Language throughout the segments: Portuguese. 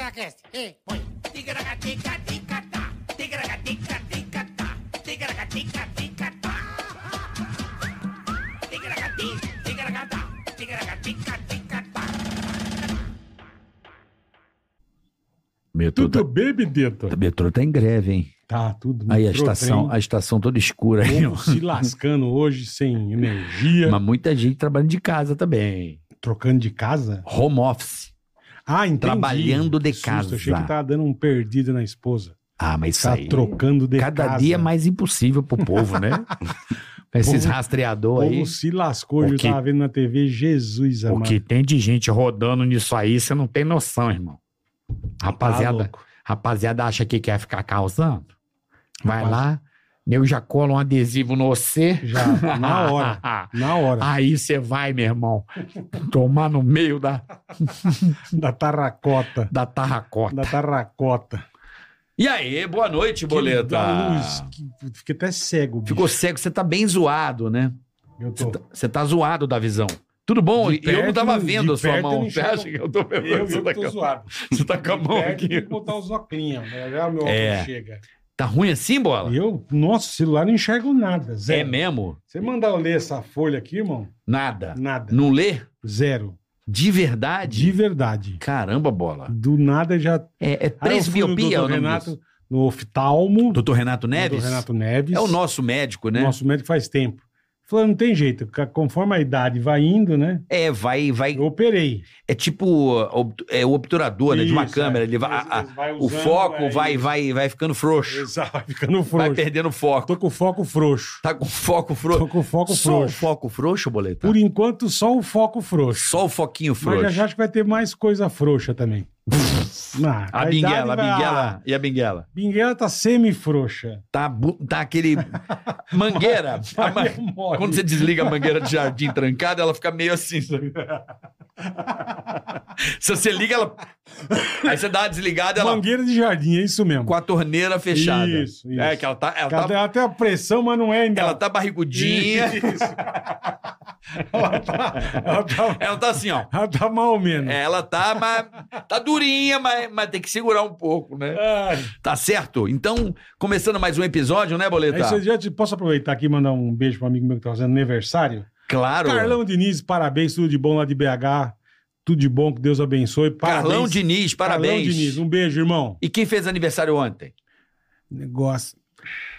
Ticaracast. E põe. Ticaracaticaticatá. Ticaracaticaticatá. Ticaracaticaticatá. Ticaracati, ticaracatá. Ticaracaticatá. Metrô Tudo tá, bem, Bideta? o metrô tá em greve, hein? Tá, tudo Aí a metrô, estação, trem, a estação toda escura aí, ó. povo se lascando hoje sem energia, Mas muita gente trabalhando de casa também. trocando de casa. Home office. Ah, entendi. Trabalhando de Que susto, casa. Achei que tava dando um perdido na esposa. Ah, mas isso Tá aí. trocando de Cada casa. dia é mais impossível pro povo, né? Esses Povo- rastreador O aí. povo se lascou, O eu que- tava vendo na TV, Jesus O amado. que tem de gente rodando nisso aí, você não tem noção, irmão. Tá Rapaziada, louco. rapaziada acha que quer ficar causando? Vai Rapaz. lá, eu já colo um adesivo no você. Já, na hora, na hora, Aí você vai, meu irmão, tomar no meio da, da tarracota, da tarracota. da tarracota. E aí, boa noite, Que da luz, que- Fiquei até cego, bicho. Ficou cego, você tá bem zoado, né? Eu Você tô... tá, você tá zoado da visão. Tudo bom? De E eu não perto, tava de vendo a sua perto, eu mão. não Você enxergo. acha que eu tô vendo? Eu, eu você, tá que tô com... zoado. você tá com a mão Perto, Tem aqui. que botar os óculos, né? Já o meu óculos É. chega. Tá ruim assim, bola? Eu, nossa, celular não enxergo nada. É Zero. mesmo? Você mandar eu ler essa folha aqui, irmão? Nada. Nada. Não lê? Zero. De verdade? De verdade. Caramba, bola. do nada já. É, é Aí Ah, eu fui no presbiopia, Dr. o nome Renato, disso? no oftalmo. Doutor Renato Neves? Dr. Renato Neves. É o nosso médico, né? Nosso médico faz tempo. Falou, não tem jeito, ca- conforme a idade vai indo, né? É, vai, vai. Eu operei. É tipo ob- é, o obturador, né? De uma Isso, câmera. é. Ele vai, Às a- a- vezes vai o usando, foco aí- vai, vai, vai ficando frouxo. Exato, vai ficando Vai frouxo. perdendo o foco. Tô com o foco frouxo. Tá com foco frouxo. Tô com o foco só o frouxo. foco frouxo, boleta? Por enquanto, só o foco frouxo. Só o foquinho frouxo. Mas já, já acho que vai ter mais coisa frouxa também. Ah, A idade binguela, a vai- binguela. Ah, E a binguela? Binguela tá semi-frouxa. Tá, bu- tá aquele. Mangueira. A ma- Olha, mole. Quando você desliga a mangueira de jardim trancada, ela fica meio assim. sabe? Se você liga, ela. Aí você dá uma desligada, ela. Mangueira de jardim, é isso mesmo. Com a torneira fechada. Isso, isso. É, que ela tá. Ela Ela tá, tem até a pressão, mas não é ainda. ela tá barrigudinha. Isso. ela, tá, ela, tá, Ela tá assim, ó. ela tá mal menos. Ela tá, mas. Tá durinha, mas, mas tem que segurar um pouco, né? Ai, Tá certo? Então, começando mais um episódio, né, É aí Boleta? você já te, posso aproveitar aqui e mandar um beijo pro amigo meu que tá fazendo aniversário? Claro. Carlão Diniz, parabéns, tudo de bom lá de BH. Tudo de bom, que Deus abençoe. Parabéns. Carlão Diniz, parabéns. Carlão Diniz, um beijo, irmão. E quem fez aniversário ontem? Negócio.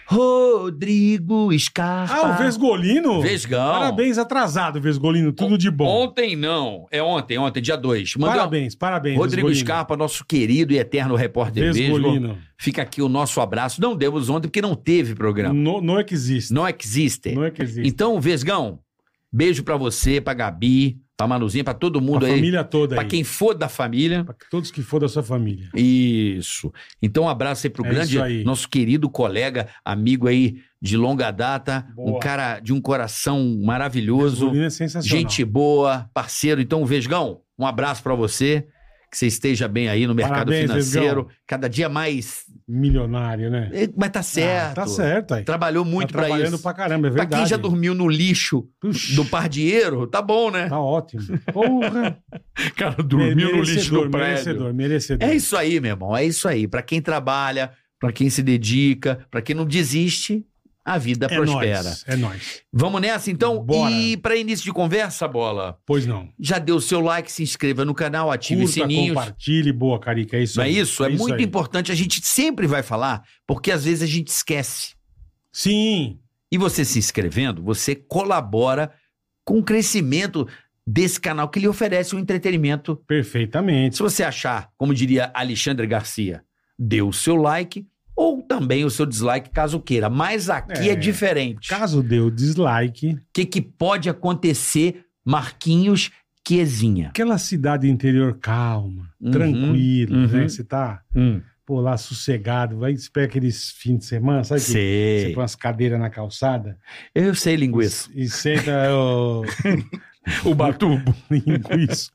Rodrigo Scarpa. Ah, o Vesgolino? Vesgão. Parabéns atrasado, Vesgolino, tudo de bom. Ontem não. É ontem, ontem, dia 2. Parabéns, parabéns, Rodrigo Vesgolino. Scarpa, nosso querido e eterno repórter Vesgo. Vesgolino. Fica aqui o nosso abraço. Não demos ontem porque não teve programa. Não, não existe. Não existe. Não é que existe. Então, Vesgão, beijo pra você, pra Gabi, pra Manuzinha, pra todo mundo a aí. família toda Pra aí. quem for da família. Pra todos que for da sua família. Isso. Então, um abraço aí pro É grande, isso aí. nosso querido colega, amigo aí de longa data, um Boa. cara de um coração maravilhoso, Vesgolino é sensacional. gente boa, parceiro. Então, Vesgão, um abraço pra você. Que você esteja bem aí no mercado Parabéns, financeiro, Vesgão. cada dia mais. milionário, né? É, Mas tá certo. Ah, tá certo aí. Trabalhou muito tá pra trabalhando isso. pra caramba, é Pra verdade. quem já dormiu no lixo Puxa, do pardieiro, tá bom, né? Tá ótimo. Porra. Cara, Ah. Merecedor, Merecedor, merecedor. É isso aí, meu irmão. É isso aí. Pra quem trabalha, pra quem se dedica, pra quem não desiste, a vida É prospera. nóis, é nóis. Vamos nessa, então? Bora. E pra início de conversa, bola, Pois não. já deu o seu like, se inscreva no canal, ative Curta, os sininhos. compartilhe. Boa, Carica, é isso Não é aí. isso? É, muito aí. importante. A gente sempre vai falar, porque às vezes a gente esquece. Sim. E você se inscrevendo, você colabora com o crescimento desse canal que lhe oferece um entretenimento Perfeitamente. Se você achar, como diria Alexandre Garcia, dê o seu like ou também o seu dislike, caso queira. Mas aqui é, É. diferente. O Caso deu dislike, que, que pode acontecer, Marquinhos Quezinha? aquela cidade interior calma, Uhum, tranquila, uhum. né? Você tá, pô, lá sossegado, vai, espera aqueles fins de semana, sabe? que Você Sei. põe umas cadeiras na calçada Eu sei linguiça. e senta o O Batubo. linguiço.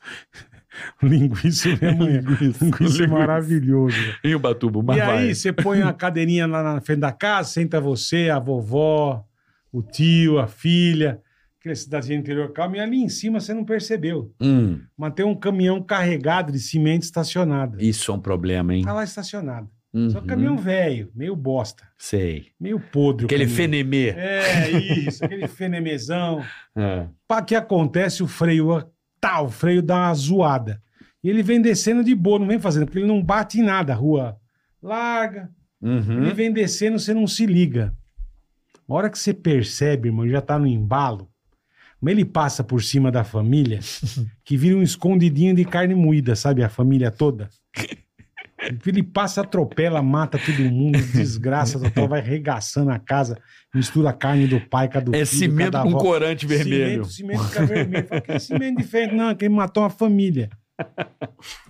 linguiço mesmo. é- Linguiço, Linguiço. maravilhoso. E o Batubo, mas e vai. aí você põe a cadeirinha lá na frente da casa, senta você, a vovó, o tio, a filha, aquela cidadezinha interior calma, e ali em cima você não percebeu. Hum, Mas tem um caminhão carregado de cimento estacionado. isso é um problema, hein? Tá lá estacionado. Só Uhum, caminhão velho, meio bosta, Sei. meio podre. o Aquele caminhão. fenemê. É, isso, aquele fenemezão. É. Pá, que acontece, o freio, ó, tá, o freio dá uma zoada. E ele vem descendo de boa, não vem fazendo, porque ele não bate em nada, a rua larga, ele Uhum. vem descendo, você não se liga. A hora que você percebe, irmão, já tá no embalo, mas ele passa por cima da família, que vira um escondidinho de carne moída, sabe, a família toda. Ele passa, atropela, mata todo mundo, desgraça total, vai regaçando a casa, mistura a carne do pai com a do É filho, com a cimento da com avó. corante vermelho. Cimento, cimento fica vermelho. Fala, que cimento diferente? Não, é que ele matou uma família.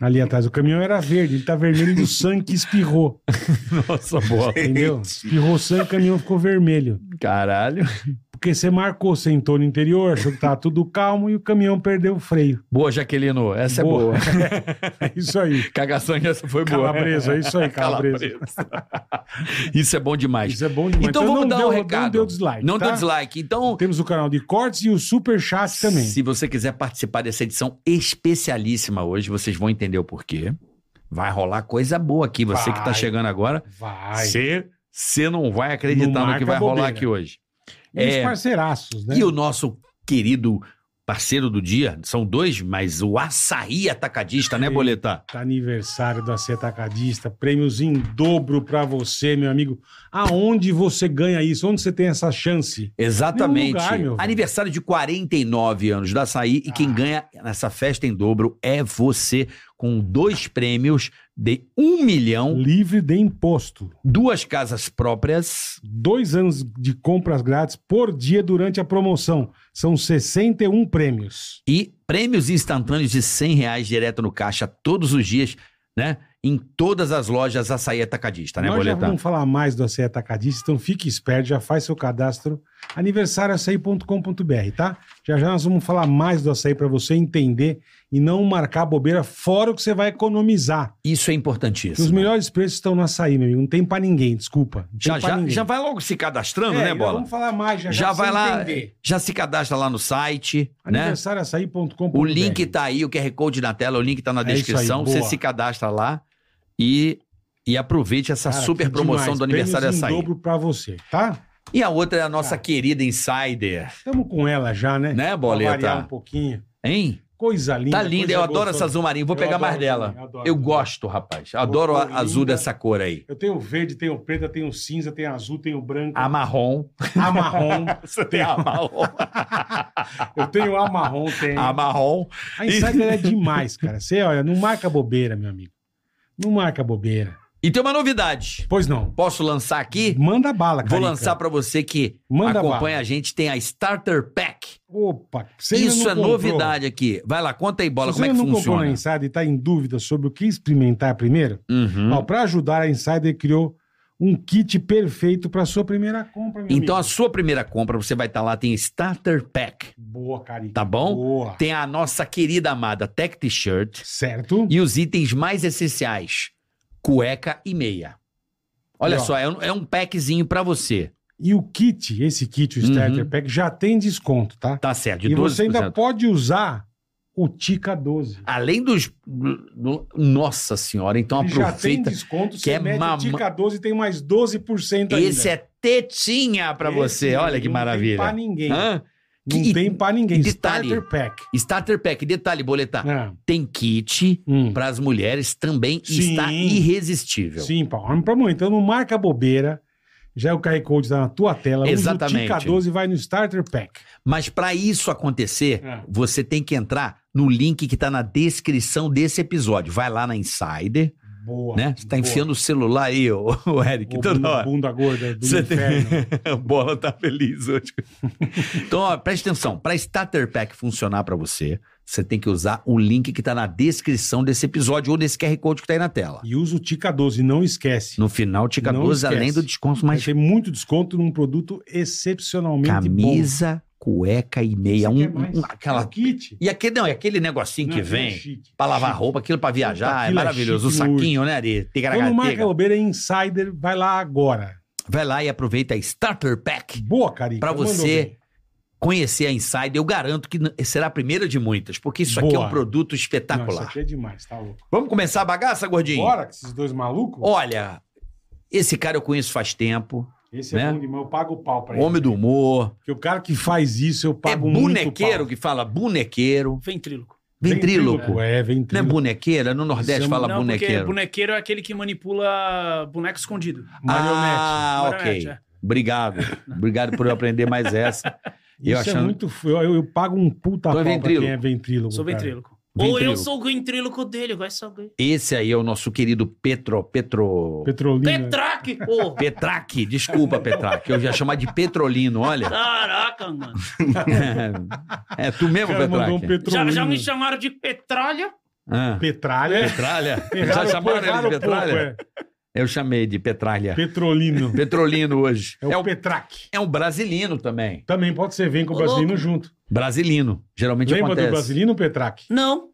Ali atrás do caminhão era verde, ele tá vermelho do sangue que espirrou, Nossa, bola. entendeu? Espirrou sangue, o caminhão ficou vermelho. Caralho. Porque você marcou, você entrou no interior, achou que tava tudo calmo e o caminhão perdeu o freio. Boa, Jaqueline. Essa é boa. É isso aí. Cagação essa foi boa. Calabreso, é isso aí, calabreso. Calabreso. isso é bom demais. Isso é bom demais. Então, vamos não dar um deu, Não recado. deu dislike, Não tá? dá dislike. Então, Temos o canal de cortes e o super chat também. Se você quiser participar dessa edição especialíssima hoje, vocês vão entender o porquê. Vai rolar coisa boa aqui. Você que tá Vai. chegando agora, Vai. você você não vai acreditar Não no que marca vai rolar bobeira. aqui hoje. E os é- parceiraços, né? E o nosso querido parceiro do dia, são dois, mas o açaí atacadista, né, Sim. Boletar? Tá aniversário do AC Atacadista, prêmios em dobro pra você, meu amigo. Aonde você ganha isso? Onde você tem essa chance? Exatamente. Nenhum lugar, meu velho. Aniversário de 49 anos da Açaí e quem Ah. ganha nessa festa em dobro é você, com dois prêmios de um milhão, Livre de imposto. duas casas próprias. Dois anos de compras grátis por dia durante a promoção. São 61 prêmios. E prêmios instantâneos de 100 reais direto no caixa todos os dias, né? Em todas as lojas açaí atacadista, né, Nós já Boletar? vamos falar mais do AC Atacadista, então fique esperto, já faz seu cadastro. aniversarioaçaí.com.br, tá? Já já nós vamos falar mais do açaí pra você entender e não marcar bobeira, fora o que você vai economizar. Isso é Que os importantíssimo. melhores preços estão no açaí, meu amigo. Não tem pra ninguém, desculpa. Não Já, tem pra já, ninguém. já vai logo se É, cadastrando, né, ainda Bola? Vamos falar mais, já, Já, já pra vai você lá, entender. já se cadastra lá no site, né? Aniversarioaçaí.com.br. O link tá aí, o QR Code na tela, o link tá na É descrição. isso aí, Você boa. se cadastra lá e, e aproveite essa Cara, super que promoção demais. do aniversário Prêmios em açaí. dobro pra você, tá? E a outra é a nossa Cara. querida insider, Estamos com ela já, né? né, Pra variar um Boleta? pouquinho. Hein? Coisa linda. tá linda, coisa eu adoro gostosa. essa azul marinho, vou Eu pegar adoro mais dela. também, adoro eu também. gosto, rapaz. Adoro Uma a cor azul linda. dessa cor aí. Eu tenho verde, tenho preta, tenho cinza, tenho azul, tenho branco, A marrom. a marrom. Ah, Você tem a marrom. Ah, Eu tenho a marrom, tenho. a marrom. A Insider é demais, cara. Você, olha, não marca bobeira, meu amigo. Não marca bobeira. E tem uma novidade. Pois não. Posso lançar aqui? Manda bala, cara. Vou lançar pra você que Manda acompanha bala. a gente, tem a Starter Pack. Opa, você ainda Isso não é comprou. novidade aqui. Vai lá, conta aí, bola, Se como é que você não comprou na funciona. Insider e tá em dúvida sobre o que experimentar primeiro, Uhum. ó, pra ajudar, a Insider criou um kit perfeito pra sua primeira compra, meu Então, a amigo. sua primeira compra, você vai estar lá, tem Starter Pack, Boa, Carica. tá bom? Boa. Tem a nossa querida amada Tech T-shirt Certo? e os itens mais essenciais: cueca e meia. Olha E, ó. só, é um, é um packzinho pra você. E o kit, esse kit, o Starter Uhum. Pack, já tem desconto, tá? Tá certo, de E 12%. você ainda pode usar o Tica 12. Além dos. do- do- Nossa Senhora, então Ele já tem aproveita. desconto, que você é mete o mama- Tica 12 tem mais 12% ainda. Esse é tetinha pra você. Esse Olha que Não tem pra maravilha. ninguém. Hã? Não Que- tem pra ninguém. e detalhe. Tá. Starter Pack. Starter Pack, detalhe, boletar. Ah, Tem kit hum. para as mulheres também e Sim. está irresistível. Sim, pra homem pra mulher. Então não marca bobeira. Já o QR Code tá na tua tela. usa Exatamente. o Tica 12 e vai no Starter Pack. Mas para isso acontecer, É. você tem que entrar no link que tá na descrição desse episódio. Vai lá na Insider, Boa. né? Você tá boa. enfiando o celular aí, ô, ô Eric, Ô, toda bunda, hora. bunda gorda do Você tem- inferno. A bola tá feliz hoje. então, ó, presta atenção. Para Starter Pack funcionar para você, você tem que usar o link que tá na descrição desse episódio ou desse QR Code que tá aí na tela. E usa o Tica 12, não esquece. No final, Tica Não 12, além esquece. do desconto Vai mais ter muito desconto num produto excepcionalmente bom. camisa, cueca e meia. Você Um, quer mais? um- É aquela... o kit. E aquele, não, e aquele negocinho Não, que aquilo é vem chique. pra lavar Chique. roupa, aquilo pra Puta, viajar, é aquilo é maravilhoso. o chique no saquinho, né, Ari? Quando marca Tigaracatega. bobeira é insider, vai lá agora. Vai lá e aproveita a Starter Pack Boa, Carica. Pra mandou você. bem. conhecer a Inside, eu garanto que n- será a primeira de muitas, porque isso aqui é Boa. um produto Não, isso espetacular. aqui é demais, tá louco. Vamos começar a bagaça, gordinho? Bora com esses dois malucos? Olha, esse cara eu conheço faz tempo. Esse né? é bom demais, eu pago o pau pra ele. Homem do humor. Porque o cara que faz isso, eu É pago bonequeiro muito que fala bonequeiro. Ventríloco. pau. Ventríloco. É, Não é ventríloco. bonequeira? No Nordeste Isso é um- fala não, porque bonequeiro. bonequeiro é aquele que manipula boneco escondido. Marionete. Ah, Marionete, ok. é. Obrigado. Obrigado por eu aprender mais essa. eu Isso é achando- muito... f- Eu, eu pago um puta Tu é pau pra ventríloco? quem é ventríloco, Sou cara. ventríloco. Ou Ventríloco. eu sou o ventríloco dele, vai saber. Esse aí é o nosso querido Petro. Petro. Petrolina. Petraque, pô! Petraque, desculpa, Petraque. Eu já chamar de Petrolino, olha. Caraca, mano. É tu O mesmo, cara mandou um Petraque. Já, petrolina. já me chamaram de petralha. Ah. Petralha. Petralha? Já Erraram pouco, é. chamaram ele de erraram Petralha? pouco, Eu chamei de Petralha. é. Petrolino. Petrolino hoje. É o Petraque. é um brasilino também. Também pode ser, vem com o Ô, brasileiro louco. junto. Brasilino. Geralmente Lembra acontece. do brasileiro, Petraque? Não.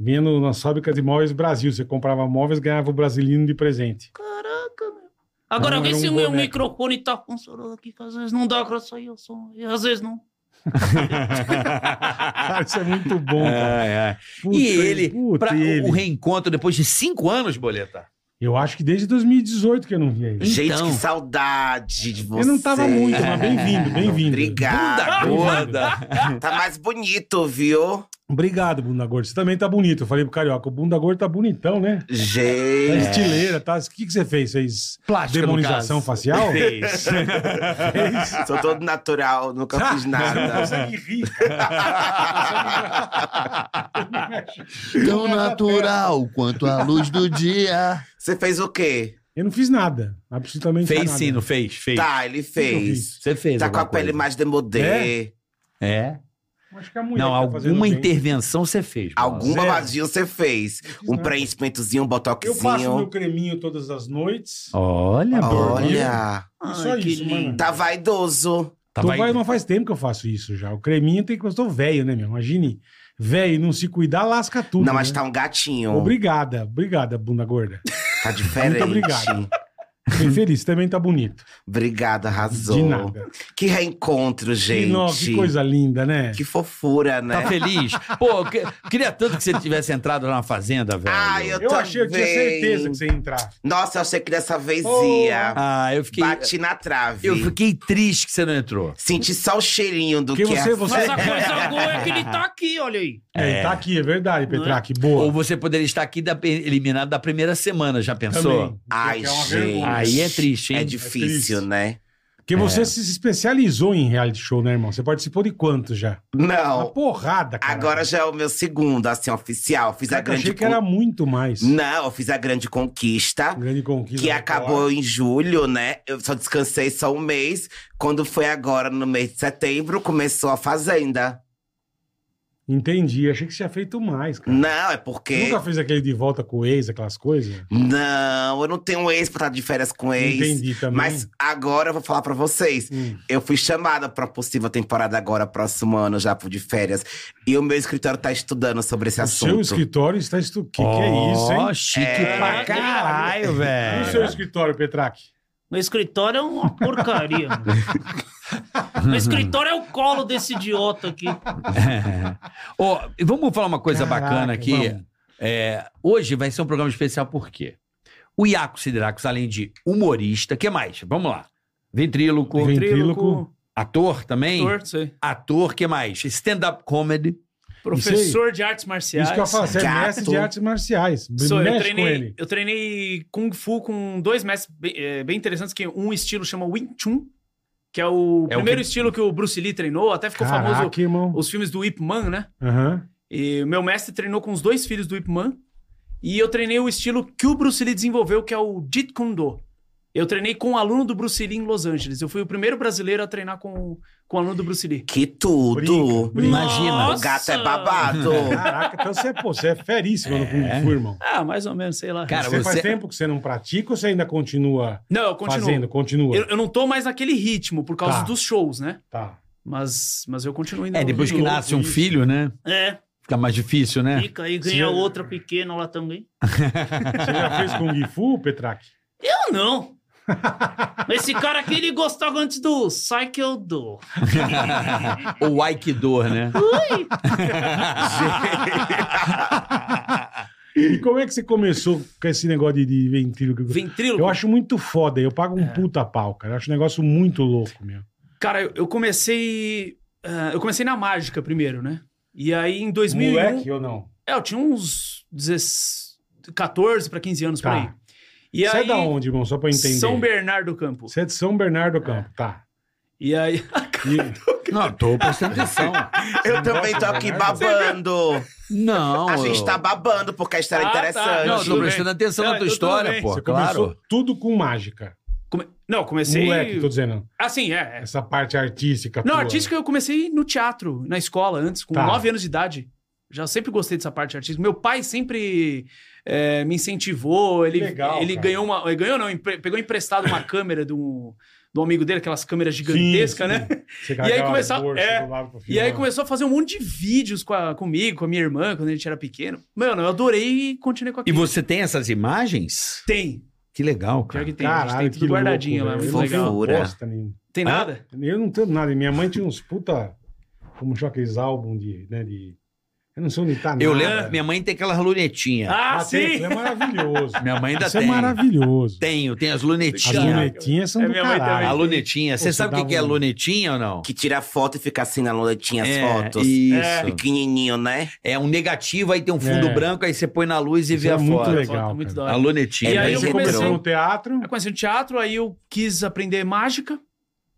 Vinha no- nas fábricas de móveis Brasil. Você comprava móveis, ganhava o brasileiro de presente. Caraca, meu. Agora, Não, vê era um se o meu boneco. microfone tá funcionando aqui, que às vezes não dá pra sair o som. E às vezes não. Cara, isso é muito bom, cara. É, é. Puta, e ele, puta, pra- ele. o reencontro depois de cinco anos, Boleta. Eu acho que desde 2018 que eu não via ele. Gente, Então. que saudade de você. Eu não tava muito, mas é bem-vindo, bem-vindo. Ah, Ah, Obrigado. gorda. Tá mais bonito, viu? Obrigado, Bunda Gordo. Você também tá bonito. Eu falei pro Carioca, o Bunda Gordo tá bonitão, né? É. Tá Gente. estileira, tá? O que, que você fez? Fez Plástica, demonização no caso. facial? Fez. Fez. Sou todo natural, nunca fiz nada. Consegue rir. Tão natural quanto a luz do dia. Você fez o quê? Eu não fiz nada. Absolutamente fez nada. sim, não fez? Fez. Tá, ele fez. Você fez. Tá com a alguma coisa. pele mais demodê. É. Acho que a mulher Não, que tá fazendo alguma bem. intervenção você fez. Bola. Algum Zero. babadinho você fez. fiz Um nada. preenchimentozinho, um Eu passo meu botoxinho. creminho todas as noites. Olha, Adoro. Bola. Olha, Ai, Só que isso, mano. lindo. tá vaidoso. Tá, Tô vai- vai- Não faz tempo que eu faço isso já. O creminho tem que. Eu tô velho, né, meu? Imagine. Velho, não se cuidar, lasca tudo. Não, mas né? tá um gatinho. Obrigada, obrigada, bunda gorda. Tá diferente. Muito obrigado. Fiquei feliz, também tá bonito. Obrigado, arrasou. De nada. Que reencontro, gente. Que, no- que coisa linda, né? Que fofura, né? tá feliz? Pô, eu que- queria tanto que você tivesse entrado lá na fazenda, velho. Ah, eu, Eu achei, eu tinha também. certeza que você ia entrar. Nossa, eu achei que dessa vez Oh. ia. Ah, eu fiquei. Bati na trave. Eu fiquei triste que você não entrou. Senti só o cheirinho do Porque que você, é. você... Mas a coisa boa é que ele tá aqui, olha aí. É, ele tá aqui, é verdade, Não é? Petraque. Ou Boa. você poderia estar aqui da- eliminado da primeira semana, já pensou? Também. Ai, Que é uma gente. vergonha. Aí é triste, hein? É É difícil, né? Porque É. você se especializou em reality show, né, irmão? Você participou de quantos já? Uma Não. porrada, cara. Agora já é o meu segundo, assim, oficial. Fiz a Caraca, grande. achei que con- era muito mais. Não, eu fiz a grande conquista. Grande conquista. Que vou acabou em julho, né? Eu só descansei só um mês. Quando foi agora, no mês de setembro, começou a Fazenda. falar. Entendi, achei que você tinha feito mais, cara. Não, é porque. Nunca fez aquele de volta com o ex, aquelas coisas? Não, eu não tenho ex pra estar de férias com ex. Entendi também. Mas agora eu vou falar pra vocês. Hum. Eu fui chamada pra possível temporada agora, próximo ano, já de férias. E o meu escritório tá estudando sobre esse O assunto. seu escritório está estu... que, que é isso, Ó, hein? chique É. pra caralho, E o é. seu velho. escritório, Petraque? Meu escritório é uma porcaria, mano. Meu escritório é o colo desse idiota aqui. Ó, e vamos falar uma coisa Caraca, bacana aqui. vamos. É, hoje vai ser um programa especial por quê? O Iaco Sideracos, além de humorista, que mais? Vamos lá. Ventríloco, Ventríloco. ator também? ator, sei. Ator, que mais? Stand-up comedy. professor de artes marciais. Isso que eu falo, você é Gato. mestre de artes marciais. Sou, eu, Mexe com treinei, ele. eu treinei Kung Fu com dois mestres bem, eh, bem interessantes, que um estilo chama Wing Chun, que é o É o primeiro que- estilo que o Bruce Lee treinou, até ficou Caraca, famoso irmão. os filmes do Ip Man, né? Aham. E o meu mestre treinou com os dois filhos do Ip Man. E eu treinei o estilo que o Bruce Lee desenvolveu, que é o Jeet Kune Do. Eu treinei com um aluno do Bruce Lee em Los Angeles. Eu fui o primeiro brasileiro a treinar com, com um aluno do Bruce Lee. Que tudo! Brinca, Imagina. O gato é babado. Caraca, então você, pô, você é feríssimo no Kung Fu, irmão. Ah, mais ou menos, sei lá. Cara, você, faz você- é, tempo que você não pratica ou você ainda continua não, eu continuo. fazendo? Continua. Eu, eu não tô mais naquele ritmo por causa Tá. dos shows, né? Tá. Mas, mas eu continuo indo. É, depois que louco nasce um isso. filho, né? É, Fica mais difícil, né? fica aí, Se ganha eu- outra pequena lá também. Você já fez Kung Fu, Petraque? Eu Ah, não. Esse cara aqui, ele gostava antes do sai que eu dou. o Aikidor, né? E como é que você começou com esse negócio de, de ventríloco? Ventríloco. Eu acho muito foda, eu pago um É. puta pau, cara. Eu acho um negócio muito louco, meu. Cara, eu- eu comecei... ah, eu comecei na mágica primeiro, né? E um. aí, em 2001... Moleque ou não? É, eu tinha uns 10, 14 pra 15 anos por Tá. aí. E você aí, é da onde, irmão? Só pra eu entender. São Bernardo É. do Campo. Você é de São Bernardo do Campo, tá. E aí, E- Não, tô prestando atenção. Eu também tô gosta, aqui né? babando. Não. A gente eu- tá babando porque a história é Ah, tá. Não, eu interessante. tô Tudo prestando atenção É, na tua eu história, também. pô. você Claro. começou tudo com mágica. come- não, eu comecei... Moleque, tô dizendo. Assim, é. é. Essa parte artística. Não, tua. artística eu comecei no teatro, na escola antes, com Tá. 9 anos de idade. Já sempre gostei dessa parte artística. Meu pai sempre eh, me incentivou. Ele, Legal, ele cara. ganhou uma. Ele ganhou, não, empre- pegou emprestado uma câmera de um, de um amigo dele, aquelas câmeras Sim, gigantescas, sim. né? Você aí carregava começava- bolsa é. do lado pro E aí final. começou a fazer um monte de vídeos com a- comigo, com a minha irmã, quando a gente era pequeno. Mano, eu adorei e continuei com E aquilo. você tem essas imagens? Tem. Que legal, Pior cara. que tem. a gente Caralho, tem que tudo guardadinho louco, lá. velho. Ah, Muito Eu não legal. tenho Fura. bosta nenhuma. Tem nada? Eu não tenho nada. Minha mãe tinha uns puta. Como chama aqueles álbuns de, né, de. Eu não sei onde tá Eu nada. lembro, minha mãe tem aquelas lunetinhas. Ah, Ah, tem, aquilo sim! É maravilhoso. Minha mãe ainda Isso é tem. maravilhoso. Tenho, tem as As Caraca. lunetinhas. lunetinhas são É, do minha mãe caralho. A também. lunetinha. Pô, Você você sabe dá o que, que é um- lunetinha ou não? Que tira foto e fica assim na loletinha as é, fotos. Isso. Pequenininho, né? É. um negativo, aí tem um fundo É. branco, aí você põe na luz e Isso vê é a muito foto. legal, Foto muito cara. da hora. A lunetinha. É, E aí eu bem comecei, Comecei retrô. no teatro. eu conheci o teatro, aí eu quis aprender mágica,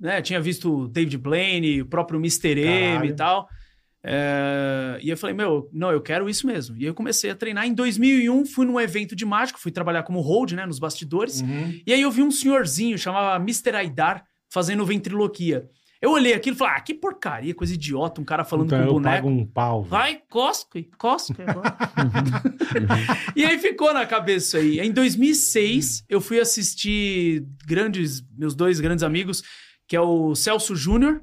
né? Tinha visto o David Blaine, o próprio Mr. M Caralho. e tal. É, E eu falei, meu, não, eu quero isso mesmo. E aí eu comecei a treinar. Em 2001, fui num evento de mágica, fui trabalhar como hold, né? Nos bastidores. Uhum. E aí eu vi um senhorzinho, chamava Mr. Aidar, fazendo ventriloquia. Eu olhei aquilo e falei, ah, que porcaria, coisa idiota, um cara falando Então com eu um boneco. pago um pau. velho. Vai, cospe, cospe agora. e aí ficou na cabeça isso aí. Em 2006, eu fui assistir grandes, meus dois grandes amigos, que é o Celso Júnior,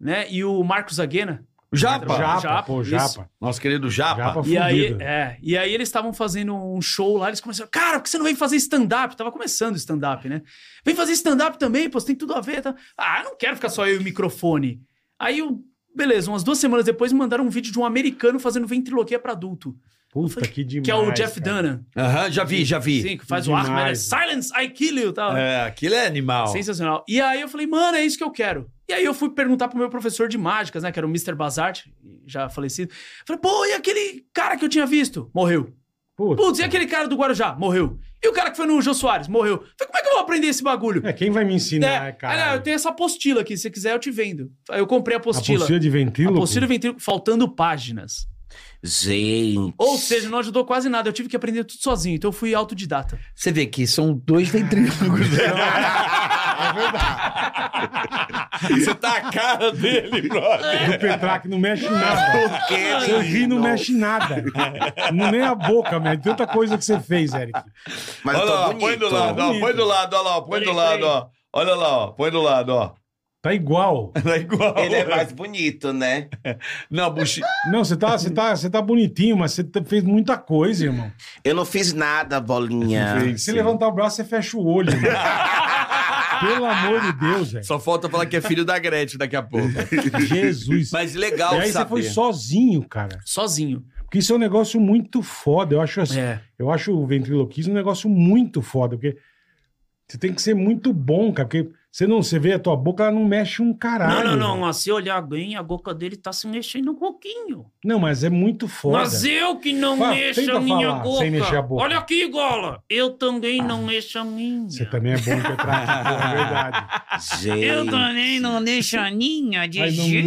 né, e o Marcos Aguena. Japa. Japa, Japa, pô, isso. japa. Nosso querido Japa. Japa E aí, Tá fudido. é, e aí eles estavam fazendo um show lá, eles começaram, cara, por que você não vem fazer stand-up? Tava começando o stand-up, né? Vem fazer stand-up também, pô, você tem tudo a ver. Tá? Ah, eu não quero ficar só eu e o microfone. Aí, eu- beleza, umas duas semanas depois me mandaram um vídeo de um americano fazendo ventriloquia pra adulto. Puta que demais. que é o Jeff cara. Dunham. Aham, já vi, já vi. Sim, que faz Demais, o Arthur, mas é Silence, I Kill You, tal. É, aquilo é animal. Sensacional. E aí eu falei, mano, é isso que eu quero. E aí eu fui perguntar pro meu professor de mágicas, né, que era o Mr. Bazart, já falecido. Falei, pô, e aquele cara que eu tinha visto? Morreu. Puta. Putz, e aquele cara do Guarujá? Morreu. E o cara que foi no Jô Soares? Morreu. Falei, como é que eu vou aprender esse bagulho? É, quem vai me ensinar, É, cara? ah, não, eu tenho essa apostila aqui, se você quiser eu te vendo. Aí eu comprei a apostila. apostila. é de A ventríloco? apostila ventrilo, faltando páginas. Gente. Ou seja, não ajudou quase nada, eu tive que aprender tudo sozinho, então eu fui autodidata. Você vê que são dois ventrílocos. É Você tá a cara dele, brother. É, O Petraque não mexe em nada. Por quê, Você ri não menino? mexe em nada. Não nem a boca, meu. Tanta coisa que você fez, Eric. Mas Olha eu tô lá, bonito. põe do lado, ó, Bonito. põe do lado, olha lá, põe do lado, ó. Olha lá, ó, põe do lado, ó. Tá igual. Tá igual. Ele é mais bonito, né? Não, buchi... Não, você tá, você tá, você tá bonitinho, mas você tá- fez muita coisa, irmão. Eu não fiz nada, bolinha. Ah, Se você levantar o braço, você fecha o olho, irmão. Pelo amor de Deus, velho. Só falta falar que é filho da Gretchen daqui a pouco. Jesus. Mas legal e aí você saber. foi sozinho, cara. Sozinho. Porque isso é um negócio muito foda. Eu acho, assim, É. eu acho o ventriloquismo um negócio muito foda, porque você tem que ser muito bom, cara. Porque você não, você vê a tua boca, ela não mexe um Não, caralho. não, velho. não. ó, Se olhar bem, a boca dele tá se mexendo um pouquinho. Não, mas é muito foda. Mas eu que não Fala, mexo tenta a minha falar boca. sem mexer a boca. Olha aqui, Gola. Eu também não mexo a minha. Você também é bom que é trágico, é verdade. Gente. também não deixo a ninha de Mas não, ne,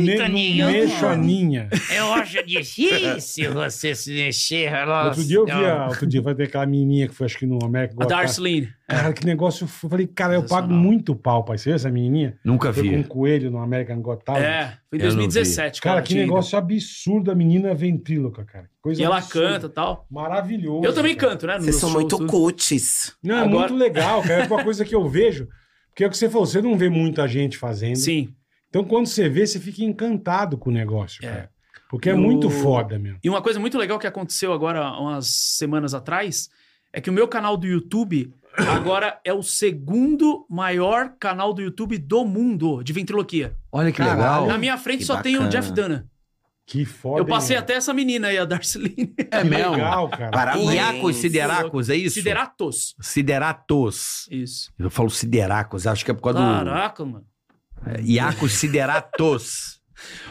não mexo a ninha. Eu acho difícil você se mexer. Ela... tá- Outro dia eu vi, a, outro dia vai ter aquela menininha que foi, acho que no América A Got Talent. Darcy Lane. Cara, que negócio. f- Eu falei, cara, eu pago É. Sensacional. muito pau, pai. Você viu essa menininha? Nunca Foi com um vi. coelho no American Got Talent. É, foi em Eu não vi. 2017. Cara, que tinha ido. negócio absurdo. A menina é ventríloca, cara. Que Coisa E ela absurda. canta e tal. Maravilhoso. Eu também cara. canto, né? nos Vocês meus são shows, muito tudo. cutis. Não, é Agora- muito legal, cara. É uma coisa que eu vejo. Porque é o que você falou, você não vê muita gente fazendo. Sim. Então, quando você vê, você fica encantado com o negócio, É. cara. Porque é No- muito foda, meu. E uma coisa muito legal que aconteceu agora, umas semanas atrás, é que o meu canal do YouTube Agora é o segundo maior canal do YouTube do mundo de ventriloquia. Olha que Caralho. legal. Na minha frente Oh, que só tem o bacana. Jeff Dana. Que foda. Eu passei Ah, hein? até essa menina aí, a Darceline. É mesmo. Legal, cara. Parabéns. Iacos Sideracos, é isso? Sideratos. Sideratos. Isso. Eu falo Sideracos, acho que é por causa Caraca, mano. do. É, Iacos Sideratos.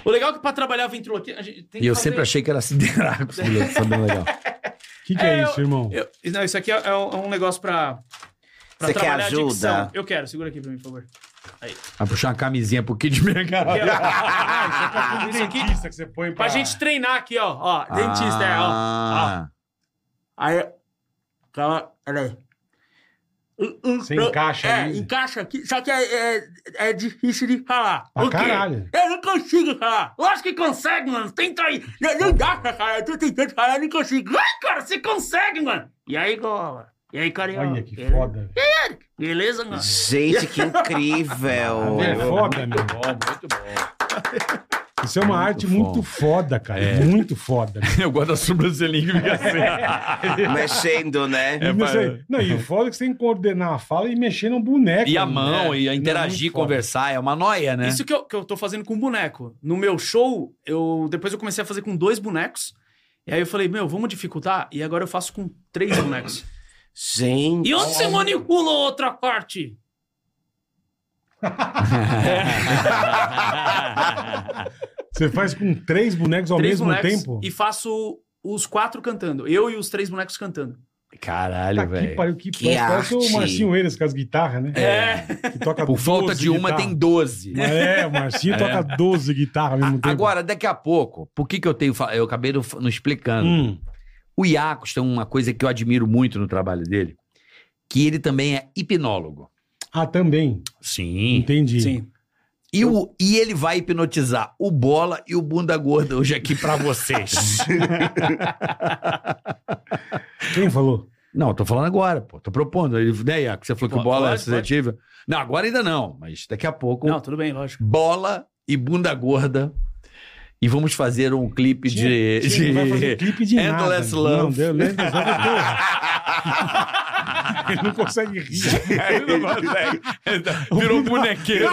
O legal é que pra trabalhar a ventriloquia, a gente tem e que eu fazer- sempre achei que era Sideracos. tá moleque, tá Foi bem legal. O que, que é, É, isso, irmão? Eu- não, isso aqui é, é um é um negócio pra, pra Você quer trabalhar a ajuda? dicção. Eu quero, segura aqui pra mim, por favor. Vai puxar uma camisinha pro Kid Mega. Quero. Ah, isso aqui, dentista que você põe pra gente treinar aqui, ó. Ó, dentista, é, ó. Ah, Aí. Calma, peraí. Você encaixa É, ali. encaixa aqui, só que é, é, é difícil de falar. Pra Por quê? caralho. Eu não consigo falar. Lógico que consegue, mano. Tenta aí. Não, não dá, cara. Eu tô tentando falar, eu não consigo. Ai, cara, você consegue, mano. E aí, gola? E aí, carioca? Olha que Beleza? foda. velho. Beleza, mano? Gente, que incrível. É foda, meu. muito bom. Isso é uma arte muito foda, cara. Muito foda. meu. eu gosto da sobrancelhinha que assim. fica Mexendo, né? E não, sei- não, e o foda é que você tem que coordenar a fala e mexer no boneco. E a né? mão, e a Não, interagir, muito foda. conversar, é uma noia, né? Isso que eu, que eu tô fazendo com boneco. No meu show, eu depois eu comecei a fazer com dois bonecos. E aí eu falei, meu, vamos dificultar? E agora eu faço com três bonecos. Gente. E onde você manipula outra parte? Você faz com três bonecos ao três mesmo bonecos tempo? e faço os quatro cantando. Eu e os três bonecos cantando. Caralho, Tá que velho. pariu, que, Que parece o arte. Marcinho Eiras com as guitarras, né? É. Que toca Por falta 12 de uma, guitarras. tem 12. Mas É, o Marcinho toca 12 guitarras ao mesmo A- tempo. Agora, daqui a pouco, por que, que eu tenho. fa- Eu acabei não, não explicando. Hum, O Iacos tem uma coisa que eu admiro muito no trabalho dele, que ele também é hipnólogo. Ah, também. Sim. Entendi. Sim. E, o, e ele vai hipnotizar o Bola e o Bunda Gorda hoje aqui pra vocês. Quem falou? não, tô falando agora, pô. Tô propondo. Ele, né, Iaco? Você falou que o Pode, Bola é pode, suscetível. Não, agora ainda não, mas daqui a pouco. Não, tudo bem, lógico. Bola e Bunda Gorda. E vamos fazer um clipe de. Tinha- tinha- não vai de... fazer clipe de Endless nada. Não, Love. deu Endless Love, porra. Ele não consegue rir. Virou um bonequeiro.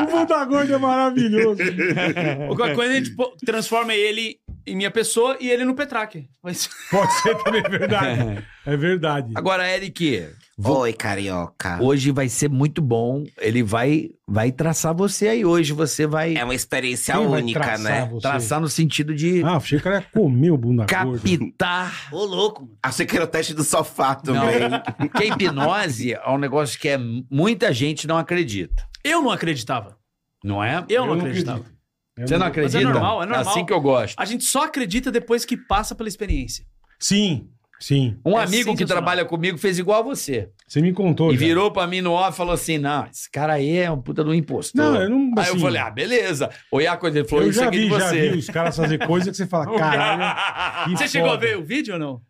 O Bunda Gorda é maravilhoso. É. Qualquer coisa a gente pô- transforma ele em minha pessoa e ele no Petraque. Mas... Pode ser também é verdade. É verdade. Agora, Eric, Oi, carioca. hoje vai ser muito bom. Ele vai, vai traçar você aí hoje. Você vai É uma experiência Quem vai única, traçar né? você? traçar no sentido de Ah, achei que o cara ia comer o Bunda Gorda. captar. Ô, louco, mano. Achei que era o teste do sofá também. Não, porque a hipnose é um negócio que é, muita gente não acredita. Eu não acreditava. Não é? Eu, não não acreditava. acredito. Eu Você não não- Mas é acredita? normal, é normal. assim que eu gosto. A gente só acredita depois que passa pela experiência. Sim, sim. Um É amigo que sensacional. trabalha comigo fez igual a você. Você me contou. E já. virou pra mim no off e falou assim: não, esse cara aí é um puta do impostor. Não, eu não. Aí assim, eu falei, ah, beleza. Olhar a coisa, ele falou, eu isso já aqui vi, de já você. Então tá vi os caras fazer coisa que você fala, caralho. que Você chegou a foda. ver o vídeo ou não?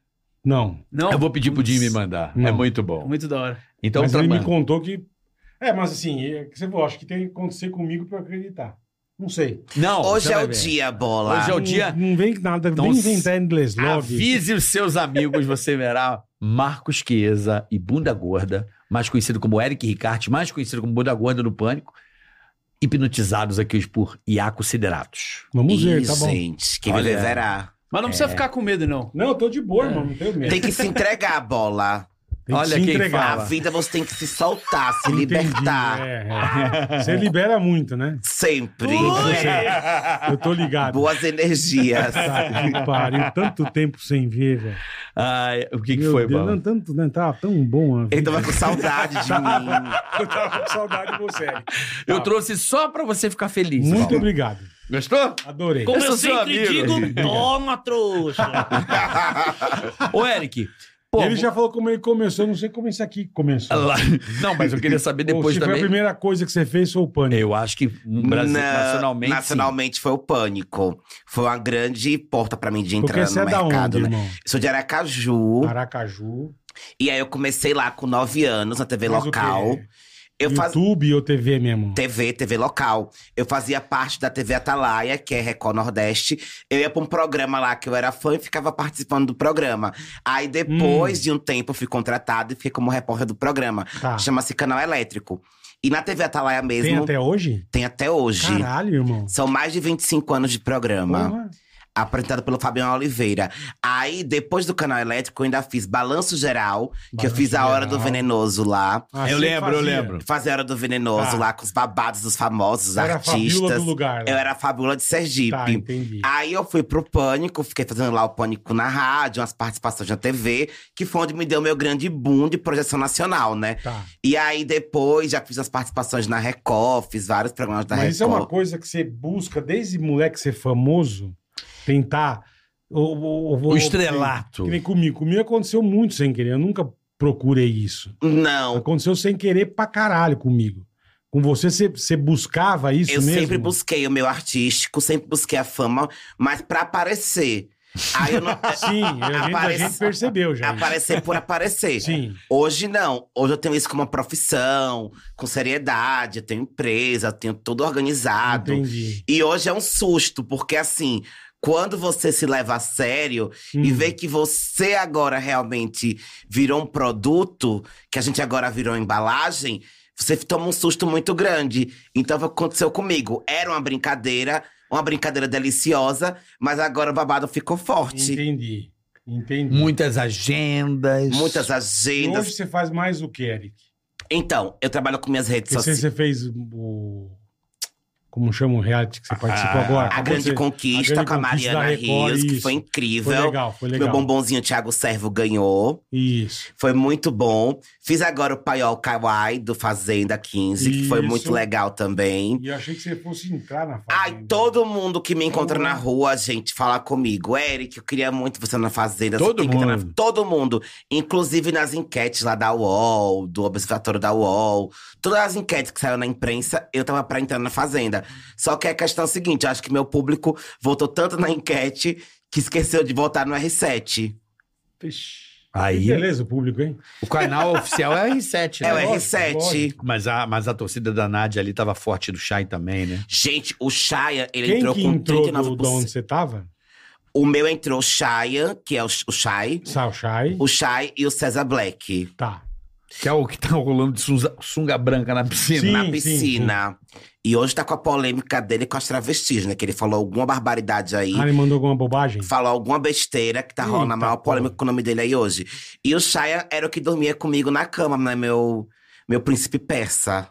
Não. Não. Eu vou pedir pro Jimmy mandar. Não. É muito bom. Muito da hora. Então, mas ele me trabalha. contou que. É, mas assim, é que você falou, acho que tem que acontecer comigo pra eu acreditar. Não sei. Não, Hoje você é vai o ver. dia, bola. Hoje é o Não- dia. Não, vem nada, Então, nem inventar Endless Love. Avise os seus amigos, você verá Marcos Chiesa e Bunda Gorda, mais conhecido como Eric Ricarte, mais conhecido como Bunda Gorda no Pânico, hipnotizados aqui hoje por Iaco Sideratos. Vamos ver, Ih, tá bom. Gente, quem Olha. viver verá. Mas não precisa ficar com medo, não. Não, eu tô de É. boa, irmão, não tenho medo. Tem que se entregar, bola. Tem Olha quem A fala. vida você tem que se soltar, se Entendi, libertar. é, é. Você libera muito, né? Sempre. Eu tô ligado. Boas energias. Tá, que pariu, tanto tempo sem ver, velho. Ai, o que, que Meu foi, Deus, Bola? Não, tanto, né? Tava tão bom. né? a Ele vida. tava com saudade de mim. Eu tava com saudade de você. Eric. Eu trouxe só pra você ficar feliz. Muito Bola. obrigado. Gostou? Adorei. Como Eu sou eu, é seu sempre amigo. digo, toma, trouxa. Ô, Eric. Pô, ele já falou como ele começou, não sei como isso aqui começou. Lá- Não, mas eu queria saber Ou depois se também. foi a primeira coisa que você fez, foi o pânico. Eu acho que um Brasil, Na- nacionalmente. sim. nacionalmente foi o pânico. Foi uma grande porta pra mim de entrar Porque no você é da mercado, onde, Ah. né? irmão? Sou de Aracaju. Aracaju. E aí eu comecei lá com nove anos na TV Faz o local. quê? Eu fazia. YouTube ou TV mesmo? TV, TV local. Eu fazia parte da TV Atalaia, que é Record Nordeste. Eu ia pra um programa lá que eu era fã e ficava participando do programa. Aí depois de um tempo eu fui contratado e fiquei como repórter do programa. Hum. Tá. Chama-se Canal Elétrico. E na TV Atalaia mesmo, Tem tem até, até hoje? hoje. Caralho, irmão. São mais de 25 anos de programa. Porra. Apresentado pelo Fabiano Oliveira. Aí, depois do Canal Elétrico, eu ainda fiz Balanço Geral, que eu Balanço fiz a Hora do Geral. Venenoso lá. Ah, eu você lembro, eu fazia. lembro. Fazer a Hora do Venenoso Tá. lá, com os babados dos famosos Era a fabiola artistas. do lugar. lá. Eu era Ah, a Fabiola de Sergipe. Tá, entendi. Aí eu fui pro Pânico, fiquei fazendo lá o Pânico na rádio, umas participações na TV, que foi onde me deu meu grande boom de projeção nacional, né? Tá. E aí depois já fiz as participações na Record, fiz vários programas da Mas Record. isso é uma coisa que você busca desde moleque ser famoso, tentar. Ou, ou- ou- O ou- estrelato. Que nem comigo. Comigo aconteceu muito sem querer. Eu nunca procurei isso. Não, Aconteceu sem querer pra caralho comigo. Com você, você, você buscava isso eu mesmo? sempre busquei o meu artístico, sempre busquei a fama, mas pra aparecer. Aí eu não. Sim, a gente, a Aparece- gente percebeu já. isso. aparecer por aparecer. Sim. Hoje não. Hoje eu tenho isso como uma profissão, com seriedade, eu tenho empresa, eu tenho tudo organizado. Entendi. E hoje é um susto, porque assim, quando você se leva a sério e Hum. vê que você agora realmente virou um produto, que a gente agora virou embalagem, você toma um susto muito grande. Então foi o que aconteceu comigo. Era uma brincadeira, uma brincadeira deliciosa, mas agora o babado ficou forte. Entendi. Entendi. Muitas agendas. Muitas E agendas. hoje você faz mais o que, Eric? Então, eu trabalho com minhas redes Porque você, sociais. você fez o. Como chama o reality que você participou Ah, agora? A Acabou grande de ser- conquista A Grande com a Conquista Mariana da Record, Rios, que isso. foi incrível. Foi legal, foi legal. Meu bombonzinho Thiago Servo ganhou. Isso. Foi muito bom. Fiz agora o paiol Kawaii do Fazenda 15, que foi Isso. muito legal também. E eu achei que você fosse entrar na fazenda. Uhum. Ai, todo mundo que me encontra Vamos na lá. rua, gente, fala comigo. Eric, eu queria muito você na Fazenda. Todo você tem que entrar na- mundo. Todo mundo. Inclusive nas enquetes lá da UOL, do Observatório da UOL. Todas as enquetes que saíram na imprensa, eu tava pra entrar na Fazenda. Só que a questão é a seguinte, eu acho que meu público votou tanto na enquete que esqueceu de votar no R7. Que Aí, beleza, o público, hein? o canal oficial é o R7, né? É o lógico, R7. lógico. Mas a, mas a torcida da Nádia ali tava forte do Chay também, né? Gente, o Shaya, ele Quem entrou que com entrou do, 39%. de onde você tava? O meu entrou o Shaya, que é o, o Shai. Salchai. O Shai e o César Black. Tá. Que é o que tá rolando de sunga, sunga branca na piscina. Sim, na sim, piscina. E hoje tá com a polêmica dele com as travestis, né? Que ele falou alguma barbaridade aí. Ah, ele mandou alguma bobagem? Falou alguma besteira que tá rolando Eita, a maior polêmica porra. com o nome dele aí hoje. E o Shaya era o que dormia comigo na cama, né? Meu, meu príncipe persa.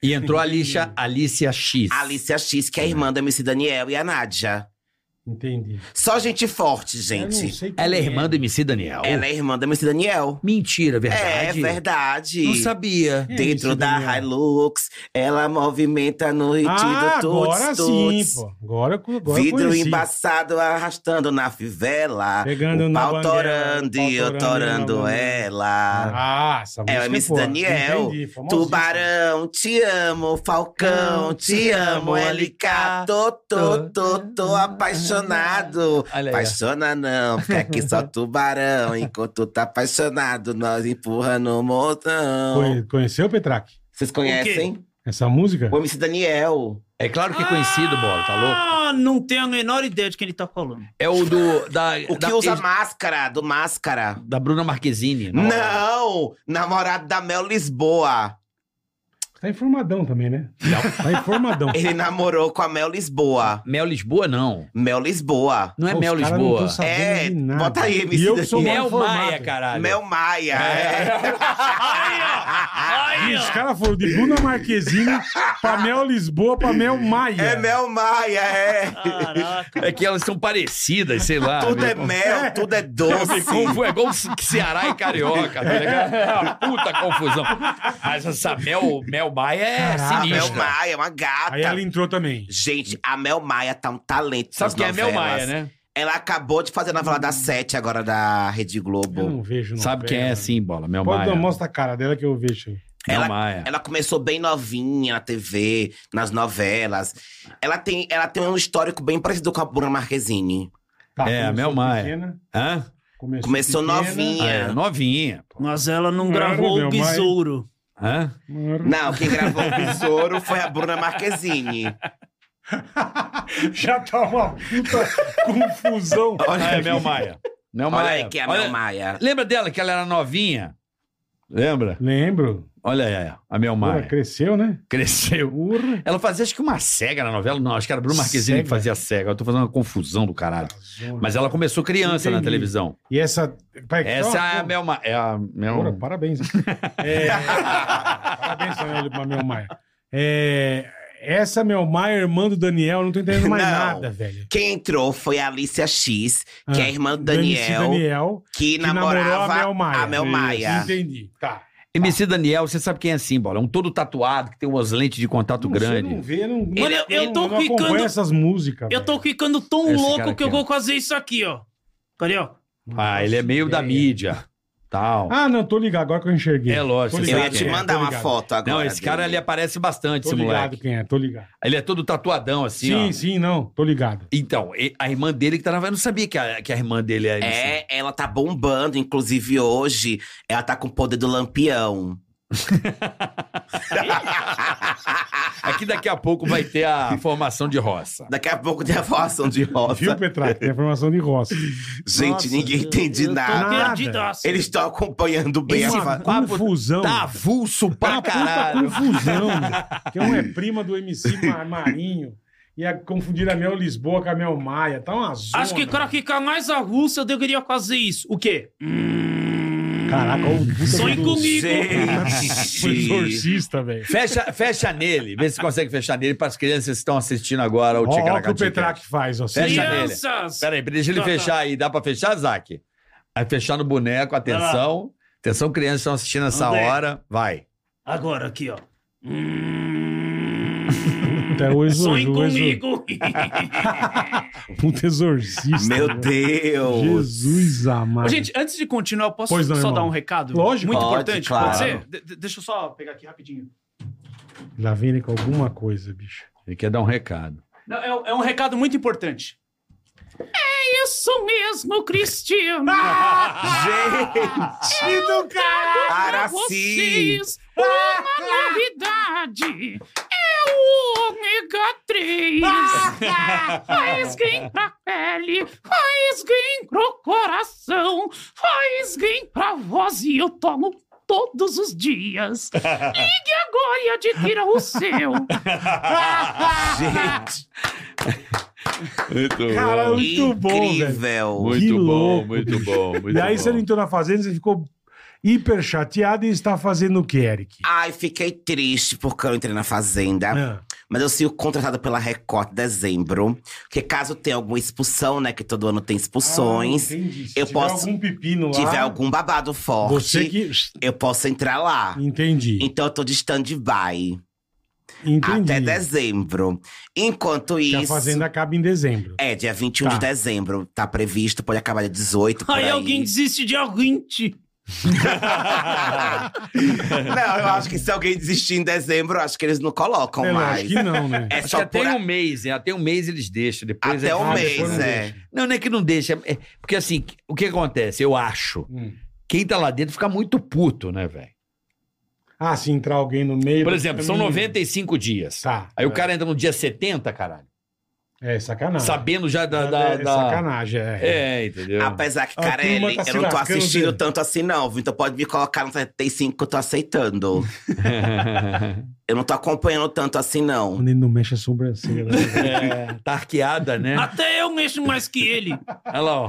e entrou a Alicia, Alicia X. A Alicia X, que é a irmã da MC Daniel e a Nádia. Entendi. Só gente forte, Eu não gente. sei quem Ah, Ela é irmã do MC Daniel. Ela é irmã da MC Daniel. Mentira, verdade. É verdade. Não sabia. Quem é Dentro esse da Daniel? Hilux, ela movimenta no ritmo Ah, tuts, agora tuts. sim, pô. Agora, agora eu Vidro conheci. embaçado arrastando na fivela. Pegando o na pau banguela, torando e eu pau torando torando na ela. Ah, essa É o música MC boa. Daniel. Entendi, famosíssima. Tubarão, te amo, Falcão, te amo, LK, tô, tô, tô, tô Ah, apaixonado. Olha aí, ó. Apaixona não, fica aqui só tubarão, enquanto tá apaixonado, nós empurrando o montão. Conhe- Conheceu, Petraque? Vocês conhecem? Essa música? O MC Daniel. É claro que é conhecido, Bola, tá louco? Ah, não tenho a menor ideia de quem ele tá falando. É o do. Da, O que da, usa ex- máscara, do máscara. da Bruna Marquezine. Não, hora. namorado da Mel Lisboa. Tá informadão também, né? Tá informadão. Ele namorou com a Mel Lisboa. Mel Lisboa, não. Mel Lisboa. Não é Os Mel caras não Lisboa. tão sabendo É, de nada. bota aí, MC E eu que sou mal Daniel. Mel informado. Maia, caralho. Mel Maia. É. é. E os caras foram de Bruna Marquezine pra Mel Lisboa pra Mel Maia. É, é Mel Maia, é. Caraca. É que elas são parecidas, sei lá. né? Tudo é Me- mel, tudo é Me doce. confu- É igual Ce- Ceará e Carioca, tá ligado? É uma puta confusão. Mas essa Mel, Mel Maia é Caraca. A Mel sinistra. Maia é uma gata. Aí ela entrou também. Gente, a Mel Maia tá um talento. Sabe nas quem é Mel Maia, novelas. né? Ela acabou de fazer a novela da Sete agora da Rede Eu Globo. não vejo novela. Sabe quem é, sim, Bola? Mel Pode Maia. dar, mostra a cara dela que eu vejo. aí. Mel Ela- Maia. Ela começou bem novinha na TV, nas novelas. Ela tem, ela tem um histórico bem parecido com a Bruna Marquezine. Tá, É, a começou Mel Maia. pequena, Hã? começou Começou pequena. é novinha. Ah, é, novinha. Mas ela não Claro, gravou meu, o mas- Besouro. Hã? Não, quem gravou o Besouro foi a Bruna Marquezine. Já tá uma puta confusão. Olha é, Mel Maia. Não, Olha Ah, Maia. aí que é a Olha- Mel Maia. Lembra dela que ela era novinha? Lembra? Lembro. Olha aí, a Mel Ura, Maia. cresceu, né? Cresceu. Ura. Ela fazia acho que uma cega na novela. Não, acho que era Bruno Marquezine que Cega? fazia cega. Eu tô fazendo uma confusão do caralho. Mas ela começou criança na Entendi. televisão. E essa. Pai, Essa só- é a Mel Maia. É a Mel... Ura, parabéns. Então- É, parabéns também pra Mel Maia. É, essa Mel Maia, irmã do Daniel, eu não tô entendendo mais Não. nada, velho. Quem entrou foi a Alicia X, que é a irmã do MC Daniel, Daniel, que, que namorou namorava a Mel Maia. a Mel Maia. Isso, entendi. Tá. MC Daniel, você sabe quem é assim, bola? É Um todo tatuado que tem umas lentes de contato Não, grande. Você não vê, não, Ele- não, eu tô não acompanho ficando- essas músicas. Eu tô ficando tão Esse cara louco aqui, que eu ó. vou fazer isso aqui, ó. Cadê, ó? velho. Ah, ele é meio da Ideia. mídia. Tal. Ah, não, tô ligado, agora que eu enxerguei. É lógico, Tô você Eu sabe ia te quem é. mandar tô uma ligado. foto agora. Não, esse cara é dele. ele aparece bastante, Tô esse ligado moleque. quem é, tô ligado. Ele é todo tatuadão, assim, Sim, ó. sim, não, tô ligado. Então, e- a irmã dele que tá na. Eu não sabia que a, que a irmã dele era MC. É, ela tá bombando, inclusive hoje ela tá com o poder do lampião. Aqui daqui a pouco vai ter a formação de roça. Daqui a pouco tem a formação de roça. Viu, Petraca? Tem a formação de roça. Gente, Nossa, ninguém eu- entende eu tô nada. Nada. Perdidaço. Eles estão acompanhando bem assim, a Uma fa- confusão. Tá avulso pra Uma puta caralho. confusão. que um é prima do MC Ma- Marinho. E a confundir a Mel Lisboa com a Mel Maia. Tá uma zona. Acho que pra ficar mais avulso, eu deveria fazer isso. O quê? Caraca, o puta Sonhe do- comigo. Foi Gente. tá exorcista, velho. Fecha, fecha nele, vê se consegue fechar nele para as crianças que estão assistindo agora É o Olha o que Tchecaracatica. o Petraque faz, ó. Fecha nele. Crianças! Peraí, deixa ele Tá, tá. fechar aí. Dá pra fechar, Zac? Aí fechar no boneco, atenção. Atenção, crianças que estão assistindo essa André. hora. Vai. Agora, aqui, ó. Hum. Puta, o exor- Sonhe o exor- comigo. Puta exorcista. Meu velho. Deus! né? Jesus amado. Gente, antes de continuar, eu posso Pois só não, irmão. dar um recado? Lógico. Muito Pode, importante. claro. Pode ser? De- de- deixa eu só pegar aqui rapidinho. Já vem ele com alguma coisa, bicho. Ele quer dar um recado. Não, é, um- é um recado muito importante. É isso mesmo, Cristina! Ah! Tido, cara! Araci! uma novidade. É o ômega 3. faz bem pra pele, faz bem pro coração, faz bem pra voz e eu tomo todos os dias. Ligue agora e adquira o seu. Gente, Muito Cara, bom. É muito bom, velho. incrível! Muito que bom, louco, muito bicho. bom, muito E aí bom. você não entrou na fazenda, você ficou hiper chateado e está fazendo o que, Eric? Ai, fiquei triste porque eu entrei na Fazenda. Ah, Mas eu sigo contratada pela Record em dezembro. Porque caso tenha alguma expulsão, né? Que todo ano tem expulsões. ah, entendi. Se eu tiver posso- algum pepino Ah, lá, tiver algum babado forte, você que eu posso entrar lá. entendi, Então eu tô de stand-by. entendi. Até dezembro. Enquanto Que isso. a fazenda acaba em dezembro. É, dia 21 de Tá. dezembro. Tá previsto, pode acabar dia 18. Por aí, Aí alguém desiste de alguém. não, eu acho que se alguém desistir em dezembro, eu acho que eles não colocam É, mais. lógico que não, né? É Acho só que até por. a- um mês, hein? Até um mês eles deixam. Depois Até é- um Ah, depois mês, não é. deixa. Não, não é que não deixa. é- porque assim, o que acontece? Eu acho. Hum. Quem tá lá dentro fica muito puto, né, velho? Ah, se entrar alguém no meio... Por exemplo, são 95 dias. Tá. Aí o cara entra no dia 70, caralho. É sacanagem. Sabendo já da. É, da- é da- sacanagem, é. É, entendeu? Apesar que, A cara, turma ele- tá se eu não tô lascando assistindo dele. tanto assim, não. viu? Então pode me colocar no 75 que eu tô aceitando. eu não tô acompanhando tanto assim, não. Quando ele não mexe a sobrancelha. né? É, tá arqueada, né? Até eu mexo mais que ele. Olha lá, ó.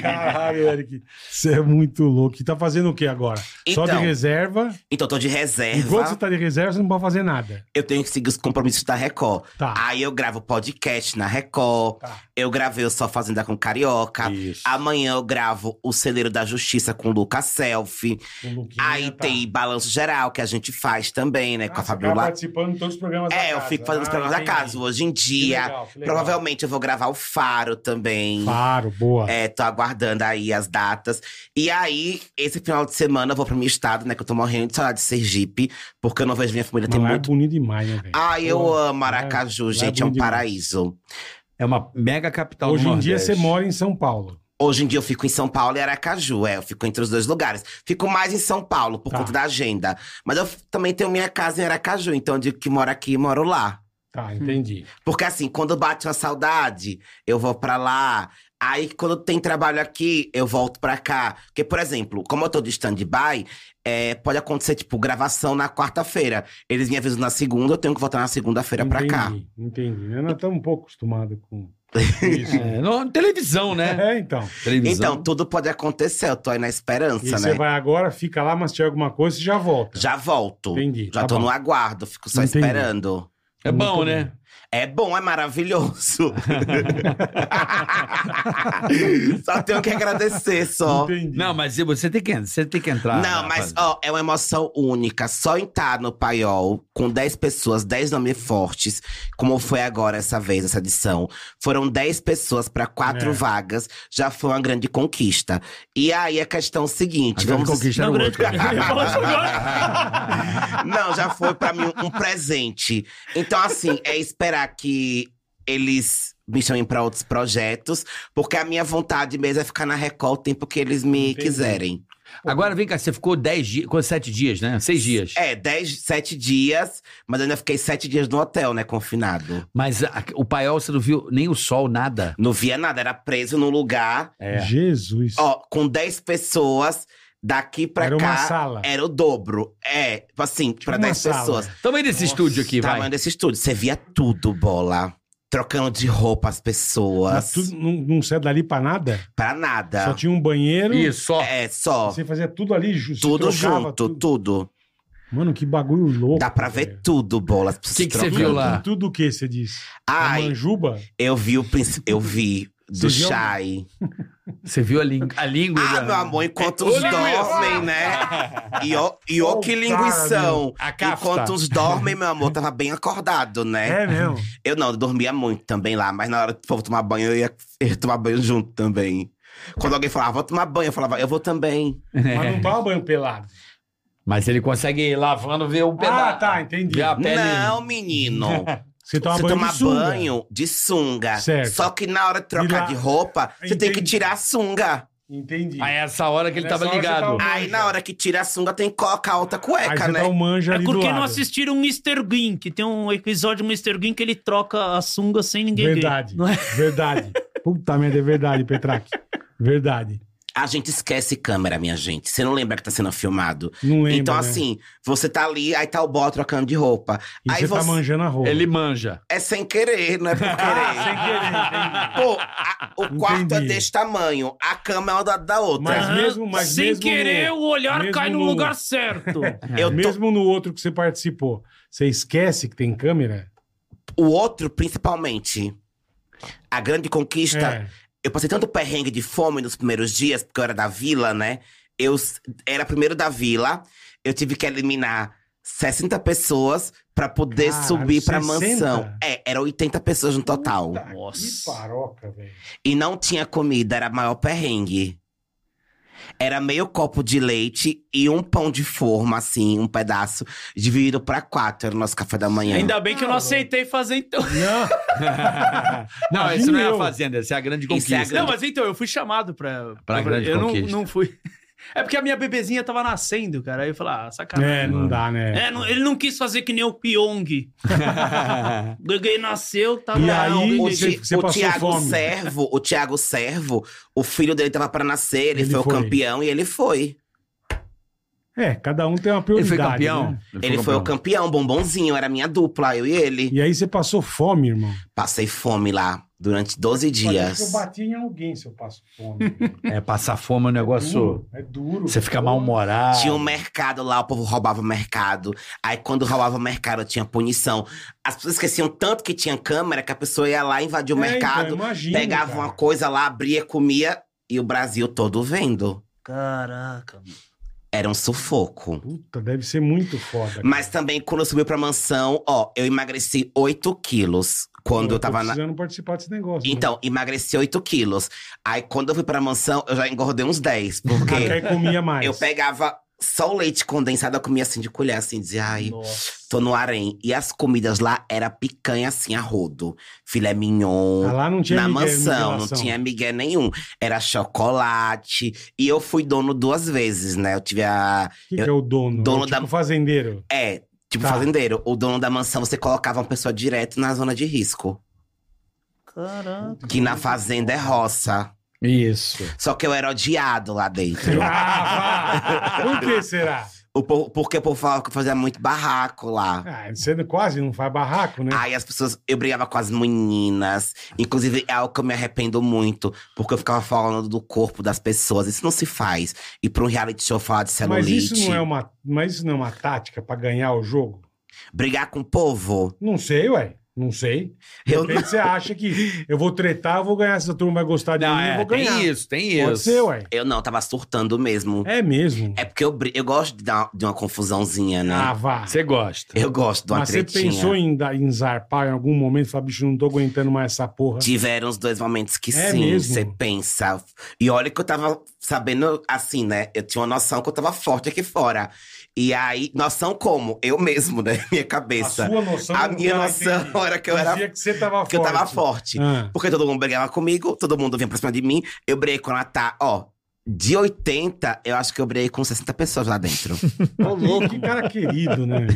Caralho, Eric. Você é muito louco. E tá fazendo o que agora? Só Então. de reserva? Então eu tô de Enquanto você reserva. tá de reserva, você não pode fazer nada. Eu tenho que seguir os compromissos da Record. Tá. Aí eu gravo podcast na Record. Tá. Eu gravei o Só Fazenda com Carioca. Isso. Amanhã eu gravo o Celeiro da Justiça com o Lucas Selfie. Com o Luquinha, Aí tá. tem Balanço Geral, que a gente faz também, né? com Ah, a você Fabiola. acaba participando de todos os programas da É, eu casa. fico fazendo os Ah, programas da entendi. casa hoje em Que dia. legal, que legal. Provavelmente eu vou gravar o Faro também. Claro, boa. É, tô aguardando aí as datas. E aí, esse final de semana eu vou pro meu estado, né? Que eu tô morrendo de saudade de Sergipe, porque eu não vejo minha família tem Mas lá é muito. bonito demais, né, velho? Ai, eu Pô, amo Aracaju, lá é gente, é um bonito demais. paraíso. É uma mega capital Hoje do em dia Nordeste. você mora em São Paulo. Hoje em dia eu fico em São Paulo e Aracaju, é, eu fico entre os dois lugares. Fico mais em São Paulo por Tá. conta da agenda. Mas eu f- também tenho minha casa em Aracaju, então eu digo que moro aqui e moro lá. Hum. Tá, entendi. Porque assim, quando bate uma saudade, eu vou pra lá. Aí, quando tem trabalho aqui, eu volto pra cá. Porque, por exemplo, como eu tô de stand-by, é, pode acontecer, tipo, gravação na quarta-feira. Eles me avisam na segunda, eu tenho que voltar na segunda-feira pra cá. Entendi, Entendi. Eu não estamos um pouco acostumado com isso. É, no- televisão, né? É, então. Televisão. Então, tudo pode acontecer, eu tô aí na E esperança, você né? vai agora, fica lá, mastiga alguma coisa e já volta. Já volto. Entendi. Já tá tô bom. no aguardo, fico só Entendi. esperando. é bom, Muito né? É bom, é maravilhoso. só tenho que agradecer, só. Entendi. Tá, Não, mas você tem que, você tem que entrar. Não, mas ó, é uma emoção única. Só em estar no paiol com 10 pessoas, 10 nomes fortes, como foi agora essa vez, essa edição. Foram 10 pessoas para quatro É. vagas, já foi uma grande conquista. E aí a questão é o seguinte: vamos. conquistar Não, o grande- outro. Eu ia falar isso agora. Não, já foi pra mim um presente. Então, assim, é esperar que eles me chamem pra outros projetos, porque a minha vontade mesmo é ficar na Record o tempo que eles me Entendi. quiserem. Agora vem cá, você ficou 10 dias, ficou 7 dias, né? 6 dias. É, 10, 7 dias, mas eu ainda fiquei 7 dias no hotel, né, confinado. Mas a- o paiol você não viu nem o sol, nada. Não via nada, era preso num lugar, É. Jesus. É. ó, com 10 pessoas, daqui pra Era cá. uma sala. Era o dobro. É, tipo assim, pra uma 10 sala. pessoas. Também nesse estúdio aqui, Tamanho vai. desse Tá, estúdio. Você via tudo, bola. Trocando de roupa as pessoas. Mas tudo, não, não saiu dali pra nada? Pra nada. Só tinha um banheiro. Isso, só. É, só. Você fazia tudo ali, ju- se Tudo trocava, junto, tudo. é. tudo. Mano, que bagulho louco. Dá pra ver velho. tudo, bola. O que que você viu lá? E Tudo o que você disse? A Ai, manjuba? eu vi o príncipe. Eu vi. Do Você viu? Chai. Você viu a, língua a língua? Ah, da- meu amor, enquanto os dormem, né? E ó, e ó Oh, que cara, linguição. A cafta. Enquanto os dormem, meu amor, tava bem acordado, né? É mesmo. Eu não, eu dormia muito também lá, mas na hora do povo tomar banho, eu ia, eu ia tomar banho junto também. Quando alguém falava, vou tomar banho, eu falava, eu vou também. Mas não tava banho pelado. né? É. Mas ele consegue ir lavando, ver o pedaço. Ah, tá, entendi. Ver a pele. Não, menino. Você toma você banho tomar de sunga. banho de sunga. Certo. Só que na hora de E lá- trocar de roupa, você tem que Entendi. tirar a sunga. Entendi. é A é essa hora que ele Nessa tava hora você tá ligado. tava- Aí na hora que tira a sunga, tem que colocar outra Aí cueca, você né? dá um- o manja É ali do porque não lado. assistiram o Mr. Green, que tem um episódio do Mr. Green que ele troca a sunga sem ninguém ver. Verdade, Não é? verdade. Puta merda, é verdade, Petraque. Verdade. A gente esquece câmera, minha gente. Você não lembra que tá sendo filmado. Não lembro, então, né? assim, você tá ali, aí tá o bó trocando de roupa. E aí você tá você- manjando a roupa. Ah, Ele manja. É sem querer, não é por querer. Pô, a- o Entendi. quarto é desse tamanho, a cama é uma da, da outra. Mas mesmo- mas sem mesmo querer, no- o olhar mesmo cai no no- lugar certo. Eu tô- Mesmo no outro que você participou, você esquece que tem câmera? O outro, principalmente. A grande conquista. É. Eu passei tanto perrengue de fome nos primeiros dias, porque eu era da vila, né? Eu s- era primeiro da vila, eu tive que eliminar 60 pessoas pra poder Caralho, subir pra 60? mansão. É, eram 80 pessoas no total. Puta, Que Nossa. paroca, velho. E não tinha comida, era maior perrengue. Era meio copo de leite e um pão de forma, assim, um pedaço, dividido pra quatro, era o nosso café da manhã. Ainda bem que eu não aceitei fazer então. Não, não, esse não é a eu. fazenda, esse é a grande Isso é a conquista. grande- Não, mas então, eu fui chamado pra. Pra grande eu não, conquista. não fui. É porque a minha bebezinha tava nascendo, cara. Aí eu falei, ah, é, sacanagem. não dá, né? É, não- ele não quis fazer que nem o Pyong. O Bebê nasceu, tava E lá. é aí, não, o, bebê. você- Ti- você o passou Thiago fome. Servo, o Thiago Servo, o filho dele tava pra nascer, ele, Ele foi, foi. o campeão e ele foi. É, cada um tem uma Ele prioridade. foi campeão? né? Ele foi, o campeão, bombonzinho, era minha dupla, eu e ele. E aí você passou fome, irmão. Passei fome lá durante 12 dias. Eu bati em alguém se eu passo fome. velho. É, passar fome é um negócio. É duro. Você fica mal-humorado. Tinha um mercado lá, o povo roubava o mercado. Aí quando roubava o mercado, tinha punição. As pessoas esqueciam tanto que tinha câmera que a pessoa ia lá, invadia o É, mercado, então, imagina, pegava cara. uma coisa lá, abria, comia e o Brasil todo vendo. Caraca, mano. Era um sufoco. Puta, deve ser muito foda. cara. Mas também quando eu subi pra mansão, ó, eu emagreci 8 quilos quando Pô, eu tava tô na. precisando participar desse negócio. Então, emagreci 8 quilos. Aí quando eu fui pra mansão, eu já engordei uns 10, né? porque Até comia mais. eu pegava Só o leite condensado eu comia assim de colher, assim, de ai, tô no harém. E as comidas lá era picanha assim, a rodo. Filé mignon. Ah, lá não tinha na migué- mansão, não miguelação. tinha migué nenhum. Era chocolate. E eu fui dono duas vezes, né? Eu tive a. O que, que é o dono? dono é, tipo da- fazendeiro. É, tipo Tá. fazendeiro. O dono da mansão, você colocava uma pessoa direto na zona de risco. Caraca. Que na fazenda é roça. Isso. Só que eu era odiado lá dentro. Ah, vá. Por que será? O povo- porque o povo falava que eu fazia muito barraco lá. Ah, você não- quase não faz barraco, né? Aí as pessoas. Eu brigava com as meninas. Inclusive, é algo que eu me arrependo muito, porque eu ficava falando do corpo das pessoas. Isso não se faz. E pra um reality show falar de mas, celulite. isso não é uma, mas isso não é uma tática pra ganhar o jogo? Brigar com o povo. Não sei, ué. Não sei. De Eu repente você acha que eu vou tretar, eu vou ganhar, essa turma vai gostar de Não, mim, eu é, vou ganhar. tem isso, tem isso. Pode ser, ué. Eu não, tava surtando mesmo. É mesmo. É, porque eu, bri- eu gosto de, dar, de uma confusãozinha, né? Ah, vá. Você gosta. eu gosto de uma Mas você tretinha. pensou em, dar- em zarpar em algum momento e falar, bicho, não tô aguentando mais essa porra. Tiveram os dois momentos que É sim, mesmo? você pensa. E olha que eu tava sabendo, assim, né? Eu tinha uma noção que eu tava forte aqui fora. E aí, noção como? Eu mesmo, né? Minha cabeça. sua noção... A minha noção era que eu era assim. Dizia que você tava que eu tava forte. Ah. Porque todo mundo brigava comigo, todo mundo vinha pra cima de mim. Eu briguei com a Natá, ó. De 80, eu acho que eu briguei com 60 pessoas lá dentro. Ô, louco, que cara querido, né?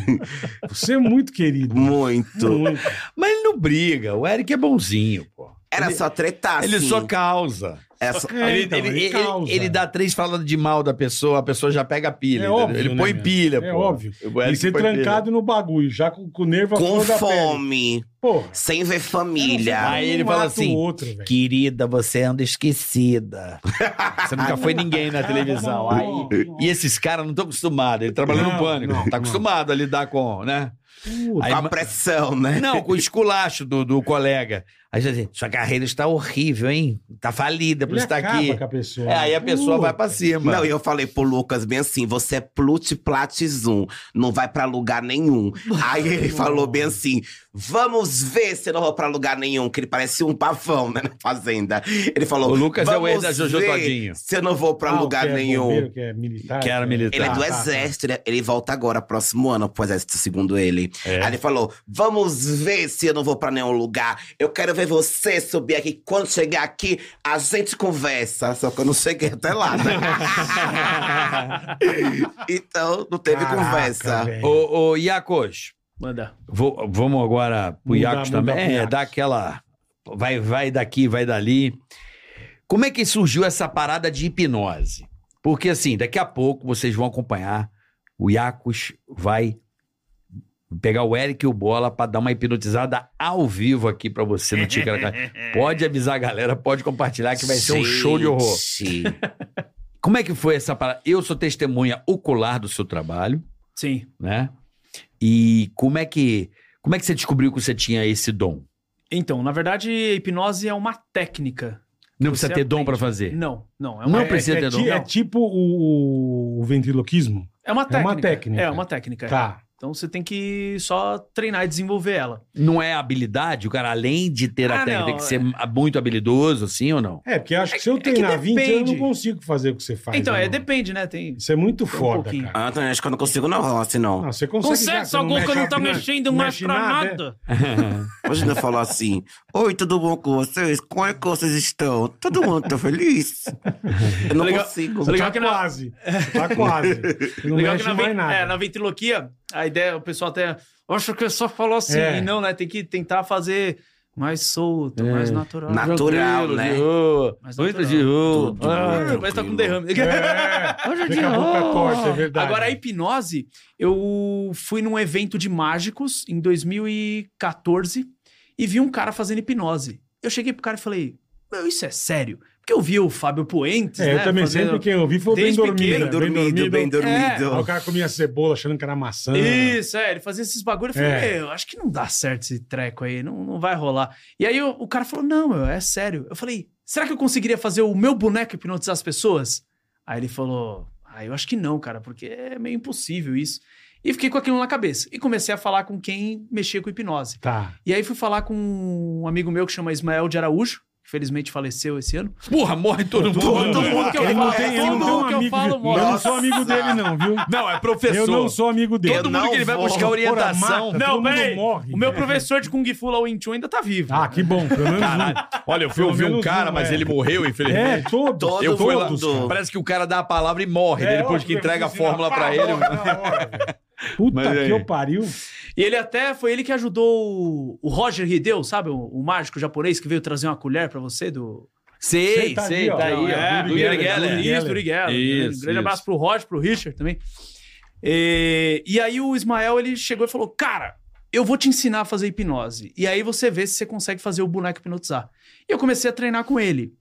Você é muito querido. Muito. Muito. Mas ele não briga. O Eric é bonzinho, pô. Era só tretar, Ele sim. só causa. Era só- É, ele, então, ele- ele ele- causa. ele dá três falando de mal da pessoa, a pessoa já pega a pilha. É entendeu? óbvio, ele né, põe meu? pilha, É pô. óbvio. O E Eric ser põe pilha. trancado no bagulho, já com, com o nervo à Com flor da pele. fome, Porra. sem ver família. Aí ele Um fala mata o assim, Outro, velho. Querida, você anda esquecida. Você nunca foi ninguém na televisão. Ah, Aí, não, não. e esses caras não estão acostumados. Ele trabalhou Não, no pânico. não, tá não. tá acostumado a lidar com, né? Puta, Aí, Com a pressão, né? não, com o esculacho do, do colega. Aí já diz, sua carreira está horrível, hein? Tá falida por ele estar acaba aqui. com a pessoa. É, aí a pessoa Puta. vai pra cima. Não, e eu falei pro Lucas bem assim: você é Plute Platizum, não vai pra lugar nenhum. Aí ele falou bem assim: vamos ver se eu não vou pra lugar nenhum, que ele parece um pavão, né, na fazenda. Ele falou: O Lucas é o ex "Vamos da Jojo ver Todinho." Se eu não vou pra Ah, o lugar que é nenhum. bombeiro, que é militar. Que era é- militar. Ele é do Tá, tá, tá. exército, ele- ele volta agora, próximo ano, pro exército, segundo ele. É. Aí ele falou: vamos ver se eu não vou pra nenhum lugar. Eu quero ver você subir aqui. Quando chegar aqui, a gente conversa. Só que eu não cheguei até lá, né? então, não teve Caraca, conversa. velho. Ô, ô Iacos, Manda. vou- vamos agora pro Mudar- Iacos mudar também. pro É, Iacos. dá aquela. Vai, vai daqui, vai dali. Como é que surgiu essa parada de hipnose? Porque assim, daqui a pouco vocês vão acompanhar. O Iacos vai pegar o Eric e o Bola pra dar uma hipnotizada ao vivo aqui pra você no Ticaraca. Pode avisar a galera, pode compartilhar que vai ser um show de horror. Gente. Como é que foi essa parada? Eu sou testemunha ocular do seu trabalho. Sim. né? E como é que como é que você descobriu que você tinha esse dom? Então, na verdade, a hipnose é uma técnica. Não Você precisa ter dom aprende. pra fazer. Não, não. É Não uma, precisa é, ter ti- dom. é tipo o, o ventriloquismo? é uma É técnica. uma técnica. É uma técnica. Tá. Então você tem que só treinar e desenvolver ela. Não é habilidade? O cara, além de ter a Ah, técnica, não, tem que é. ser muito habilidoso, assim ou não? É, porque eu acho que se eu É que treinar 20 anos, eu depende. não consigo fazer o que você faz. então, né, é, mano? depende, né? Tem. Isso é Um muito foda, pouquinho. cara. Ah, Antônio, acho que eu não consigo, não, Rossi, não. Não, você consegue. já, você mexe tá a tá perna, não mexe é? Hoje não falou assim: Oi, tudo bom com vocês? Como é que vocês estão? Todo mundo tá feliz? Eu não Legal- consigo. legal Tá que na- quase. Tá quase. Não Legal que mexe na, mais ven- nada. é, na ventriloquia, a ideia, o pessoal até. Eu acho que só falou assim. É. E não, né? Tem que tentar fazer mais solto, mais É. natural. Na- Natural, Tranquilo, né? de rua. Mas Muito natural. de rua. Tudo. Ah, mas tá com derrame. É, fica a boca torta, é verdade. Agora, a hipnose, eu fui num evento de mágicos em 2014 e vi um cara fazendo hipnose. Eu cheguei pro cara e falei, meu, isso é sério? Porque eu vi o Fábio Puentes, É, eu né, também fazendo- sempre quem ouvi foi o bem Desde dormido. pequeno, Bem dormido, bem Aí o dormido. cara comia cebola achando que era maçã. Isso, é, ele fazia esses bagulho. Eu falei, Ah. É. meu, acho que não dá certo esse treco aí, não, não vai rolar. E aí eu- o cara falou, não, meu, é sério. Eu falei, será que eu conseguiria fazer o meu boneco hipnotizar as pessoas? Aí ele falou, ah, eu acho que não, cara, porque é meio impossível isso. E fiquei com aquilo na cabeça. E comecei a falar com quem mexia com hipnose. Tá. E aí fui falar com um amigo meu que chama Ismael de Araújo, que felizmente faleceu esse ano. Porra, morre todo mundo. Todo mundo que eu Ele não falo, tem, ele não tem todo um mundo que eu amigo. falo viu? eu não morre. sou amigo dele, não, viu? Não, é professor. Eu não sou amigo dele. Todo mundo que ele vai Porra, buscar orientação. mata, todo Não, mundo peraí. morre. O meu professor de Kung Fu Lao Yin Chun ainda tá vivo. Ah, que bom. Pelo menos Caralho. Olha, eu fui Pelo ouvir um menos cara, um, mas é. ele morreu, um. infelizmente. É, todos. Todo Eu fui lá. todos, mundo. Parece que o cara dá a palavra e morre. É, depois que óbvio, entrega a ensina, fórmula pá, pra ele. morre na hora, velho. Puta Mas e aí? que eu pariu. E ele até foi ele que ajudou o, o Roger Hideo, sabe? O, o mágico japonês que veio trazer uma colher pra você do. Sei, Sei, tá sei, ali, ó. tá aí. ó. É, Do Yuri Yuri Geller, Geller. Yuri Isso, Yuri Geller. Isso, Um grande isso. abraço pro Roger, pro Richard também. E, e aí o Ismael, ele chegou e falou, cara, eu vou te ensinar a fazer hipnose. E aí você vê se você consegue fazer o boneco hipnotizar. E eu comecei a treinar com ele.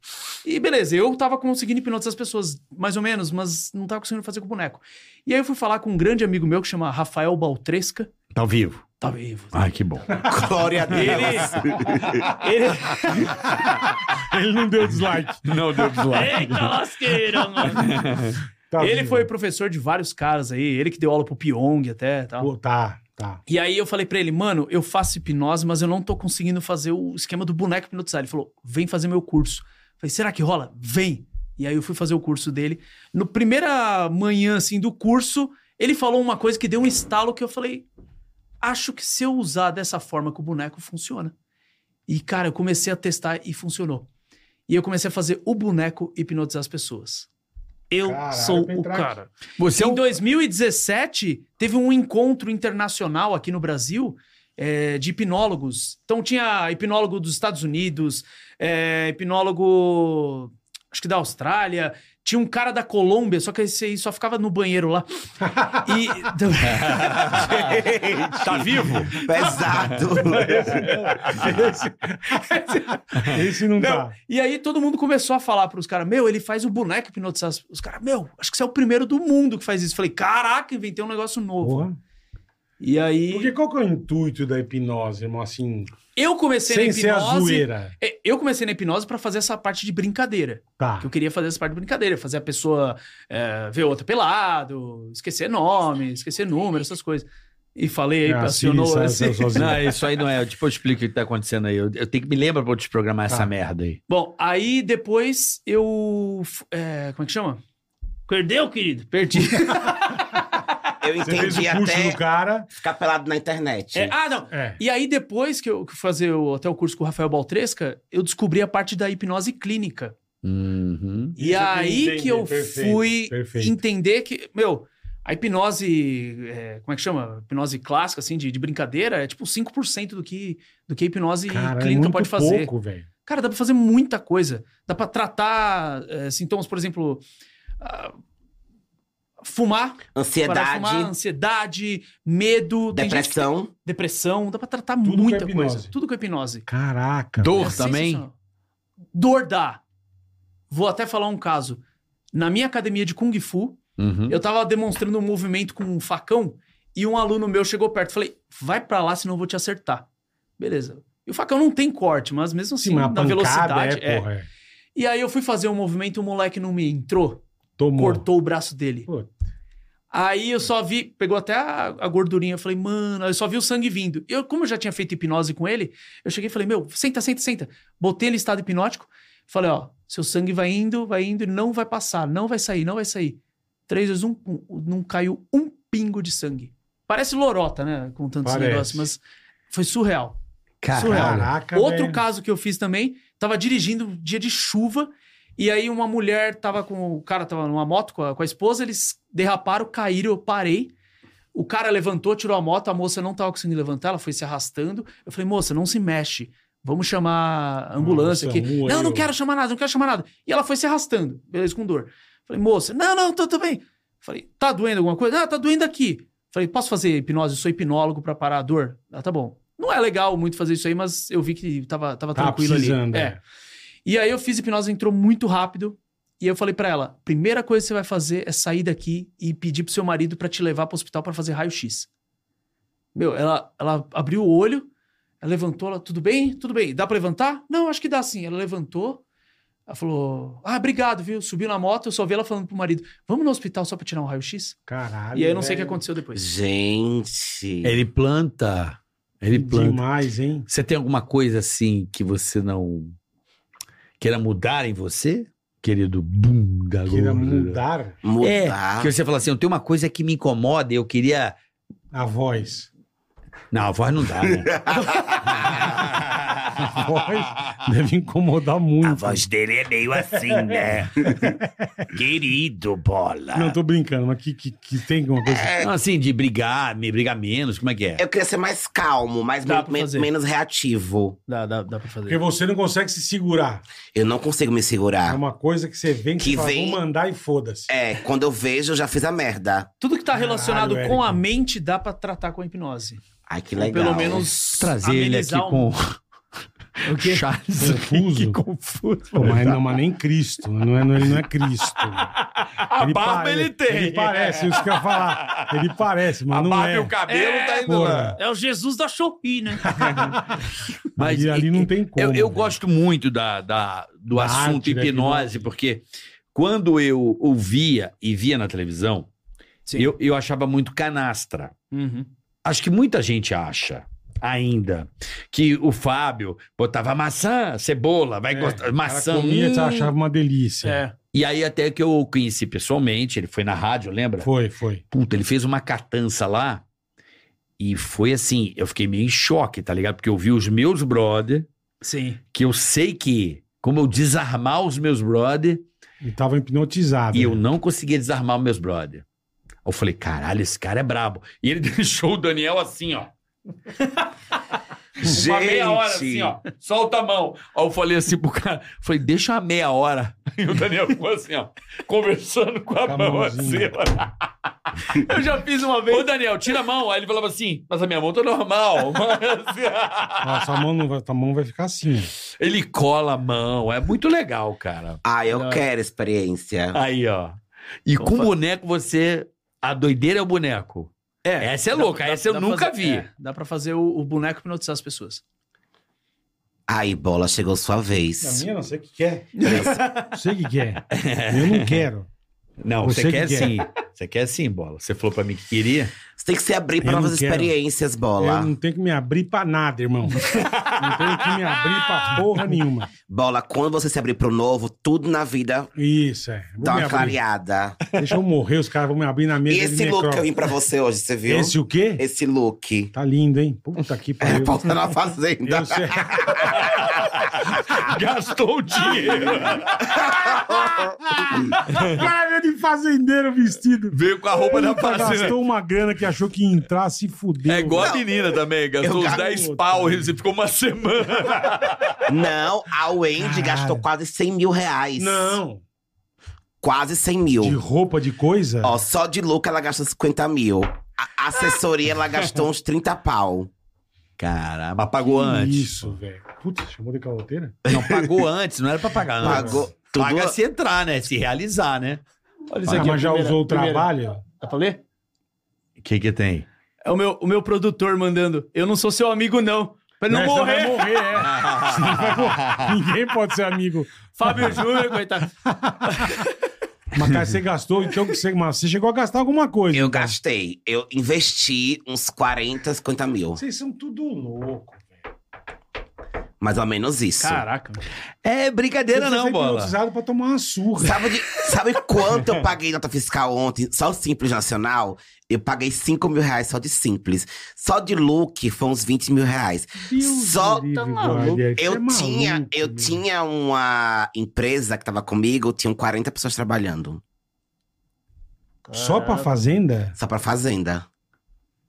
E beleza, eu tava conseguindo hipnotizar as pessoas, mais ou menos, mas não tava conseguindo fazer com o boneco. E aí eu fui falar com um grande amigo meu que chama Rafael Baltresca. Tá vivo. Tá vivo. Ai, que bom. Glória a Deus. Ele... Ele não deu dislike. Não deu deslize. Eita lasqueira, mano. Tá ele vivo. foi professor de vários caras aí, ele que deu aula pro Pyong até e tal. Pô, Tá, tá. E aí eu falei pra ele, mano, eu faço hipnose, mas eu não tô conseguindo fazer o esquema do boneco hipnotizar. Ele falou, vem fazer meu curso. Eu falei, será que rola? Vem. E aí eu fui fazer o curso dele. No primeira manhã, assim, do curso, ele falou uma coisa que deu um estalo que eu falei, acho que se eu usar dessa forma que o boneco funciona. E, cara, eu comecei a testar e funcionou. E eu comecei a fazer o boneco hipnotizar as pessoas. Eu Caralho, sou pra o entrar aqui. cara Você é em um... 2017, teve um encontro internacional aqui no Brasil é, de hipnólogos. Então tinha hipnólogo dos Estados Unidos, é, hipnólogo. Acho que da Austrália. Tinha um cara da Colômbia, só que esse aí só ficava no banheiro lá. E. então, Tá vivo? Pesado. Esse não, tá. E aí todo mundo começou a falar pros caras: Meu, ele faz o boneco hipnotizar as- os caras. Meu, acho que você é o primeiro do mundo que faz isso. Falei: Caraca, inventei um negócio novo. Porra. E aí. Porque qual que é o intuito da hipnose, irmão? Assim, Eu comecei sem na ser a hipnose. zoeira. É, Eu comecei na hipnose pra fazer essa parte de brincadeira. Tá. Que eu queria fazer essa parte de brincadeira, fazer a pessoa é, ver outra pelado, esquecer nome, esquecer número, essas coisas. E falei aí, Ah, acionou sim, assim. essa- essa sozinha. Não, isso aí não é. Tipo, eu explico o que tá acontecendo aí. Eu, eu tenho que me lembrar pra eu desprogramar Tá. essa merda aí. Bom, aí depois eu. f- é, como é que chama? Perdeu, querido? Perdi. Eu Você fez entendi o curso até do cara. ficar pelado na internet. É, ah, não. É. E aí, depois que eu que eu fazer o- até o curso com o Rafael Baltresca, eu descobri a parte da hipnose clínica. Uhum. E Isso eu aí entendi, que eu perfeito, fui perfeito. entender que, meu, a hipnose, é, como é que chama? Hipnose clássica, assim, de, de brincadeira, é tipo 5% do que, do que a hipnose Cara, é clínica muito pode fazer. pouco, velho. Cara, dá pra fazer muita coisa. Dá pra tratar é, sintomas, por exemplo, ah, fumar, parar de fumar, Ansiedade, ansiedade, medo, tem gente que tem depressão. depressão, dá pra tratar Tudo com muita hipnose. coisa. Tudo com hipnose. Caraca. Dor É também? sensacional. Dor dá. Vou até falar um caso. Na minha academia de Kung Fu, Uhum. eu tava demonstrando um movimento com um facão e um aluno meu chegou perto. Falei, vai pra lá, senão eu vou te acertar. Beleza. E o facão não tem corte, mas mesmo assim, Sim, uma na pancada, velocidade. é, é. porra. é. E aí eu fui fazer um movimento, o moleque não me entrou, Tomou. cortou o braço dele. Pô. Aí eu só vi, pegou até a, a gordurinha, eu falei, mano, eu só vi o sangue vindo. Eu, como eu já tinha feito hipnose com ele, eu cheguei e falei, meu, senta, senta, senta. Botei ele em estado hipnótico, falei, ó, seu sangue vai indo, vai indo, não vai passar, não vai sair, não vai sair. Três vezes um, pum, não caiu um pingo de sangue. Parece lorota, né, com tantos Parece. negócios, mas foi surreal. Caraca, Outro velho. caso que eu fiz também, tava dirigindo um dia de chuva, e aí uma mulher tava com. O cara tava numa moto com a, com a esposa, eles derraparam, caíram, eu parei. O cara levantou, tirou a moto, a moça não tava conseguindo levantar, ela foi se arrastando. Eu falei, moça, não se mexe. Vamos chamar a ambulância Nossa, aqui. rua, não, não eu- quero chamar nada, não quero chamar nada. E ela foi se arrastando, beleza, com dor. Falei, moça, não, não, tô, tô bem. Falei, tá doendo alguma coisa? Ah, tá doendo aqui. Falei, posso fazer hipnose? Eu sou hipnólogo pra parar a dor? Ah, tá bom. Não é legal muito fazer isso aí, mas eu vi que tava, tava Tava tranquilo ali. Tá precisando, É. é. E aí eu fiz hipnose, entrou muito rápido. E eu falei pra ela: primeira coisa que você vai fazer é sair daqui e pedir pro seu marido pra te levar pro hospital pra fazer raio-x. Meu, ela, ela abriu o olho, ela levantou, ela, tudo bem? Tudo bem. Dá pra levantar? Não, acho que dá sim. Ela levantou, ela falou: ah, obrigado, viu? Subiu na moto, eu só vi ela falando pro marido: vamos no hospital só pra tirar um raio-x? Caralho. E aí eu não sei o que velho. aconteceu depois. Gente. Ele planta. Ele planta. Demais, hein? Você tem alguma coisa assim que você não. queira mudar em você, querido bunda Queira gorda. mudar É, Mudar. que você fala assim, eu tenho uma coisa que me incomoda, eu queria... a voz. Não, a voz não dá, né? A voz deve incomodar muito. A voz dele é meio assim, né? Querido bola. Não, tô brincando, mas que, que, que tem alguma coisa. É. Não, assim, de brigar, me brigar menos, como é que é? Eu queria ser mais calmo, mais Dá men- pra men- fazer. menos reativo. Dá, dá, dá Porque pra fazer. você não consegue se segurar. Eu não consigo me É segurar. uma coisa que você vem que, Ah. Que fala, vem- vou mandar e foda-se. É, quando eu vejo, eu já fiz a merda. Tudo que tá Caralho, relacionado com a Érico. mente dá pra tratar com a hipnose. Ai, que Ou legal. Pelo menos Trazer ele aqui amenizar com um- O quê? Charles Confuso. Que confuso. Pô, Tá. mas, não, mas nem Cristo. Não é, não, ele não é Cristo. A barba pare- ele tem. Ele É. parece, é isso que eu ia falar. Ele parece, mas A não barba e é. o cabelo É, tá indo lá. porra. É o Jesus da Shopee, né? Mas e ali não e- tem como. Eu, eu velho. gosto muito da, da- do Da assunto arte né, da hipnose, hipnose. porque quando eu ouvia e via na televisão, Sim. eu, eu achava muito canastra. Uhum. Acho que muita gente acha ainda que o Fábio botava maçã, cebola, vai É, gostar, o cara maçã. comia, hum. você achava uma delícia. É. E aí até que eu o conheci pessoalmente, ele foi na rádio, lembra? Foi, foi. Puta, ele fez uma catança lá e foi assim, eu fiquei meio em choque, tá ligado? Porque eu vi os meus brother Sim. que eu sei que, como eu desarmar os meus brother, E tava hipnotizado. e eu não conseguia desarmar os meus brother. Eu falei, caralho, esse cara é brabo. E ele deixou o Daniel assim, ó. Uma meia hora, assim, ó. Solta a mão. Aí eu falei assim pro cara, falei, deixa uma meia hora. E o Daniel ficou assim, ó, conversando com a, Com a mão assim, mãozinha. ó. Eu já fiz uma vez. Ô, Daniel, tira a mão. Aí ele falava assim, mas a minha mão tá normal. assim, Nossa, a mão, não vai, a mão vai ficar assim. ó. ele cola a mão. É muito legal, cara. Ai, eu quero experiência. Aí, ó. E com boneco você. A doideira é o boneco. Essa é Dá- louca, dá- essa eu dá nunca fazer- vi. é, dá pra fazer o, o boneco hipnotizar as pessoas. Ai, bola, chegou sua A vez. minha não sei o que quer. Não sei o que quer. Eu não quero. Não, você, Você que quer quer. sim. Você quer sim, bola. Você falou pra mim que queria. Você tem que se abrir pra Eu não novas quero. experiências, bola. Eu não tenho que me abrir pra nada, irmão. Não tenho que me abrir pra porra nenhuma. Bola, quando você se abrir pro novo, tudo na vida Isso, é. Vou dá me uma abrir. clareada. Deixa eu morrer, os caras vão me abrir na E mesa esse de look que eu necrófago. vim pra você hoje, você viu? Esse, Esse o quê? look. Tá lindo, hein? Puta que É, pariu. volta na fazenda. Eu sei. Gastou o dinheiro. Caralho, é de fazendeiro vestido. Veio com a roupa da Puta, fazenda. gastou uma grana que achou que ia entrar, se fudeu. É igual a menina também. Eu Gastou uns gasto 10 outro. pau e ficou uma semana. Não, a Wendy Caralho. gastou quase 100 mil reais. Não. Quase 100 mil. De roupa, de coisa? Ó, só de look ela gastou 50 mil. A assessoria ela gastou uns 30 pau. Caramba, mas pagou antes. Isso, velho. Putz, chamou de caloteira? Não, pagou antes. Não era pra pagar antes. Pagou tudo. Paga se entrar, né? Se realizar, né? Olha Ah, mas já usou o trabalho? Dá pra ler? O que que tem? É o meu, o meu produtor mandando. Eu não sou seu amigo, não. Pra ele não Né, senão morrer. Vai morrer, é. Senão vai morrer. Ninguém pode ser amigo. Fábio Júnior, coitado. Mas cara, você gastou, então que você, mas você chegou a gastar alguma coisa. Eu gastei. Eu investi uns 40, 50 mil. Vocês são tudo louco. Mais ou menos isso. Caraca. mano. É brincadeira Você foi não, bola. hipnotizado pra tomar uma surra. Sabe, de- sabe quanto eu paguei nota fiscal ontem? Só o Simples Nacional? Eu paguei 5 mil reais só de Simples. Só de look foi uns 20 mil reais. Só- livre, Tá guarda. maluco. Você Eu é maluco, tinha, eu meu. tinha uma empresa que tava comigo, tinham 40 pessoas trabalhando. Só Ah. pra fazenda? Só pra fazenda.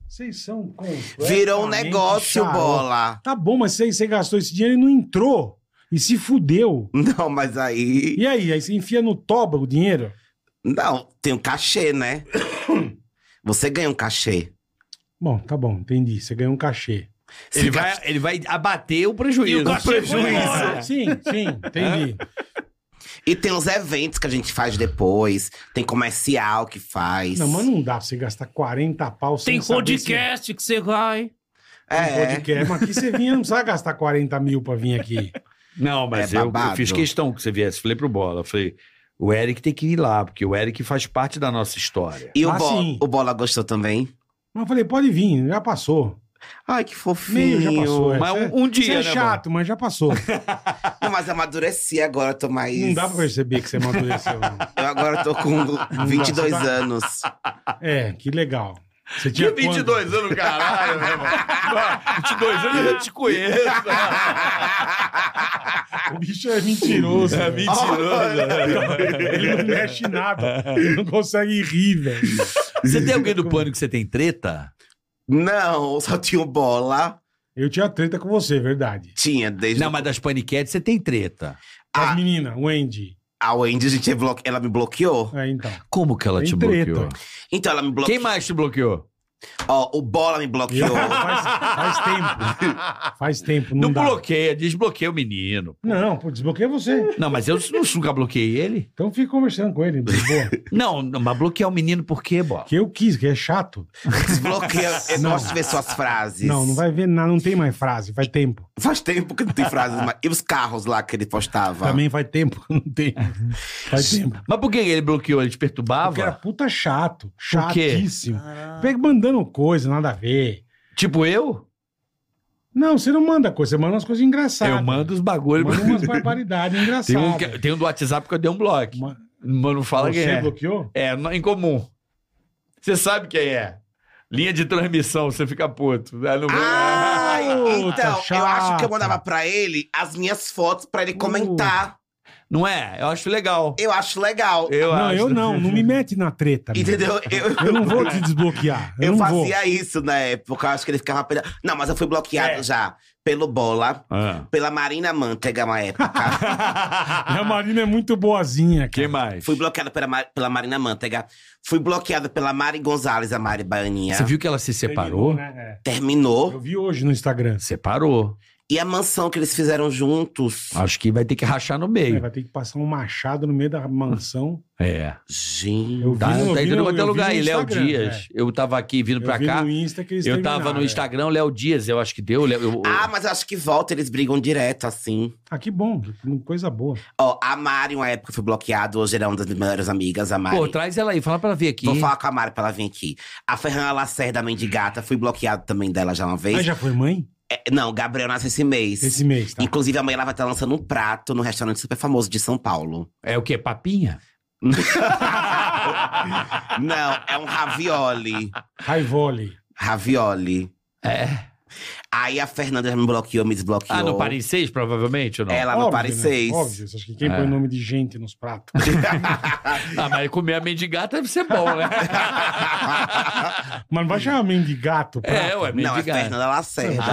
Vocês são completamente Virou um negócio, xarope. bola. Tá bom, mas você, você gastou esse dinheiro e não entrou. E se fudeu. Não, mas aí. E aí? Aí você enfia no toba o dinheiro? Não, tem um cachê, né? Você ganha um cachê. Bom, tá bom, entendi. Você ganhou um cachê. Ele vai, ele vai abater o prejuízo. E o cachê foi embora. Sim, sim, entendi. E tem os eventos que a gente faz depois. Tem comercial que faz. Não, mas não dá pra você gastar 40 pau sem Tem saber se- é podcast que você vai. Tem É. um podcast, mas aqui você vinha, não precisa gastar 40 mil pra vir aqui. Não, mas É eu, eu babado. fiz questão que você viesse. Falei pro Bola. Falei, o Eric tem que ir lá, porque o Eric faz parte da nossa história. E o, Ah, Bo- sim. o Bola gostou também? Mas eu falei, pode vir, já passou. Ai, que fofinho. Meio já passou. é. Mas Isso é- um, um isso dia, é né, chato, mas já passou. Não, mas amadureci agora, tô mais. Não dá pra perceber que você amadureceu. não. tá Eu agora tô com 22 anos. É, que legal. Você Tinha tinha quanto? 22 anos, caralho, meu né, irmão. Não, 22 anos eu já te conheço. né? O bicho é mentiroso. É velho. né? mentiroso. Ele não mexe em nada. Ele não consegue rir, velho. Você tem alguém do pânico que você tem treta? Não, só tinha o bola. Eu tinha treta com você, verdade. Tinha, desde. Não, mas das paniquetes você tem treta. Ah. As meninas, o Andy. A Wendy, a gente, blo- ela me bloqueou. É, então. Como que ela Tem te treta. bloqueou? Então ela me Quem bloqueou. mais te bloqueou? Ó, o bola me Eu- bloqueou. faz, faz tempo. Faz tempo, não, Não, dá. bloqueia, desbloqueia o menino. Não, pô, desbloqueia você. Não, mas eu nunca bloqueei ele. Então fica conversando com ele, de boa. Não, não, mas bloquear o menino por quê, bola? Que eu quis, que é chato. Desbloqueou. Eu Não. gosto de ver suas frases. Não, não vai ver nada, não tem mais frase, faz tempo. Faz tempo que não tem frases mais. E os carros lá que ele postava? Também faz tempo que não tem. Faz tempo. Mas por que ele bloqueou? Ele te Porque era perturbava? puta chato, Ah, quê? chatíssimo. Pega mandando coisa, nada a ver. Tipo eu? Não, você não manda coisa, você manda umas coisas engraçadas. Eu mando os bagulho. Manda umas barbaridades Tem um, engraçadas. que- tem um do WhatsApp que eu dei um bloco. Ma- Mas não fala Você quem é. bloqueou? É, não- em comum. Você sabe quem é. Linha de transmissão, você fica puto. Aí não- Ai, Puta, então, eu acho que chata. Uh. eu mandava pra ele as minhas fotos pra ele comentar. Não é? Eu acho legal. Eu acho legal. Eu não, acho. eu não, não me mete na treta. meu. Entendeu? Eu, Eu não vou te desbloquear. Eu, eu não vou. assim, fazia isso na época. Eu acho que ele ficava. pela- Não, mas eu fui bloqueado já pelo Bola, Ah. pela Marina Manteiga, uma época. E a Marina é muito boazinha, Quem cara. mais? fui bloqueada pela, Ma- pela Marina Manteiga. Fui bloqueada pela Mari Gonzalez, a Mari Baianinha. Você viu que ela se separou? Terminou, né? É. Terminou. Eu vi hoje no Instagram. Separou. E a mansão que eles fizeram juntos. Ah. Acho que vai ter que rachar no É, meio. vai ter que passar um machado no meio da mansão. É. Gente. Eu vi Tá, no, tá eu vi indo no- no quanto eu é vi lugar no aí, Léo Instagram, Dias. Eu tava aqui é. vindo pra eu vi cá. no Insta que eles Eu tava terminaram, no é. Instagram, Léo Dias, eu acho que deu. Léo- eu- Ah, mas eu acho que volta, eles brigam direto, assim. Ah, que bom. que Coisa boa. Ó, a Mari, uma época, foi bloqueada. Hoje ela é uma das minhas melhores amigas, a Mari. Pô, traz ela aí, fala pra ela vir aqui. Vou falar com a Mari pra ela vir aqui. A Ferran Lacerda, a mendigata, fui bloqueado também dela já uma vez. Mas já foi mãe? É, não, Gabriel nasce esse mês. Esse mês, tá? Inclusive, amanhã ela vai estar lançando um prato no restaurante super famoso de São Paulo. É o quê? Papinha? não, é um ravioli. Raivoli. Ravioli. É. Aí a Fernanda me bloqueou, me desbloqueou. Ah, no Paris 6, provavelmente, ou não? Ela no Óbvio, Paris né? 6. Óbvio. Acho que quem É. põe nome de gente nos pratos. Ah, mas comer a mendigata deve ser bom, né? Mas não vai chamar mendigato pra. é, ué, Não, é mendigata. Fernanda Lacerda. ah,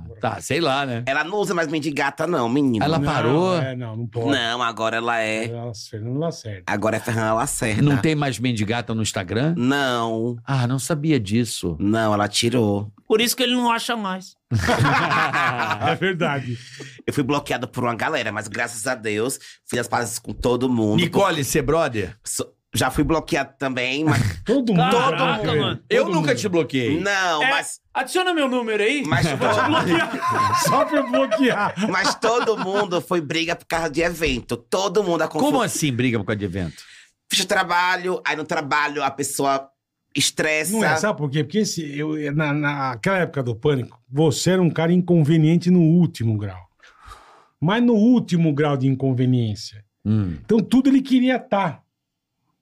mendigata, porra. tá, sei lá, né? Ela não usa mais mendigata, não, menino. Ela- Não, parou? É, não, não pode. Não, agora ela é. Ela- Fernando Lacerda. Agora é Fernanda Lacerda. Não tem mais mendigata no Instagram? Não, Ah, não sabia disso. não, ela tirou. Por isso que ele não acha mais. Ah. É verdade. Eu fui bloqueada por uma galera, mas graças a Deus fiz as pazes com todo mundo. Nicole, ser brother? So- Já fui bloqueado também, mas. Todo mundo. Caraca, velho. mano. Eu Todo nunca mundo. te bloqueei. Não, É. mas. Adiciona meu número aí. Mas, Só pra eu bloquear. mas todo mundo foi briga por causa de evento. Todo mundo a é? Como assim briga por causa de evento? Fiz trabalho, aí no trabalho a pessoa estressa. Não é, sabe por quê? Porque esse, eu, na, naquela época do pânico, você era um cara inconveniente no último grau. Mas no último grau de inconveniência. Hum. Então tudo ele queria tá.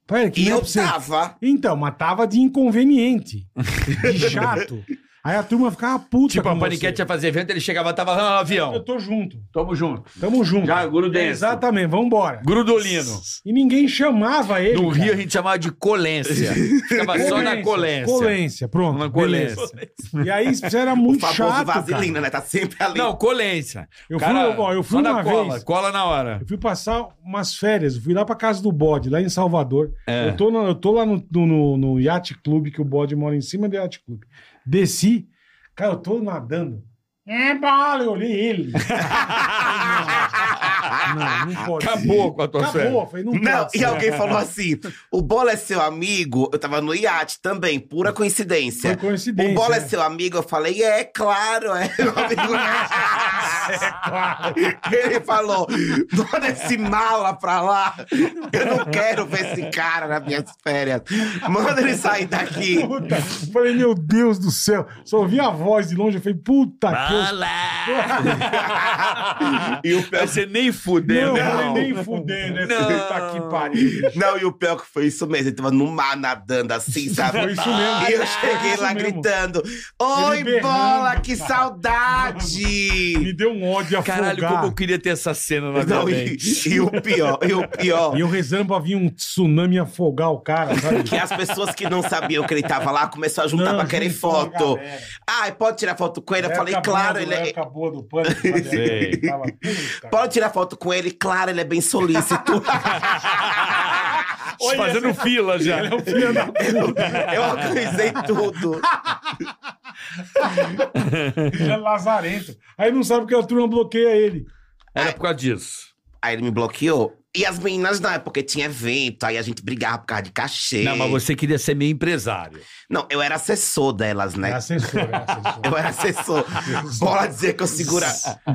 estar. e eu tava. é Então, mas tava de inconveniente. De chato. Aí a turma ficava puta. Tipo, com a paniquete você. ia fazer evento, ele chegava, tava lá no Eu avião. tô junto. Tamo junto. Tamo junto. É, Já, grudense. Exatamente, vambora. Grudolino. E ninguém chamava ele. No cara. Rio a gente chamava de colência. Ficava só na colência. Colência, pronto. Na colência. beleza. E aí, isso era O muito famoso chato. cara. vaselina, né? Tá sempre ali. Não, colência. Eu fui, Cara, ó, eu fui só na uma cola, vez. cola na hora. Eu fui passar umas férias, eu fui lá pra casa do bode, lá em Salvador. Eu, tô na- eu tô lá no, no, no- no Yacht Club, que o bode mora em cima do Yacht Club. Desci, cara, eu tô nadando. É bala, eu olhei ele. não, não pode. Acabou com a tua Acabou, série. eu falei, não, Não, pode e ser. alguém falou assim: o Bola é seu amigo. Eu tava no iate também, pura coincidência. Foi coincidência. O Bola é né? seu amigo? Eu falei, é, claro, é meu amigo. Ele falou: manda esse mala pra lá. Eu não quero ver esse cara nas minhas férias. Manda ele sair daqui. Puta, eu falei, meu Deus do céu. Só ouvi a voz de longe, eu falei, puta que... Tá eu- E o pior, você nem fudeu, Não, né? eu falei, nem fuder, né? Puta que pariu. Não, e o pior que foi isso mesmo. Ele tava no mar nadando assim, sabe? Foi isso mesmo. E eu cheguei Isso lá mesmo. gritando: Oi, berrando, bola, que cara." saudade! Me deu um ódio afogado. Caralho, como eu queria ter essa cena na minha Não, e, mente. e o pior, e o pior. E eu rezando pra vir um tsunami afogar o cara, sabe? Que as pessoas que não sabiam que ele tava lá começaram a juntar Não, pra querer juntou a foto. galera. Ai, pode tirar foto com ele? Eu Época falei, boa claro, do- ele é. época boa do pânico, sabe? Sei. Tava, puta, Pode tirar foto com ele? Claro, ele é bem solícito. Fazendo fila já. Ele é um filho da puta. eu organizei tudo. Ele é lazarento. Aí não sabe porque a turma bloqueia ele. Era por causa disso. Aí ele me bloqueou. E as meninas não, é porque tinha evento, aí a gente brigava por causa de cachê. Não, mas você queria ser meio empresário. Não, eu era assessor delas, É né? assessor, é assessor. Eu era assessor. Bola dizer que eu segura,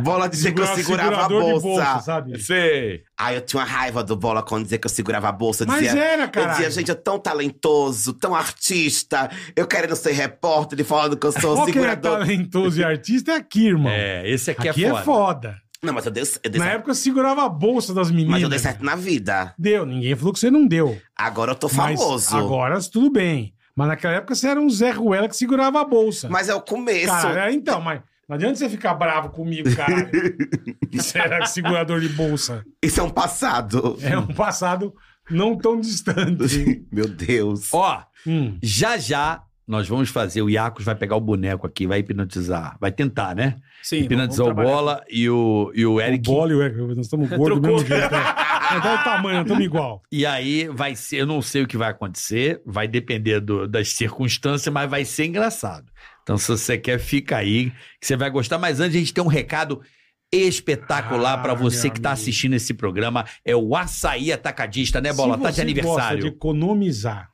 bola dizer que eu segurava a Segurador de bolsa. sabe? Sei. Aí eu tinha uma raiva do Bola quando dizia que eu segurava a bolsa. Eu Mas é, dizia, era, eu cara. dizia, gente, eu tão talentoso, tão artista. Eu querendo ser repórter, ele falando que eu sou Qual que é segurador. talentoso e artista é aqui, irmão. É, esse aqui, aqui é foda. Não, mas eu dei, eu dei Na certo. época eu segurava a bolsa das meninas. Mas eu dei certo na vida. Deu, ninguém falou que você não deu. Agora eu tô Mas famoso. Mas, agora tudo bem. Mas naquela época você era um Zé Ruela que segurava a bolsa. é o começo. Cara, então, mas não adianta você ficar bravo comigo, cara. você era segurador de bolsa. Isso é um passado. É um passado não tão distante. Meu Deus. Ó, Hum. já já nós vamos fazer, o Iacos vai pegar o boneco aqui, vai hipnotizar, vai tentar, né? Sim, vamos- hipnotizar vamos o trabalhar. Bola e o, e o Eric. Bola e o Eric, nós estamos gordos do Trocou. mesmo jeito. É. Não dá o tamanho, nós estamos igual. E aí vai ser, eu não sei o que vai acontecer, vai depender do- das circunstâncias, mas vai ser engraçado. Então, se você quer, fica aí, que você vai gostar. Mas antes, a gente tem um recado espetacular Ah, pra você meu que tá amigo. assistindo esse programa. É o Açaí Atacadista, né, Bola? Se Tá de você gosta de aniversário. economizar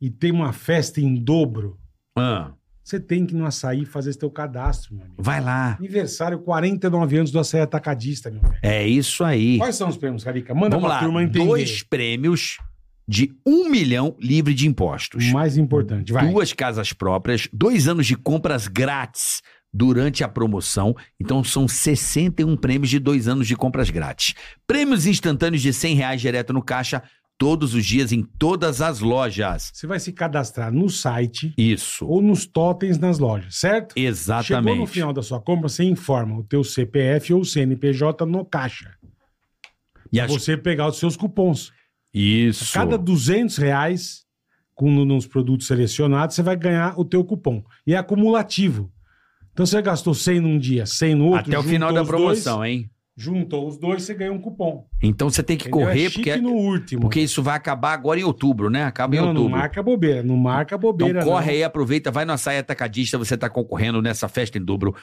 e tem uma festa em dobro, Ah, você tem que ir no açaí fazer seu cadastro, meu amigo. vai lá. Aniversário 49 anos do açaí atacadista, meu velho. É isso aí. Quais são os prêmios, Carica? Manda Vamos pra lá. turma entender. Dois prêmios de um milhão livre de impostos. O mais importante, vai. duas casas próprias, dois anos de compras grátis durante a promoção. Então são 61 prêmios de dois anos de compras grátis. Prêmios instantâneos de 100 reais direto no caixa, todos os dias em todas as lojas. Você vai se cadastrar no site Isso, ou nos totens nas lojas, certo? Chegou no exatamente. final da sua compra, você informa o teu CPF ou CNPJ no caixa. E Pra as- você pegar os seus cupons. Isso. Cada 200 reais com, no- nos produtos selecionados, você vai ganhar o teu cupom. E é acumulativo. Então você gastou 100 num dia, 100 no outro. Até o juntou final da os promoção, dois, hein? Juntou os dois, você ganhou um cupom. Então você tem que Entendeu? correr, é chique porque, no último. porque isso vai acabar agora em outubro, né? Acaba em não, não outubro. marca bobeira, não marca Então bobeira. corre não. aí, aproveita, vai no Açaí Atacadista, você tá concorrendo nessa festa em dobro,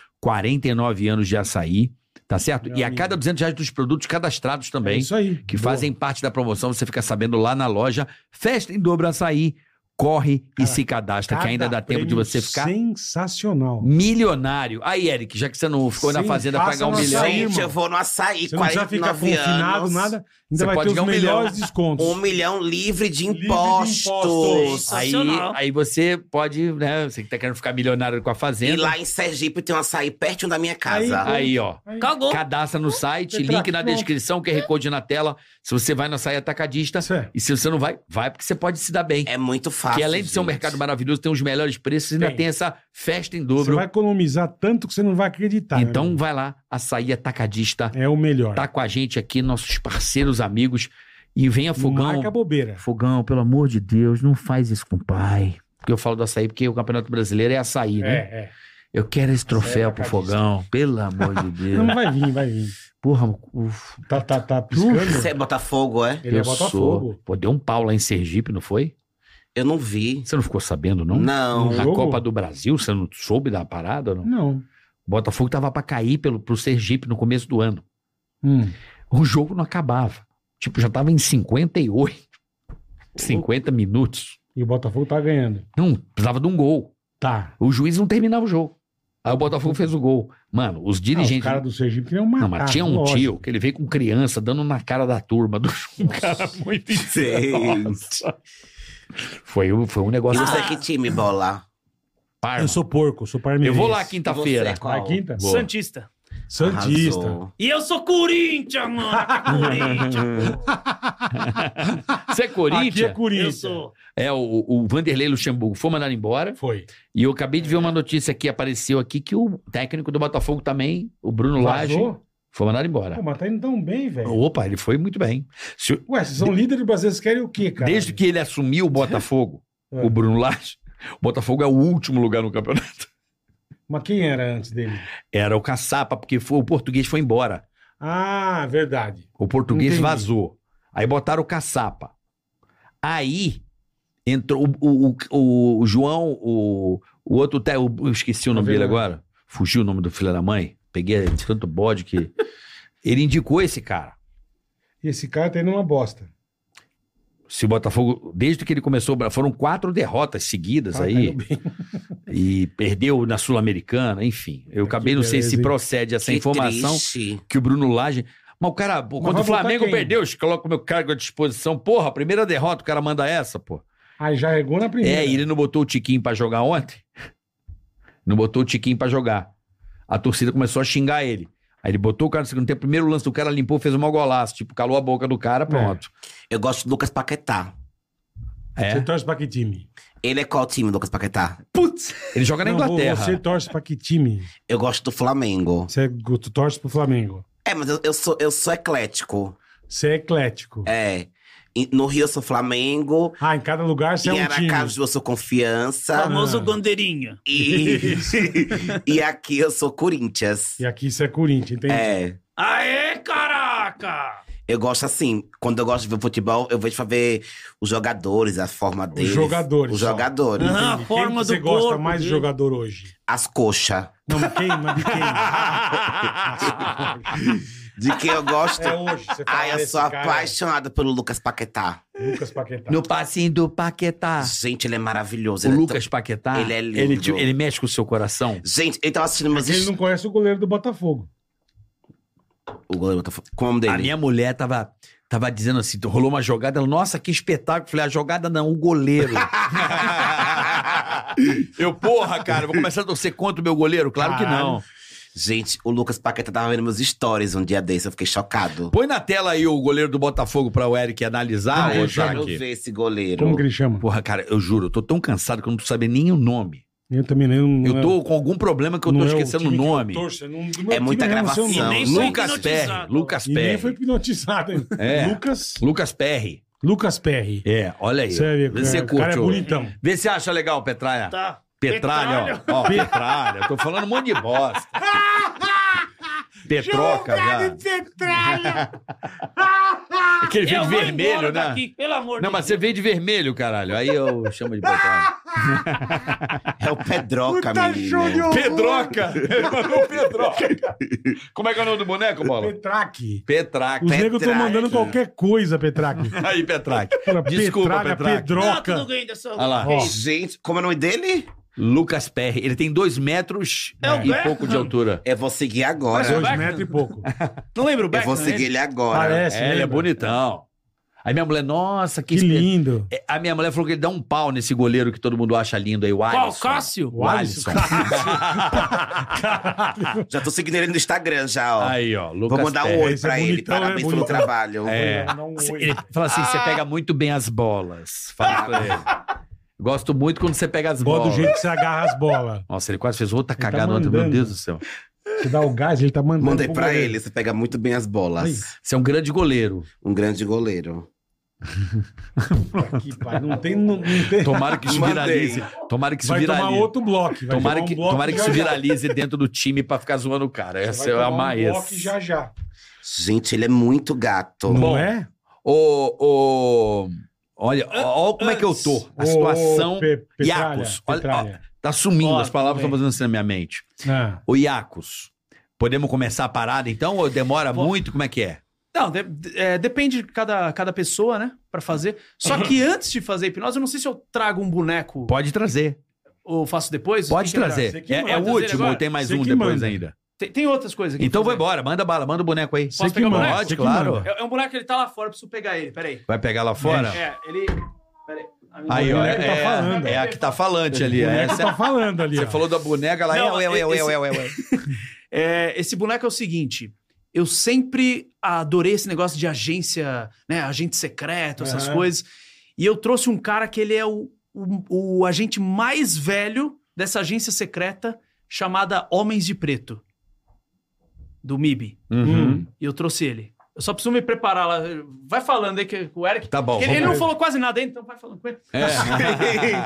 49 anos de açaí, tá certo? Meu e a amigo. cada 200 reais dos produtos cadastrados É também, isso aí. que Boa. fazem parte da promoção, você fica sabendo lá na loja, festa em dobro açaí, corre Cara, e se cadastra, que ainda Cada dá tempo de prêmio você ficar Sensacional. milionário. Aí, Eric, já que você não ficou na Sim, fazenda pra faça ganhar um no milhão, açaí, gente, irmão. eu vou no açaí, Você não precisa ficar 49 confinado, anos. nada. Ainda Você vai pode ter ganhar os um milhão. melhores descontos. Um milhão livre de Livre de impostos. impostos. aí, Sensacional. aí você pode, né, você que tá querendo ficar milionário com a E fazenda, lá em Sergipe tem um açaí pertinho da minha casa. aí ó, Cagou. Cadastra no site, link na descrição, QR Code na tela. Se você vai no Açaí Atacadista. Isso é. E se você não vai, vai porque você pode se dar bem. É muito fácil. Porque além de ser um gente. mercado maravilhoso, tem os melhores preços e ainda Tem. tem essa festa em Você dobro. vai economizar tanto que você não vai acreditar. meu então vai lá, Açaí Atacadista. É o melhor. Tá com a gente aqui, nossos parceiros, amigos. E venha Não Fogão. Marca bobeira. Fogão, pelo amor de Deus, não faz isso com o pai. Porque eu falo do açaí porque o Campeonato Brasileiro é açaí, né? É, é. Eu quero esse troféu pro Atacadista. Fogão, pelo amor de é. Não Deus. vai vir, vai vir. Porra, uf. Tá, tá, tá piscando. Você é Botafogo, é? Ele é eu Botafogo. sou. Pô, deu um pau lá em Sergipe, não foi? Eu não vi. Você não ficou sabendo, não? Não. Não. Na Jogo? Copa do Brasil, você não soube da parada, não? Não. O Botafogo tava pra cair pelo, pro Sergipe no começo do ano. Hum. O jogo não acabava. Tipo, já tava em 58. 50 minutos. E o Botafogo tá ganhando. Não, precisava de um gol. Tá. O juiz não terminava o jogo. Aí o Botafogo fez o gol. Mano, os Ah, Os dirigentes. caras do Sergipe queriam matar. Não, mas tinha um tá lógico. tio que ele veio com criança dando na cara da turma. Do... Um cara muito Gente. foi, um- foi um E negócio você que time, bola? Parma. Eu sou porco, sou Eu parmeirense. vou lá E quinta-feira. você, Vai quinta? Boa. Santista. Santista. Arrasou. E eu sou Corinthians, mano. que Corinthians. Você é Aqui é Corinthians? Eu Corinthians. sou. É, o, o Vanderlei Luxemburgo foi mandado embora. Foi. E eu acabei de ver uma notícia que apareceu aqui que o técnico do Botafogo também, o Bruno Lage, Vazou? foi mandado embora. Pô, mas tá indo tão bem, velho. Opa, ele foi muito bem. Se- Ué, vocês são líderes brasileiros, vocês querem o quê, cara? desde que ele assumiu o Botafogo, É. o Bruno Lage, o Botafogo é o último lugar no campeonato. Mas quem era antes dele? Era o caçapa, porque foi- o português foi embora. Ah, verdade. O português Entendi. vazou. Aí botaram o caçapa. Aí entrou o, o- o- o João, o, o outro. te- o- eu esqueci o nome dele Avelar. agora. Fugiu o nome do filho da mãe. Peguei de tanto bode que. Ele indicou esse cara. E esse cara tá indo uma bosta. Se o Botafogo, desde que ele começou, foram quatro derrotas seguidas Tá- tá aí. indo bem. e perdeu na Sul-Americana, enfim. Eu Que acabei, não sei beleza, se hein? procede essa Que informação triste. que o Bruno Lage. Mas o cara, pô, Mas quando vai o Flamengo voltar quem? perdeu, eu coloco meu cargo à disposição. Porra, primeira derrota, o cara manda essa, pô. Aí já regou na primeira. É, e ele não botou o Tiquinho pra jogar ontem? Não botou o Tiquinho pra jogar. A torcida começou a xingar ele. Aí ele botou o cara no segundo tempo, primeiro lance do cara limpou, fez um mau golaço. Tipo, calou a boca do É. cara, pronto. Eu gosto do Lucas Paquetá. É. Você torce pra que time? Ele é qual time, Lucas Paquetá? Ele joga na Não, vo- Inglaterra. Você torce pra que time? Eu gosto do Flamengo. Você go- tu torce pro Flamengo. É, mas eu, eu sou, eu sou eclético. Você é eclético. É. E No Rio eu sou Flamengo. Ah, em cada lugar você é em um time. Aracaju eu sou Confiança. Famoso Ah. Bandeirinha. E, e aqui eu sou Corinthians. E aqui você é Corinthians, entende? É. Aê, caraca! Eu gosto assim, quando eu gosto de ver futebol, eu vejo pra ver os jogadores, a forma deles. jogadores, Os só. jogadores. Aham. a Quem forma que você do gosta corpo mais de dele. jogador hoje? As coxas. Não, mas quem? Mas de quem? De quem eu gosto. é hoje. Você fala Ah, eu esse sou cara, é. apaixonada pelo Lucas Paquetá. Lucas Paquetá. No passinho do Ah. Paquetá. Gente, ele é maravilhoso. O ele é Lucas Paquetá, ele é lindo. Ele, te- ele mexe com o seu coração. tão- Gente, ele tava assistindo Mas meus... ele não conhece o goleiro do Botafogo. O goleiro Botafogo. Qual é o nome A dele? minha mulher tava, tava dizendo assim, rolou uma jogada, ela, nossa, que espetáculo. Falei, a jogada não, o goleiro. eu, porra, cara, vou começar a torcer contra o meu goleiro? Claro que não. Gente, o Lucas Paquetá tava vendo meus stories um dia desse. Eu fiquei chocado. Põe na tela aí o goleiro do Botafogo pra o Eric analisar. eu ô, Jaque. quero ver esse goleiro. Como que ele chama? Porra, cara, eu juro, eu tô tão cansado que eu não tô sabendo nem o nome. Eu também não. não eu é- tô com algum problema que eu não tô é o esquecendo o time que eu nome. torço, não- do meu É time muita mesmo, eu não sei o gravação. nome. E nem foi Lucas hipnotizado. Perry, Lucas E nem Perry. foi hipnotizado ainda. É. Lucas, Lucas Perry. Lucas Perry. É, olha aí. Sério, Vê se você cara, o cara é curte, ô. bonitão. Vê se acha legal, Petralha. Tá. Petralha, ó. Ó, Petralha. Tô falando um monte de bosta. Petroca, já. Aquele veio Eu de vou embora vermelho, né? daqui, pelo amor Não, de mas Deus. você veio de vermelho, caralho. Aí eu chamo de Petralha. É o Pedroca, menina. Pedroca! Pedroca! Como é que é o nome do boneco, Bola? Petraque. Petraca. Os negros estão mandando qualquer coisa, Petraque. Aí, Petraca. Fala, Desculpa, Petraca, Petraque. Não, Pedroca. tudo bem dessa... Olha lá. Ó. Gente, como é o nome dele? Lucas Perry. Ele tem dois metros né, É o e pouco de Beckham. altura. Eu vou seguir Mas eu agora. Dois Beckham. metros e pouco. Não lembro o Eu Beckham, é vou seguir né? ele agora. Parece, É, ele é lembra? bonitão. Aí minha mulher, nossa, que, Que espe- lindo. É, A minha mulher falou que ele dá um pau nesse goleiro que todo mundo acha lindo aí, o Qual? Alisson. Cássio? O Alisson. Já tô seguindo ele no Instagram já, ó. aí, ó, Lucas vou mandar um Pérez. oi Esse é pra ele. bonitão, né? Parabéns pelo Bonitão. trabalho. É. Vou dar um oi. Ele fala assim, você pega muito bem as bolas. Fala pra ele. Gosto muito quando você pega as Bola do bolas. jeito que você agarra as bolas. Nossa, ele quase fez outra Ele tá cagada ontem. Meu mandando. Deus do céu. Você dá o gás, ele tá mandando. Mandei pro pra goleiro. ele. Você pega muito bem as bolas. Você é um grande goleiro. Um grande goleiro. Puta que pariu, Não tem. Não, não tem... Tomara que isso Mandei. viralize. Tomara que isso vai viralize. tomar outro bloco. Vai Tomara, tomar que, um bloco tomara que já isso já. viralize dentro do time pra ficar zoando o cara. Essa é Vai eu tomar um amar bloco esse. já já. Gente, ele é muito gato. Não Bom, é? Ô, ô, olha, ó, ó como é que eu tô. A Ô, situação ô, Pe- Petralha, Iacos, olha- Petralha. tá sumindo, Ó, as palavras tudo estão fazendo assim na minha mente. Ah, Ô, Iacos, podemos começar a parada então? Ou demora Pô. muito? Como é que é? Não, de- de- é, depende de cada, cada pessoa, né? Pra fazer. Só que antes de fazer hipnose, eu não sei se eu trago um boneco. Pode trazer. Ou faço depois? Pode Tem que- você trazer. que É, manda. é o Fazer último, agora? ou tem mais Você um que depois manda. ainda? Tem, tem outras coisas aqui. Então pra vai fazer. embora, manda bala, manda o boneco aí. Posso pegar o boneco? Pode, Você que claro. manda. É, é um buraco que ele tá lá fora, preciso pegar ele, peraí. Vai pegar lá fora? É, ele. Peraí. Aí, ó, O é, boneco tá falando. é a que tá falante ali. O boneco essa é- tá falando ali. Você ó. falou da boneca lá. é, eu, Não, eu, eu, esse- eu, eu, eu. É, esse boneco é o seguinte. Eu sempre adorei esse negócio de agência, né? Agente secreto, essas Aham. coisas. E eu trouxe um cara que ele é o, o, o agente mais velho dessa agência secreta chamada Homens de Preto. Do MIB. Uhum. E eu trouxe ele. Eu só preciso me preparar lá. Vai falando aí que o Eric. Tá bom. ele ele não vamos- falou quase nada ainda, então vai falando com ele. É.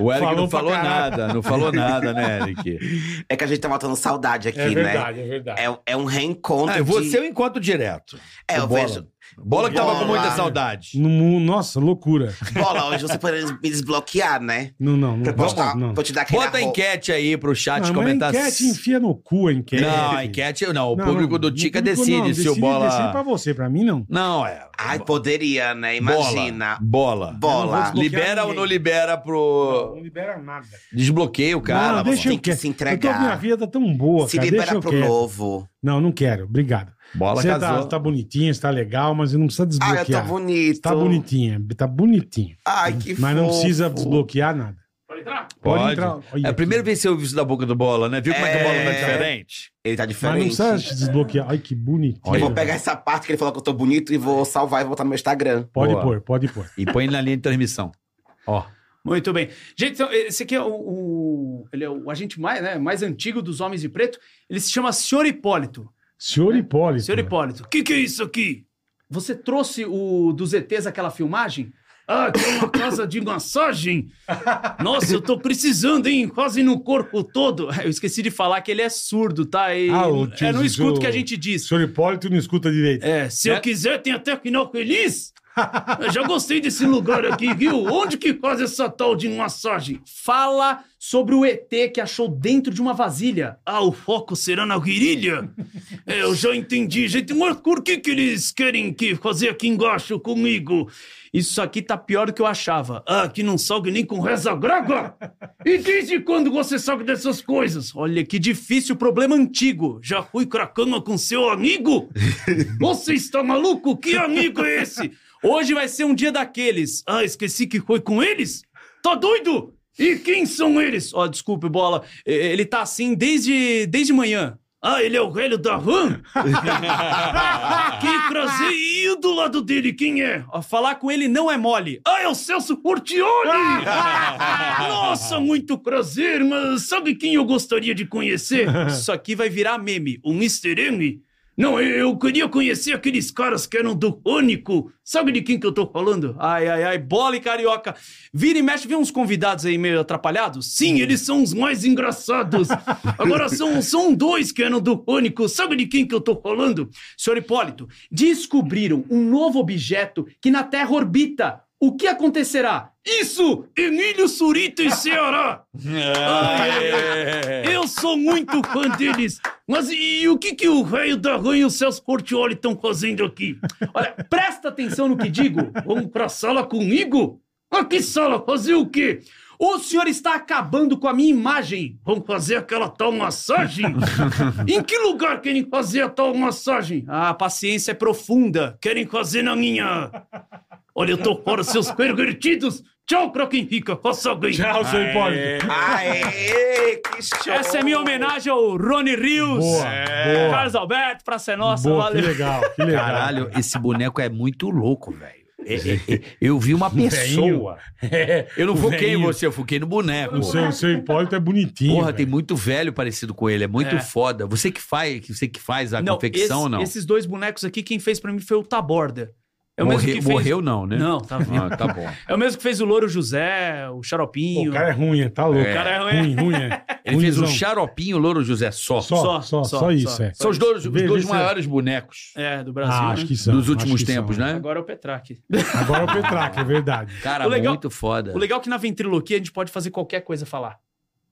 O Eric Falou não pra falou caralho. nada, não falou nada, né, Eric? É que a gente tá matando saudade aqui, É né? verdade, é verdade. É, é um reencontro. Ah, você de... eu encontro direto. É, eu o Bola. vejo. Bola que tava Bola. com muita saudade. No mu- nossa, loucura. Bola, hoje você pode me desbloquear, né? Não, não, não Pra tá postar, posso, não. vou te dar aquele Bota a arroba. enquete aí pro chat Não, mas comentar. enquete, enfia no cu a enquete. Não, a enquete não. O Não, público não, do não, Tica o público decide não, se o Decide pra Bola. você, pra mim não. Não, é. Ai, poderia, né? Imagina. Bola. Bola. Bola. Eu não vou Libera ou não libera Não, pro. não libera nada. Desbloqueia o cara. não, deixa tem eu que se quieto. Eu tô- entregar. minha vida tá tão boa, Se cara. Deixa libera eu pro quieto. novo. Não, não quero. Obrigado. Bola você tá, casou. tá bonitinha, você tá legal, mas não precisa Ah, eu tô desbloquear. bonito. tá bonitinha, tá bonitinha. Ai, que mas não fofo. precisa desbloquear nada. Pode entrar? Pode. Olha É a aqui. primeira vez que você ouviu isso da boca do Bola, né? Viu como é que o Bola não é É. diferente? Ele tá Mas não diferente. precisa desbloquear. Ai, que bonitinho. Eu vou pegar essa parte que ele falou que eu tô bonito e vou salvar e botar no meu Instagram. Pode Boa. pôr, pode pôr. E põe na linha de transmissão. Ó. Muito bem. Gente, então, esse aqui é o, o- ele é o agente mais, né, mais antigo dos Homens de Preto. Ele se chama Senhor Hipólito. Senhor Hipólito. Senhor Hipólito, o que, que é isso aqui? Você trouxe o dos ETs aquela filmagem? Ah, que é uma casa de massagem. Nossa, eu tô precisando, hein? Quase no corpo todo. Eu esqueci de falar que ele é surdo, tá? E Ah, o eu não tio- escuto o que a gente diz. Senhor Hipólito não escuta direito. É, se eu quiser, tem até final feliz. Eu já gostei desse lugar aqui, viu? Onde que faz essa tal de massagem? Fala sobre o ET que achou dentro de uma vasilha. Ah, o foco será na virilha? É, eu já entendi, gente. Mas por que que eles querem que fazer aqui embaixo comigo? Isso aqui tá pior do que eu achava. Ah, que não salgue nem com reza graga. E desde quando você sabe dessas coisas? Olha que difícil problema antigo. Já fui cracana com seu amigo? Você está maluco? Que amigo é esse? Hoje vai ser um dia daqueles. Ah, esqueci que foi com eles? Tá doido? E quem são eles? Ó, desculpe, bola. E- Ele tá assim desde, desde manhã. Ah, ele é o velho da van? que prazer! E do lado dele, quem é? Ó, falar com ele não é mole. Ah, é o Celso Portioli! Nossa, muito prazer, mas sabe quem eu gostaria de conhecer? Isso aqui vai virar meme. O Mr. M? Não, eu, eu queria conhecer aqueles caras que eram do Pânico. Sabe de quem que eu tô falando? Ai, ai, ai, bola e carioca. Vira e mexe, vê uns convidados aí meio atrapalhados? Sim, eles são os mais engraçados. Agora são, são dois que eram do Pânico. Sabe de quem que eu tô falando? Senhor Hipólito, descobriram um novo objeto que na Terra orbita. O que acontecerá? Isso! Emílio Surita e Ceará! É. Eu sou muito fã deles. Mas e o que, que o velho da Rã e o Celso Portioli estão fazendo aqui? Olha, presta atenção no que digo. Vamos pra sala comigo? Pra que sala? Fazer o quê? O senhor está acabando com a minha imagem. Vamos fazer aquela tal massagem? em que lugar querem fazer a tal massagem? Ah, a paciência é profunda. Querem fazer na minha... Olha, eu tô fora, seus pervertidos. Tchau pra quem fica. Faça bem. Tchau, senhor Hipólito. Aê, que show. Essa é minha homenagem ao Rony Rios, Boa, boa. Carlos Alberto, Praça é Nossa, Boa, que valeu. legal, que legal. Caralho, esse boneco é muito louco, velho. É, é, é, Eu vi uma pessoa. Pessoa. Eu não foquei em velhinho. você, eu foquei no boneco. O seu, o seu Hipólito é bonitinho. Porra, velho. tem muito velho parecido com ele, é muito É. foda. Você que faz, você que faz a tá confecção, esse- não? Esses dois bonecos aqui, quem fez pra mim foi o Taborda. É o mesmo Morre- que fez... Morreu não, né? Não, tá vivo. Ah, tá bom. É o mesmo que fez o Louro José, o Pô, Xaropinho. o cara é ruim, é, tá louco. O cara é ruim. ruim, ruim, é. Ele Um fez o um- Ruinzão. Charopinho Louro José só. Só, só, só, isso, é. São os dois, os Vê- dois vê se- maiores bonecos É, do Brasil. Ah, né? acho que são. dos acho últimos que tempos, são. né? Agora é o Petraque. Agora é o Petraque, é verdade. Cara, O legal- muito foda. O legal é que na ventriloquia a gente pode fazer qualquer coisa falar.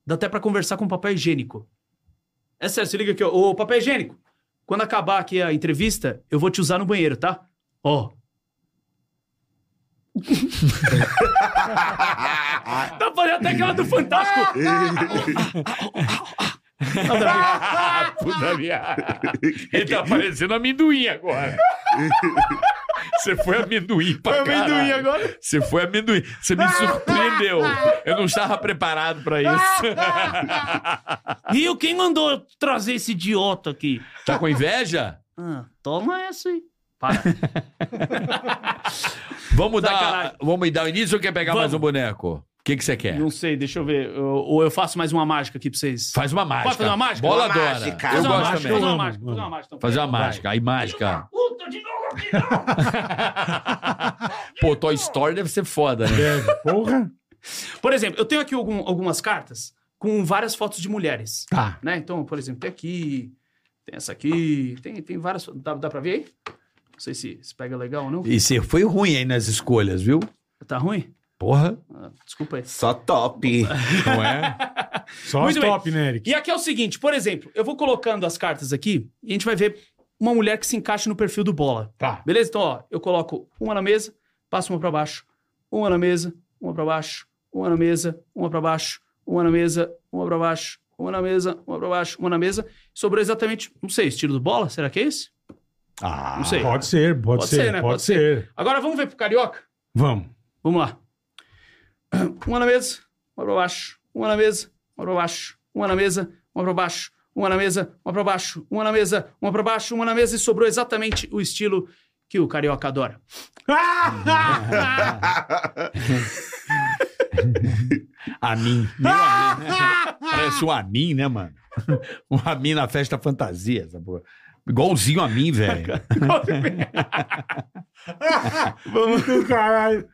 Dá até pra conversar com papel higiênico. É sério, se liga aqui, ó. Ô, papel higiênico, quando acabar aqui a entrevista, eu vou te usar no banheiro, tá? Ó. Dá pra Tá até aquela do Fantástico. Puta merda. Ele tá parecendo amendoim agora. Você foi amendoim pra Foi amendoim caralho. agora? Você foi amendoim. Você me surpreendeu. Eu não estava preparado pra isso. Viu? Quem mandou eu trazer esse idiota aqui? Tá com inveja? Ah, toma essa aí. Vamos dar, Sacanagem. vamos dar início ou quer pegar mais Tá. Vamos. um boneco? O que que você quer? Não sei, deixa eu ver. Eu- Ou eu faço mais uma mágica aqui pra vocês. Faz uma mágica. fazer uma mágica? Bola Uma adora. mágica. Eu Faz uma gosto mágica, também. Faz uma Vamos, mágica, vamos. faz uma mágica. então. Fazer uma mágica. Aí mágica. Puta, de novo aqui, não. Pô, Toy Story deve ser foda, né? É, porra. Por exemplo, eu tenho aqui algum- algumas cartas com várias fotos de mulheres. Tá. né? Então, por exemplo, tem aqui, tem essa aqui, tem, tem várias. Dá, dá pra ver aí? Não sei se, se pega legal ou não. E você foi ruim aí nas escolhas, viu? Tá ruim? Porra. Ah, Desculpa aí. Só top. Não é? Só Muito as bem. top, né, Eric? E aqui é o seguinte, por exemplo, eu vou colocando as cartas aqui e a gente vai ver uma mulher que se encaixa no perfil do bola. Tá. Beleza? Então, ó, eu coloco uma na mesa, passo uma pra baixo, uma na mesa, uma pra baixo, uma na mesa, uma pra baixo, uma na mesa, uma pra baixo, uma na mesa, uma pra baixo, uma na mesa. Sobrou exatamente, não sei, estilo do bola? Será que é esse? Ah, Não sei. Pode ser, pode, Pode ser, ser, né? pode, Pode ser. Agora vamos ver pro carioca? Vamos. Vamos lá. Uma na mesa, uma pra baixo. Uma na mesa, uma pra baixo. Uma na mesa, uma pra baixo. Uma na mesa, uma pra baixo. Uma na mesa, uma pra baixo. Uma na mesa e sobrou exatamente o estilo que o carioca adora. A mim. Meu a mim. Parece um a mim, né, mano? Um a mim na festa fantasia, essa porra. Igualzinho a mim, velho. Vamos do caralho.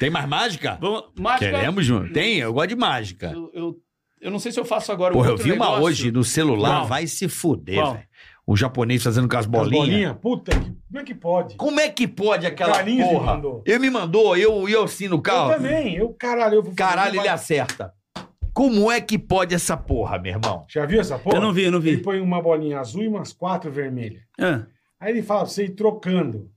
Tem mais mágica? Vamos, mágica. Queremos, mano? Tem, eu gosto de mágica. Eu, eu, eu não sei se eu faço agora um Porra, eu outro vi uma negócio. hoje né? no celular, Qual? vai se fuder, Qual? velho. O japonês fazendo com as bolinhas. Bolinha? Puta, que- como é que pode? Como é que pode aquela Carlinhos me porra? mandou. Ele me mandou, eu, eu assim no Eu carro. também. Eu, caralho, eu vou Caralho, eu ele é acerta. Como é que pode essa porra, meu irmão? Já viu essa porra? Eu não vi, eu não Ele vi. põe uma bolinha azul e umas quatro vermelhas. Ah, Aí ele fala pra você ir trocando.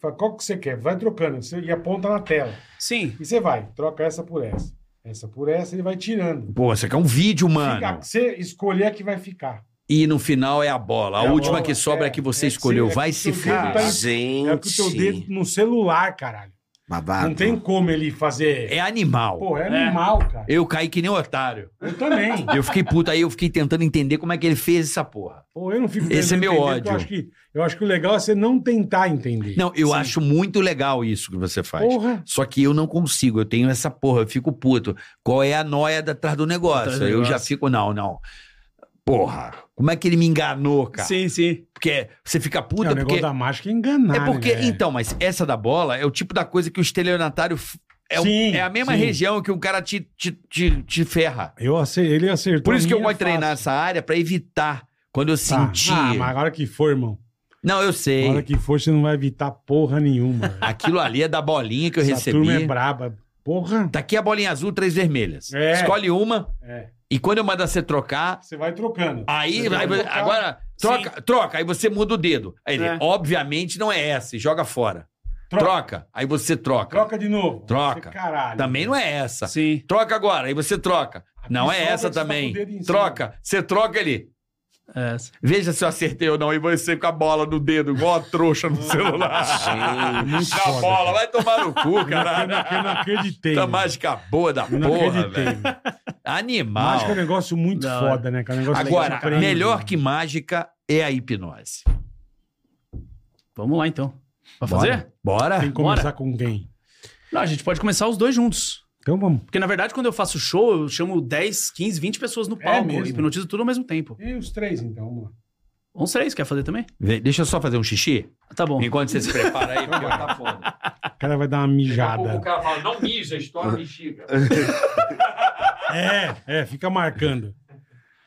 Fala, qual que você quer? Vai trocando. Você- E aponta na tela. sim. E você vai, troca essa por essa. Essa por essa, ele vai tirando. Pô, isso aqui é um vídeo, Fica- mano. você escolher a que vai ficar. E no final é a bola. A É a última bola, que sobra é, é. que você É que escolheu. se- é vai que se o seu filho fuder. tá em- Gente. É o que o teu dedo no celular, caralho. Babado. Não tem como ele fazer. É animal. Pô, é animal, cara. Eu caí que nem um otário. Eu também. Eu fiquei puto aí, eu fiquei tentando entender como é que ele fez essa porra. Pô, eu não fico Esse é tentando meu entender, ódio. porque Eu acho, que, eu acho que o legal é você não tentar entender. Não, eu acho muito legal isso que você faz. Porra. É, Só que eu não consigo, eu tenho essa porra, eu fico puto. Qual é a noia da- atrás do negócio? Atrás do eu negócio. já fico, não, não. Porra, como é que ele me enganou, cara? Sim, sim. Porque você fica é, puta o negócio porque. da mágica é enganar. É porque, né? então, mas essa da bola é o tipo da coisa que o estelionatário. f- É, o- Sim, é a mesma sim. região que um cara te, te, te, te ferra. Eu acer... Ele acertou. Por isso a que eu minha gosto de treinar é fácil. essa área pra evitar. Quando eu Tá. sentir. Ah, mas agora que for, irmão. Não, eu sei. Agora que for, você não vai evitar porra nenhuma. Aquilo ali é da bolinha que eu Essa turma é recebi. braba. Porra. Tá aqui a bolinha azul, três vermelhas. É. Escolhe uma. É. E quando eu mandar você trocar, Você vai trocando. aí, Você vai aí você- trocar. agora troca, troca, aí você muda o dedo. Aí ele, É. obviamente não é essa, e joga fora. Troca. Troca. Aí você troca. Troca de novo. Troca. Você, caralho. Também não é essa. Sim. Troca agora, aí você troca. Aqui Não é sobra, essa você tá com também. o dedo em cima. Troca. Você troca ali. É. Veja se eu acertei ou não. E você com a bola no dedo, igual a trouxa no celular. Muito Com a foda, bola, vai tomar no cu, Eu não, eu não caralho. acreditei. Tá né? mágica boa da Eu não porra, acreditei. velho. né? Animal. Mágica é um negócio muito Da hora. foda, né? cara? É um negócio que Agora, você aprende, melhor né? que mágica é a hipnose. Vamos lá então. Vai fazer? Bora. Tem que começar com quem? Não, a gente pode começar os dois juntos. Então vamos. Porque, na verdade, quando eu faço show, eu chamo 10, 15, 20 pessoas no palco. mesmo? e hipnotizo tudo ao mesmo tempo. E os três, então, vamos lá. Vamos três, quer fazer também? Vem, Deixa eu só fazer um xixi. Tá bom. Enquanto você se prepara aí, porque eu tá foda. O cara vai dar uma mijada. cara fala, não mija, estoura a bexiga. É, é, fica marcando.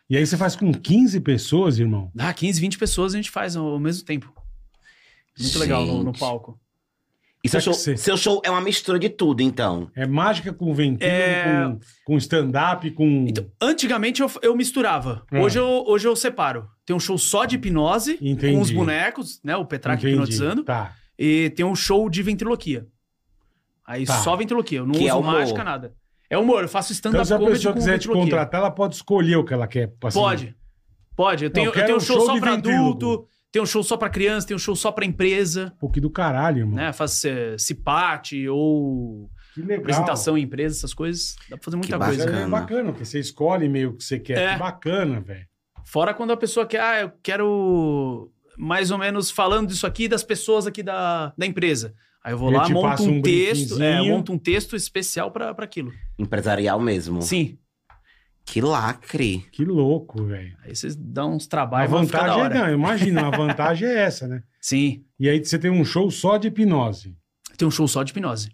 E aí você faz com 15 pessoas, irmão. Ah, 15, 20 pessoas a gente faz ao mesmo tempo. Muito legal no, no Gente. palco. E seu Será que show, você- seu show é uma mistura de tudo, então. É mágica com ventrilo, É. com, com stand-up, com. Então, antigamente eu, eu misturava. É. Hoje, eu, hoje eu separo. Tem um show só de hipnose, Entendi. com os bonecos, né? O Petraque Entendi. hipnotizando. Tá. E tem um show de ventriloquia. Aí Tá. só ventriloquia. Eu não Que é uso o humor. mágica, nada. É humor, eu faço stand-up Então, se a comedy pessoa com quiser te videobloqueio. contratar, ela pode escolher o que ela quer. assim. Pode. Pode. Eu tenho, eu quero tenho um um show, show só de pra adulto, ventríloco. tenho um show só pra criança, tenho um show só pra empresa, Pô, que Um do caralho, irmão. né? Faço eh, cipate ou Que legal. apresentação em empresa, essas coisas. Dá pra fazer muita Que coisa. Isso é Bacana. bacana, porque você escolhe meio o que você quer. É. Que bacana, velho. Fora quando a pessoa quer, ah, eu quero mais ou menos falando disso aqui das pessoas aqui da, da empresa. Aí eu vou Eu lá, te monto passo um, um texto, é, briefingzinho. monto um texto especial pra pra aquilo. Empresarial mesmo. Sim. Que lacre. Que louco, velho. Aí vocês dão uns A trabalhos, vão ficar da vantagem é, hora. não, imagina, a vantagem é essa, né? Sim. E aí você tem um show só de hipnose. Tem um show só de hipnose.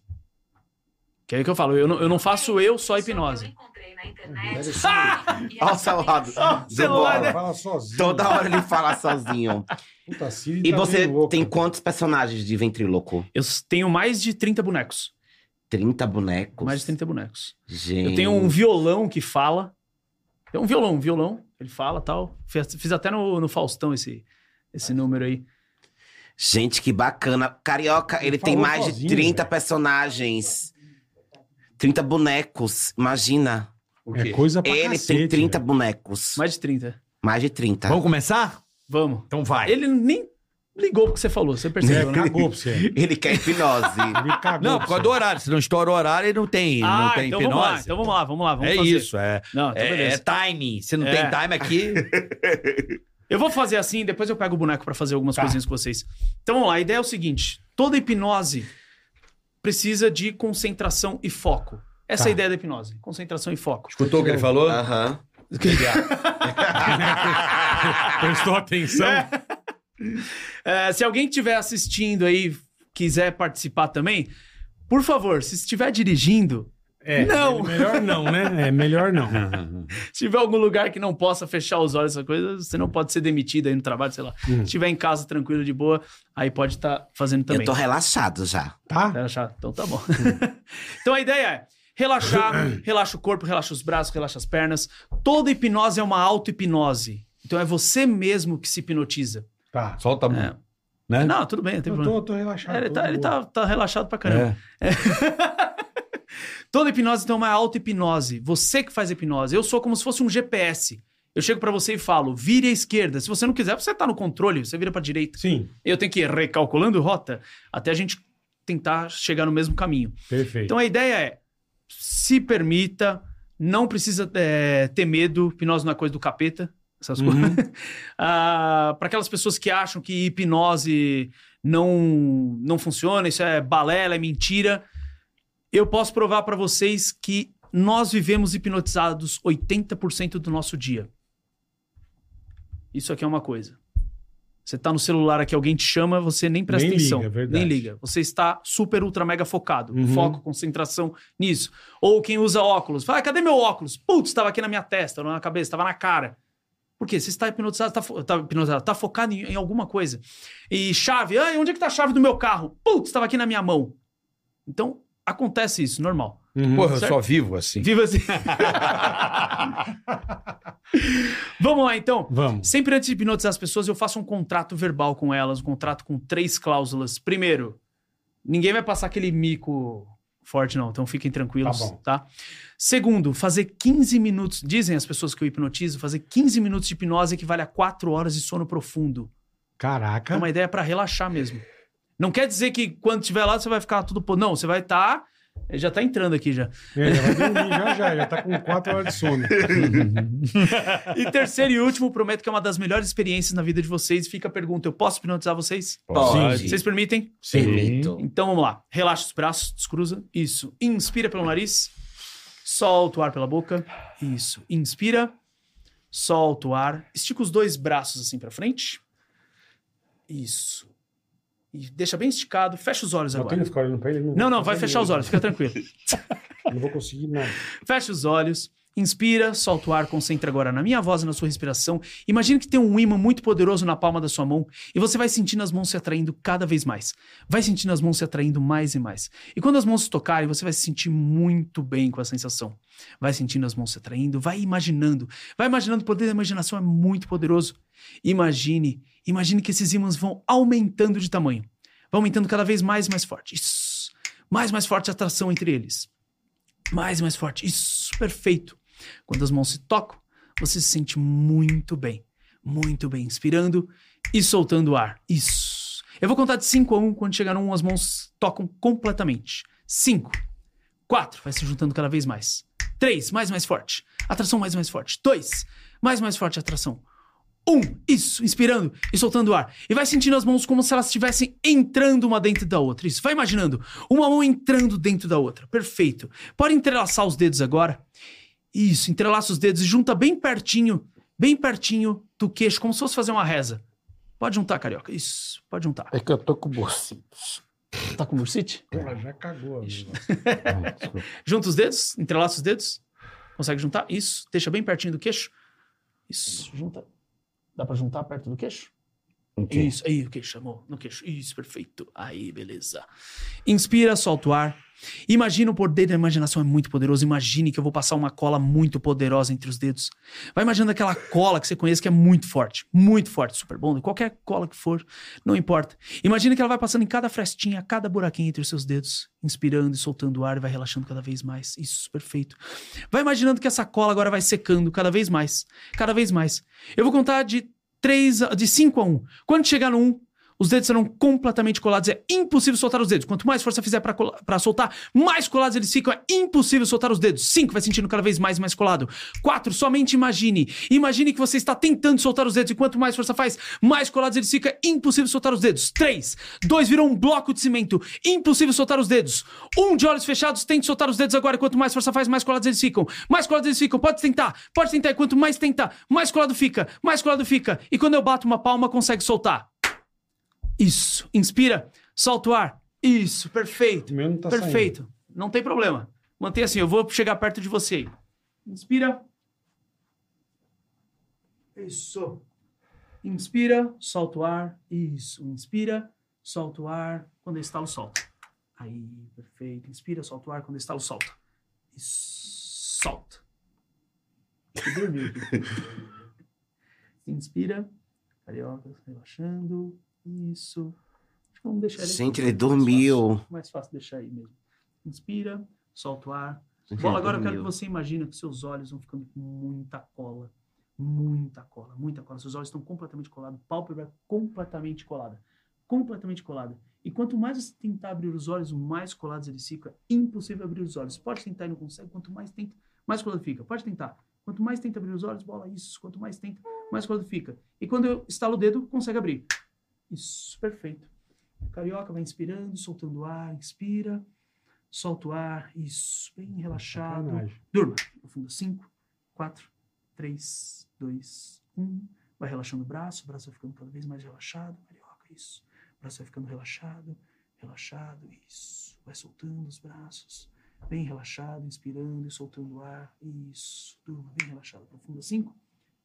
Que é o que eu falo, eu não, eu não faço eu só hipnose. Olha o salado. celular, Bora. né? Fala sozinho. Toda hora ele fala sozinho. Puta, Siri E tá você meio louca. tem quantos personagens de ventríloco? Eu tenho mais de 30 bonecos. 30 bonecos? Mais de 30 bonecos. Gente. Eu tenho um violão que fala. É um violão, um violão. Ele fala tal. Fiz, fiz até no, no Faustão esse, esse número aí. Gente, que bacana. Carioca, ele Ele tem falou mais de sozinho, 30 velho. personagens. 30 bonecos, imagina. É coisa pra Ele tem cacete, 30 velho. bonecos. Mais de 30. Mais de 30. Vamos começar? Vamos. Então vai. É. Ele nem ligou pro que você falou, você percebeu, É, né? cagou pra você. Ele Ele quer hipnose. cagou Não, por causa pra você. do horário. Se não estoura o horário, ele não tem, não tem então vamos lá, hipnose. então vamos lá, vamos lá. Vamos é fazer. isso, é, Não, então é, é beleza. timing. Se não É. tem time aqui, Eu vou fazer assim, depois eu pego o boneco pra fazer algumas Tá. coisinhas com vocês. Então vamos lá, a ideia é o seguinte: toda hipnose precisa de concentração e foco. Essa Tá. é a ideia da hipnose, concentração e foco. escutou o que ele falou? É. Aham. Prestou atenção? É, se alguém que estiver assistindo aí quiser participar também, por favor, se estiver dirigindo, É, Não. Melhor não, né? É melhor não. se tiver algum lugar que não possa fechar os olhos, essa coisa, você não pode ser demitido aí no trabalho, sei lá. Se Hum. estiver em casa tranquilo, de boa, aí pode estar fazendo também. Eu tô relaxado já. Tá? Tá relaxado? Então tá bom. então a ideia é relaxar, relaxa o corpo, relaxa os braços, relaxa as pernas. Toda hipnose é uma auto-hipnose. Então é você mesmo que se hipnotiza. Tá. Solta a mão. É. Né? Não, tudo bem, não tem Eu problema. tô, tô relaxado. É, ele tô tá, de ele boa. tá, tá relaxado pra caramba. É. Toda hipnose então, é uma auto-hipnose. Você que faz a hipnose. Eu sou como se fosse um GPS. Eu chego pra você e falo, vire à esquerda. Se você não quiser, você tá no controle, você vira pra direita. Sim, Eu tenho que ir recalculando rota até a gente tentar chegar no mesmo caminho. perfeito. Então a ideia é: se permita, não precisa é, ter medo, hipnose não é coisa do capeta, essas Uhum. coisas. Para aquelas pessoas que acham que hipnose não, não funciona, isso é balela, é mentira, eu posso provar para vocês que nós vivemos hipnotizados 80% do nosso dia. Isso aqui é uma coisa. Você tá no celular aqui, alguém te chama, você nem presta Nem liga, é atenção. verdade. nem liga. Você está super, ultra, mega focado. Uhum. Foco, concentração nisso. Ou quem usa óculos. Fala, "Ah, cadê meu óculos? Putz, estava aqui na minha testa, na minha cabeça, estava na cara. Por quê? Você está hipnotizado, está fo- tá hipnotizado, tá focado em, em alguma coisa. E chave, ah, onde é que tá a chave do meu carro? Putz, estava aqui na minha mão. Então, acontece isso, normal. Uhum. Porra, eu Hum, Certo. só vivo assim. Viva assim. Vamos lá, então. Vamos. Sempre antes de hipnotizar as pessoas, eu faço um contrato verbal com elas, um contrato com três cláusulas. Primeiro, ninguém vai passar aquele mico forte, não, então fiquem tranquilos, Tá tá? bom. Segundo, fazer 15 minutos. Dizem as pessoas que eu hipnotizo, fazer 15 minutos de hipnose equivale a 4 horas de sono profundo. É Caraca. uma ideia pra relaxar mesmo. Não quer dizer que quando estiver lá você vai ficar tudo. po- Não, você vai estar. Já tá entrando aqui já. É, já vai dormir já já, já tá com 4 horas de sono. E terceiro e último, prometo que é uma das melhores experiências na vida de vocês. Fica a pergunta: eu posso hipnotizar vocês? Pode. Vocês permitem? Permito. Então vamos lá. Relaxa os braços, descruza. Isso. Inspira pelo nariz. Solta o ar pela boca. Isso. Inspira. Solta o ar. Estica os dois braços assim pra frente. Isso. E deixa bem esticado. Fecha os olhos Eu tenho que agora. ficar olhando pra ele. Não, não, vai fechar os olhos, fica tranquilo. Não vou conseguir nada. Fecha os olhos, inspira, solta o ar, concentra agora na minha voz e na sua respiração. Imagina que tem um ímã muito poderoso na palma da sua mão e você vai sentindo as mãos se atraindo cada vez mais. Vai sentindo as mãos se atraindo mais e mais. E quando as mãos se tocarem, você vai se sentir muito bem com a sensação. Vai sentindo as mãos se atraindo, vai imaginando. Vai imaginando, o poder da imaginação é muito poderoso. Imagine, imagine que esses ímãs vão aumentando de tamanho. Vão aumentando cada vez mais e mais forte. Isso. Mais, mais forte a atração entre eles Mais e mais forte. Isso, é perfeito. Quando as mãos se tocam, você se sente muito bem. Muito bem. Inspirando e soltando o ar. Isso. Eu vou contar de 5 a 1. Um. Quando chegar no 1, um, as mãos tocam completamente. 5, 4. Vai se juntando cada vez mais. 3. Mais, mais forte. Atração mais, mais forte. 2. Mais, mais forte. Atração. Um, isso, inspirando e soltando o ar. E vai sentindo as mãos como se elas estivessem entrando uma dentro da outra. Isso, vai imaginando. Uma mão entrando dentro da outra. Perfeito. Pode entrelaçar os dedos agora. Isso, entrelaça os dedos e junta bem pertinho, bem pertinho do queixo, como se fosse fazer uma reza. Pode juntar, carioca. Isso, pode juntar. É que eu tô com bursitos. Tá com bursite? Ela já cagou. amigo. Junta os dedos, entrelaça os dedos. Consegue juntar? Isso, deixa bem pertinho do queixo. Isso, junta. Dá pra juntar perto do queixo? Isso, aí o queixo, amor, no queixo. Isso, perfeito. Aí, beleza. Inspira, solta o ar. Imagina o poder da imaginação é muito poderoso. Imagine que eu vou passar uma cola muito poderosa entre os dedos. Vai imaginando aquela cola que você conhece que é muito forte, muito forte, super bom. Qualquer cola que for, não importa. Imagina que ela vai passando em cada frestinha, cada buraquinho entre os seus dedos, inspirando e soltando o ar e vai relaxando cada vez mais. Isso, perfeito. Vai imaginando que essa cola agora vai secando cada vez mais, cada vez mais. Eu vou contar de 3 a, de 5 a 1. Quando chegar no 1, os dedos serão completamente colados. É impossível soltar os dedos. Quanto mais força fizer pra cola- pra soltar, mais colados eles ficam. É impossível soltar os dedos. Cinco, vai sentindo cada vez mais e mais colado. Quatro, somente imagine. Imagine que você está tentando soltar os dedos e quanto mais força faz, mais colados eles ficam. É impossível soltar os dedos. Três, dois, virou um bloco de cimento. Impossível soltar os dedos. Um, de olhos fechados, tente soltar os dedos agora. E quanto mais força faz, mais colados eles ficam. Mais colados eles ficam. Pode tentar, pode tentar. E quanto mais tentar, mais colado fica, mais colado fica. E quando eu bato uma palma, consegue soltar. Isso. Inspira, solta o ar. Isso, perfeito. O meu não tá perfeito. Não tem problema. Mantém assim, eu vou chegar perto de você. aí. Inspira. Isso. Inspira, solta o ar. Isso. Inspira, solta o ar. Quando eu estalo, solta. Aí, perfeito. Inspira, solta o ar. Quando eu estalo, solta. Isso. Solta. Você dormiu aqui. Inspira. Carioca, relaxando. Isso. Acho que vamos deixar ele aqui. Gente, ele Mais dormiu. fácil. Mais fácil deixar aí mesmo. Inspira, solta o ar. Gente, Bola, ele agora eu quero que dormiu. você imagina que seus olhos vão ficando com muita cola. Muita cola, muita cola. Seus olhos estão completamente colados, pálpebra completamente colada. Completamente colada. E quanto mais você tentar abrir os olhos, mais colados eles ficam. É impossível abrir os olhos. Pode tentar e não consegue. Quanto mais tenta, mais colado fica. Pode tentar. Quanto mais tenta abrir os olhos, bola isso. Quanto mais tenta, mais colado fica. E quando eu estalo o dedo, consegue abrir. Isso, perfeito. Carioca vai inspirando, soltando o ar, inspira, solta o ar, isso, bem relaxado. Tá Sacanagem. Durma. No fundo, 5, 4, 3, 2, 1. Vai relaxando o braço, o braço vai ficando cada vez mais relaxado. Carioca, isso. O braço vai ficando relaxado, relaxado, isso. Vai soltando os braços, bem relaxado, inspirando e soltando o ar. Isso. Durma, bem relaxado. Profunda. 5,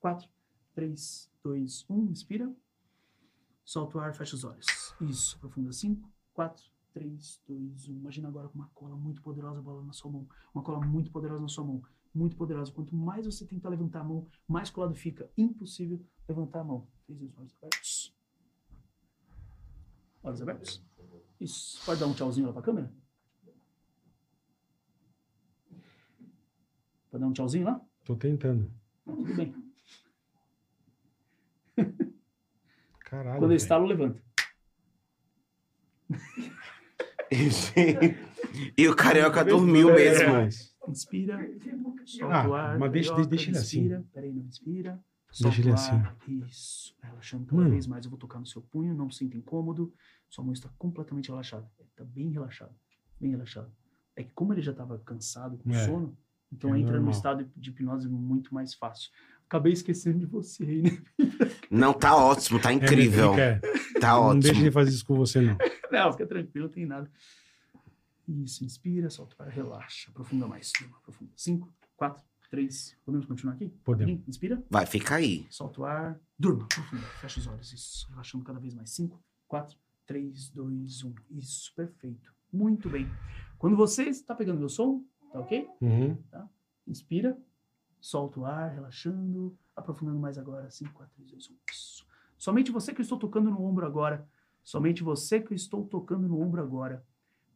4, 3, 2, 1. Inspira. Solta o ar, fecha os olhos. Isso. Profunda. 5, 4, 3, 2, 1. Imagina agora com uma cola muito poderosa bola na sua mão. Uma cola muito poderosa na sua mão. Muito poderosa. Quanto mais você tentar levantar a mão, mais colado fica. Impossível levantar a mão. Fez os olhos abertos. Olhos abertos. Isso. Pode dar um tchauzinho lá pra câmera? Pode dar um tchauzinho lá? Tô tentando. Tudo bem. Caralho. Quando eu velho. estalo, levanta. e o carioca É, dormiu mesmo. Inspira, solta Ah, o ar. mas deixa- carioca, deixa ele assim. inspira, Peraí, não inspira. Deixa ele assim. solta o ar. Isso. Vai Relaxando cada Mano. vez mais. Eu vou tocar no seu punho, não sinta incômodo. Sua mão está completamente relaxada. Ele Está bem relaxado. Bem relaxado. É que como ele já estava cansado, com É. sono, então É entra num normal. estado de hipnose muito mais fácil. Acabei esquecendo de você aí, né? Não, tá ótimo, tá É, incrível. fica- tá Não deixa ótimo. ele fazer isso com você, não. Não, fica tranquilo, não tem nada. Isso, inspira, solta o ar, relaxa. Aprofunda mais. Uma, Aprofunda. Cinco, quatro, três. Podemos continuar aqui? Podemos. Sim, Inspira. Vai, fica aí. Solta o ar. Durma. Profundo. Fecha os olhos. Isso. Relaxando cada vez mais. 5, 4, 3, 2, 1. Isso. Perfeito. Muito bem. Quando você está pegando meu som, tá ok? Uhum. Inspira. Solta o ar, relaxando. Aprofundando mais agora. 5, 4, 3, 2, 1. Isso. Somente você que eu estou tocando no ombro agora. Somente você que eu estou tocando no ombro agora.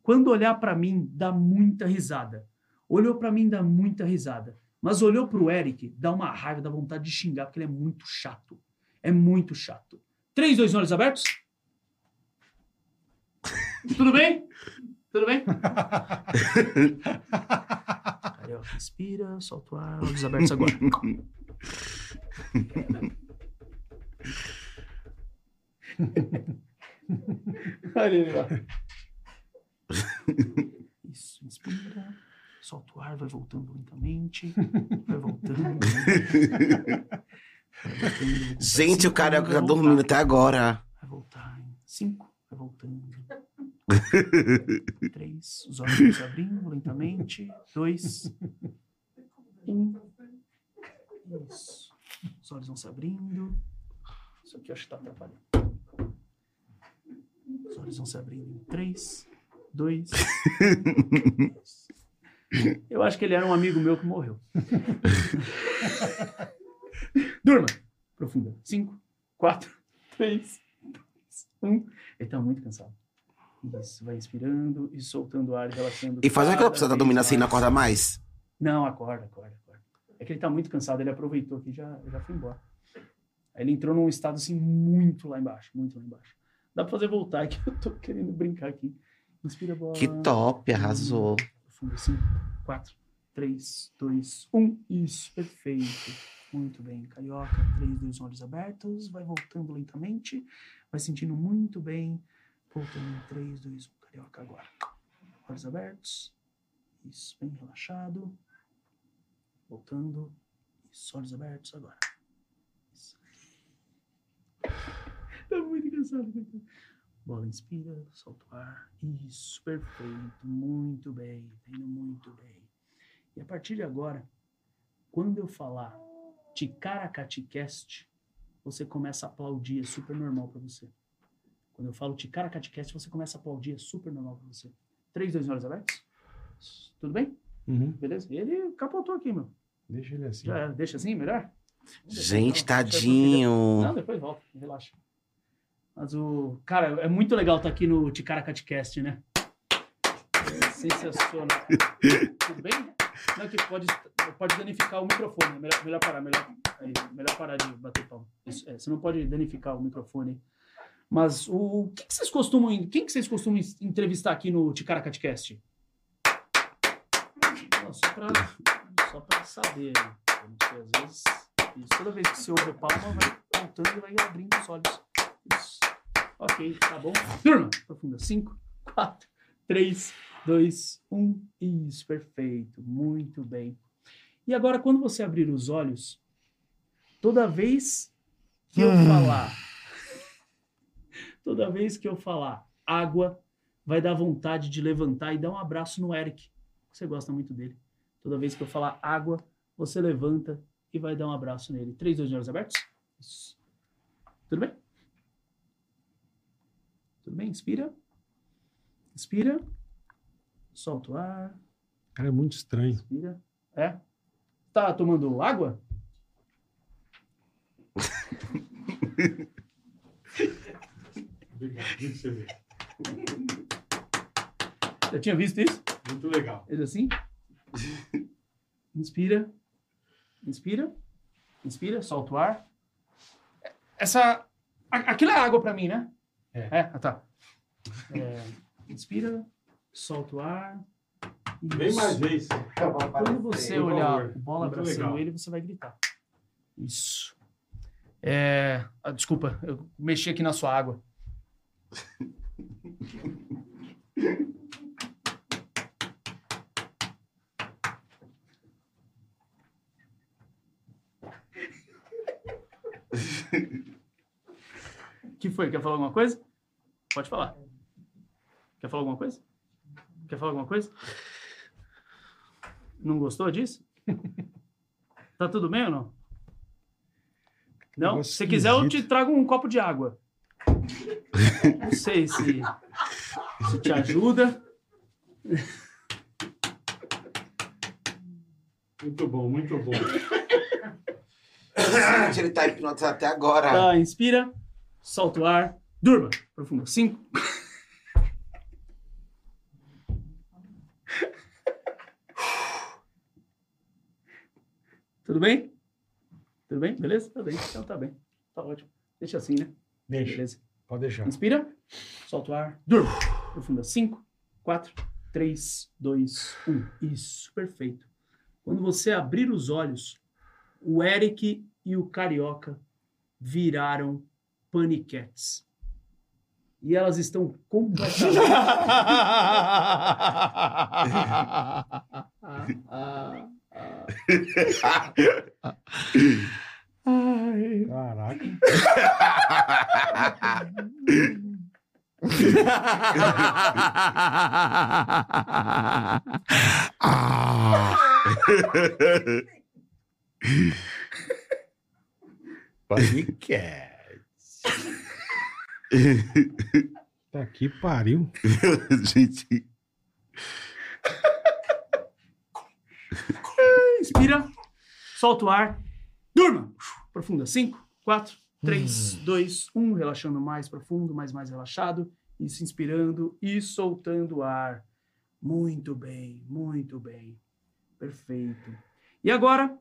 Quando olhar para mim, dá muita risada. Olhou pra mim, dá muita risada. Mas olhou pro Eric, dá uma raiva, dá vontade de xingar, porque ele é muito chato. É muito chato. Três, dois olhos abertos. Tudo bem? Tudo bem? Carioca, respira, solta o ar, olhos abertos agora. Olha ele lá. Isso, inspira. Solta o ar, vai voltando lentamente. Vai voltando. Vai voltando, Gente, o cara vai tá dormindo voltar. até agora. Vai voltar em cinco, vai voltando. Três, os olhos abrindo lentamente. Dois, um. Isso. Os olhos vão se abrindo. Isso aqui eu acho que tá atrapalhando. Os olhos vão se abrindo em três, dois. Eu acho que ele era um amigo meu que morreu. Durma! Profunda. Cinco, quatro, três, dois, um. Ele tá muito cansado. Isso, vai inspirando e soltando o ar, relaxando. E faz aquela cada pessoa tá vez dormindo assim e não mais. acorda mais. Não, acorda, acorda, acorda. É que ele tá muito cansado, ele aproveitou que já, já foi embora. Aí ele entrou num estado assim muito lá embaixo, muito lá embaixo. Dá pra fazer voltar que eu tô querendo brincar aqui. Inspira bola. Que top, arrasou. Fundo é 5, 4, 3, 2, 1. Isso, perfeito. Muito bem, carioca. 3, 2, olhos abertos. Vai voltando lentamente. Vai sentindo muito bem. Voltando em 3, 2, 1, carioca agora. Olhos abertos. Isso, bem relaxado. Voltando. Isso, olhos abertos agora. Isso. Tá muito engraçado, coitado. Bola inspira, solta o ar. Isso, perfeito. Muito bem, tá indo muito bem. E a partir de agora, quando eu falar Ticaracaticast, você começa a aplaudir, é super normal pra você. Quando eu falo Ticaracaticast, você começa a aplaudir, é super normal pra você. Três, dois olhos abertos? Tudo bem? Uhum. Beleza? Ele capotou aqui, meu. Deixa ele assim. Já era. deixa assim, melhor? Gente, Não, deixa eu- tadinho. não, depois volta, relaxa. Mas o. Cara, é muito legal estar aqui no Ticaracatcast, né? É sensacional. Tudo bem? Não, é que pode, pode danificar o microfone. é Melhor, melhor parar, melhor, aí, melhor parar de bater palma. Isso, é, você não pode danificar o microfone. Mas o que, que vocês costumam. Quem que vocês costumam entrevistar aqui no Ticaracatcast? Não, Só pra, só pra saber. né? Porque às vezes. Isso, toda vez que você ouve a palma, vai voltando e vai abrindo os olhos. Isso. Ok, tá bom. Turma, profunda. 5, 4, 3, 2, 1. Isso, perfeito. Muito bem. E agora, quando você abrir os olhos, toda vez que eu falar. Toda vez que eu falar água, vai dar vontade de levantar e dar um abraço no Eric. Você gosta muito dele. Toda vez que eu falar água, você levanta e vai dar um abraço nele. Três, dois, olhos abertos. Isso. Tudo bem? Tudo bem? Inspira. Inspira. Solta o ar. Cara, é muito estranho. Inspira. É? Tá tomando água? Já tinha visto isso? Muito legal. Ele assim. Inspira. Inspira. Inspira, solta o ar. Essa. a- Aquilo é água pra mim, né? É. ah, tá. É, inspira, solta o ar. Vem Isso. mais vezes. Quando você por olhar favor. bola Muito abraçando legal. ele, você vai gritar. Isso. É, ah, desculpa, eu mexi aqui na sua água. que foi? Quer falar alguma coisa? Pode falar. Quer falar alguma coisa? Quer falar alguma coisa? Não gostou disso? tá tudo bem ou não? Não? negócio Se quiser, eu te esquisito. trago um copo de água. Não sei se, se te ajuda. Muito bom, muito bom. Gente, ele tá hipnotizado até agora. Tá, inspira, solta o ar, durma. Profunda. Cinco. Tudo bem? Tudo bem? Beleza? Tá bem. Então tá bem. Tá ótimo. Deixa assim, né? Deixa, Beleza. pode deixar. Inspira. Solta o ar. Durma. Profunda. 5, 4, 3, 2, 1. Isso, perfeito. Quando você abrir os olhos, o Eric e o Carioca viraram paniquetes. E elas estão completamente. Uhum. Caraca. Ah. Paniquete. Tá que pariu. Gente, Inspira, solta o ar, durma. Profunda. 5, 4, 3, 2, 1. Relaxando mais profundo, mais, mais relaxado. Isso, inspirando e soltando o ar. Muito bem, muito bem. Perfeito. E agora,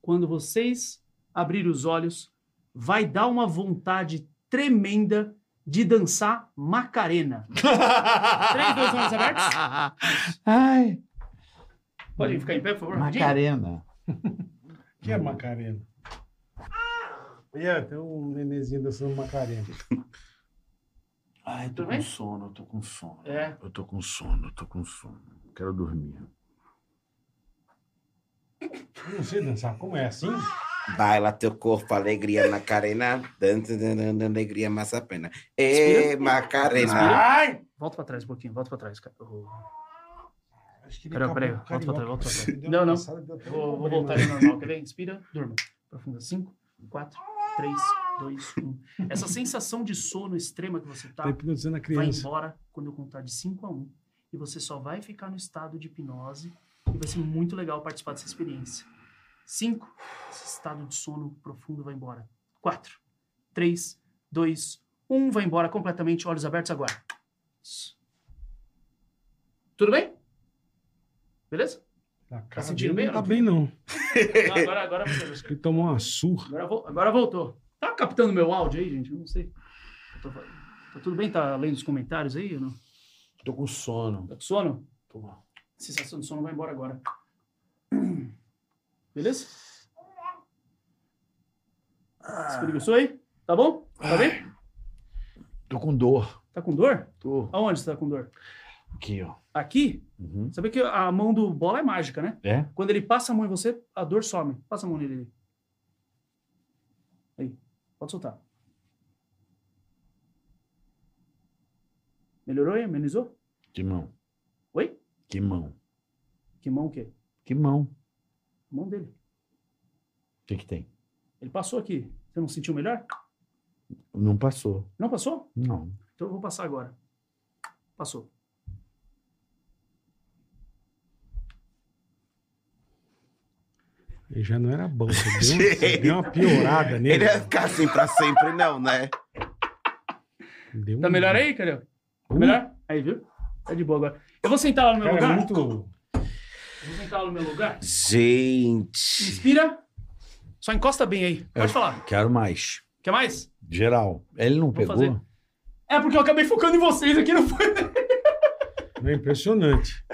quando vocês abrirem os olhos, vai dar uma vontade tremenda de dançar Macarena. Três, dois um, olhos abertos. Ai, Podem ficar em pé, por favor, rapidinho. Macarena. Que é Macarena? Olha, tem um nenenzinho dançando Macarena. Ai, eu tô Tudo com bem? sono, eu tô com sono. É. Eu tô com sono, eu tô com sono. Quero dormir. Eu não sei dançar. Como é assim? baila teu corpo, alegria Macarena. Dança, dança, alegria, mas a pena. Ê, Inspira. Macarena. Inspira. Ai! Volta pra trás um pouquinho, volta pra trás, cara. Ô, Acho que ele Peraí, peraí, acabou volta pra trás, carioca. volta pra trás. Me deu Não, uma não. cansada, deu até um Vou, vou problema. voltar ao normal, quer ver? Inspira, durma. Profunda. 5, 4, 3, 2, 1. Essa sensação de sono extrema que você tá Tá hipnotizando a vai criança. embora quando eu contar de 5 a 1. E você só vai ficar no estado de hipnose. E vai ser muito legal participar dessa experiência. 5, esse estado de sono profundo vai embora. 4, 3, 2, 1, vai embora completamente, olhos abertos agora. Isso. Tudo bem? Beleza? Tá, cara sentindo dele bem, Não tá Ana? bem, não. Não, agora, agora você Acho que ele tomou uma surra. Agora, vo- agora voltou. Tá captando meu áudio aí, gente? Eu não sei. Eu tô fa- tá tudo bem? Tá lendo os comentários aí ou não? Tô com sono. Tá com sono? Tô mal. Sensação de sono vai embora agora. Beleza? Ah. Se preguiçou aí? Tá bom? Tá bem? Tô com dor. Tá com dor? Tô. Aonde você tá com dor? Aqui, ó. Aqui? Uhum. Sabe que a mão do bola é mágica, né? É? Quando ele passa a mão em você, a dor some. Passa a mão nele. ali. Aí. Pode soltar. Melhorou aí? Amenizou? Que mão. Oi? Que mão. Que mão o quê? Que mão. O A mão dele. que que tem? Ele passou aqui. Você não sentiu melhor? Não passou. Não passou? Não. Então eu vou passar agora. Passou. Ele já não era bom. Você deu, você deu uma piorada nele. Ele é- ia ficar assim pra sempre, não, né? Deu Tá um- melhor aí, Carioca? Tá melhor? Aí, viu? Tá de boa agora. Eu vou sentar lá no meu Cara, é lugar. muito... Vou sentar lá no meu lugar. Gente. Inspira. Só encosta bem aí. Pode É. falar. Quero mais. Quer mais? Geral. Ele não pegou? fazer. É porque eu acabei focando em vocês aqui, não foi? É impressionante.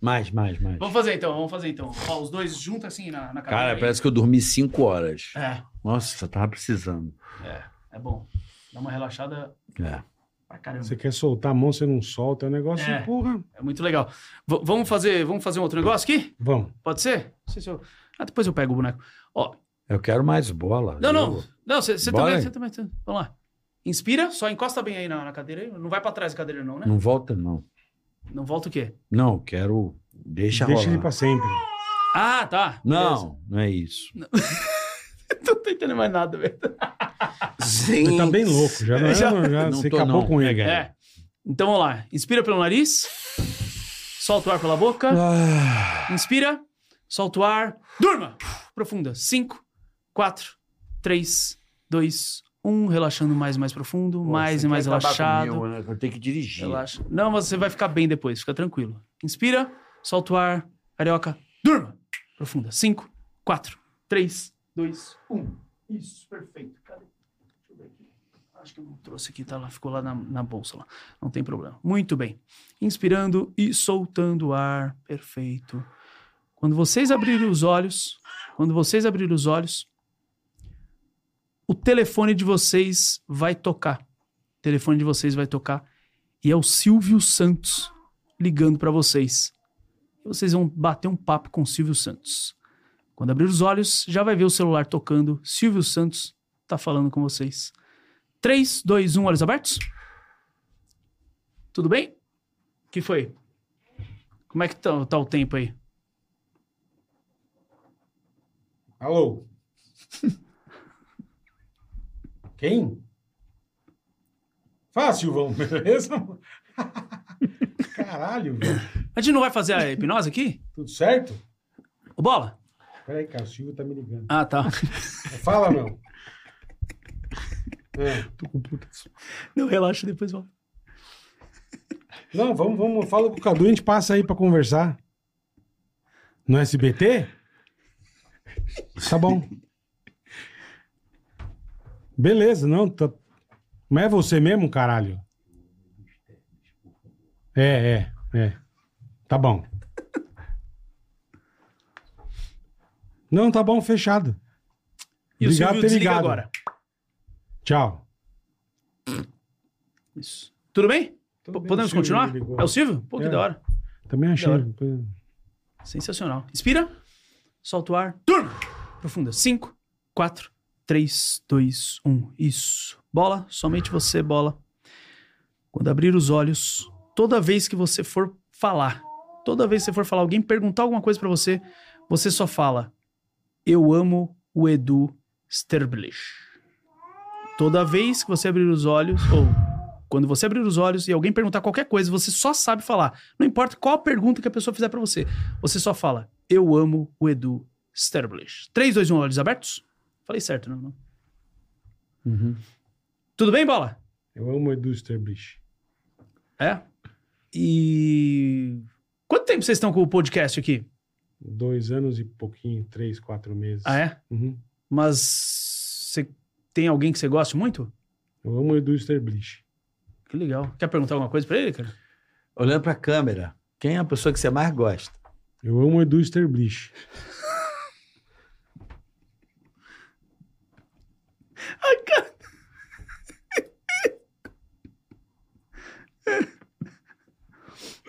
Mais, mais, mais. Vamos fazer então, vamos fazer então. Ó, os dois juntos assim na, na cadeira. Cara, aí. parece que eu dormi cinco horas. É, Nossa, eu tava precisando. é bom. Dá uma relaxada É. pra caramba. Você quer soltar a mão, você não solta. É um negócio É. de porra. É muito legal. V- vamos fazer, vamos fazer um outro negócio aqui? Vamos. Pode ser? Não sei se eu... Ah, depois eu pego o boneco. Ó, Eu quero mais bola. não, não. Eu- Não, você você Bora também, aí. você também. você- Vamos lá. Inspira, só encosta bem aí na, na cadeira. aí. Não vai pra trás da cadeira não, né? Não volta, não. Não volta o quê? Não, eu quero. Deixa, Deixa rolar. ele pra sempre. Ah, tá. Não, não é isso. Beleza. Não tô entendendo mais nada, velho. Gente. Ele tá bem louco. Já não era, já, Não você tô, acabou não. com ele. É. Então vamos lá. Inspira pelo nariz. Solta o ar pela boca. Ah. Inspira, solta o ar, durma! Profunda. 5, 4, 3, 2, 1. Relaxando mais e mais profundo, mais e mais relaxado. né, eu tenho que dirigir. Relaxa. Não, mas você vai ficar bem depois, fica tranquilo. Inspira, solta o ar, carioca, durma! Profunda. 5, 4, 3, 2, 1. Isso, perfeito. Cadê? Deixa eu ver aqui. Acho que eu não trouxe aqui, tá lá, ficou lá na, na bolsa lá. Não tem problema. Muito bem. Inspirando e soltando o ar. Perfeito. Quando vocês abrirem os olhos, quando vocês abrirem os olhos, o telefone de vocês vai tocar. O telefone de vocês vai tocar e é o Silvio Santos ligando pra vocês. Vocês vão bater um papo com o Silvio Santos. Quando abrir os olhos, já vai ver o celular tocando. Silvio Santos tá falando com vocês. 3, 2, 1, olhos abertos. Tudo bem? O que foi? Como é que tá, tá o tempo aí? Alô? Quem? Fala, Silvão, beleza? Caralho, velho. A gente não vai fazer a hipnose aqui? Tudo certo? Ô, Bola? Peraí, cara, o Silvio tá me ligando. Ah, tá. Fala, meu. É. Não, relaxa, depois volta. Não, vamos, vamos. Fala com o Cadu, a gente passa aí pra conversar. No SBT? Tá bom. Beleza, não. tá- Mas é você mesmo, caralho? É, é, é. Tá bom. Não, tá bom, fechado. E o Obrigado Silvio por ter desliga ligado. agora. Tchau. Isso. Tudo bem? P- Tudo bem, Podemos o Silvio continuar? me ligou. É o Silvio? Pô, que É. da hora. Também achei. Sensacional. Inspira. Solta o ar. Turbo. Profunda. 5, 4, 3, 2, 1. Isso. Bola. Somente você, bola. Quando abrir os olhos, toda vez que você for falar, toda vez que você for falar, alguém perguntar alguma coisa pra você, você só fala: Eu amo o Edu Sterblich. Toda vez que você abrir os olhos, ou quando você abrir os olhos e alguém perguntar qualquer coisa, você só sabe falar. Não importa qual a pergunta que a pessoa fizer pra você. Você só fala, eu amo o Edu Sterblich. 3, 2, 1, olhos abertos? Falei certo, não? não. Uhum. Tudo bem, Bola? Eu amo o Edu Sterblich. É. E... Quanto tempo vocês estão com o podcast aqui? Dois anos e pouquinho, três, quatro meses. Ah, é? Uhum. Mas você tem alguém que você gosta muito? Eu amo o Edu Sterblich. Que legal. Quer perguntar alguma coisa pra ele, cara? Olhando pra câmera, quem é a pessoa que você mais gosta? Eu amo o Edu Sterblich.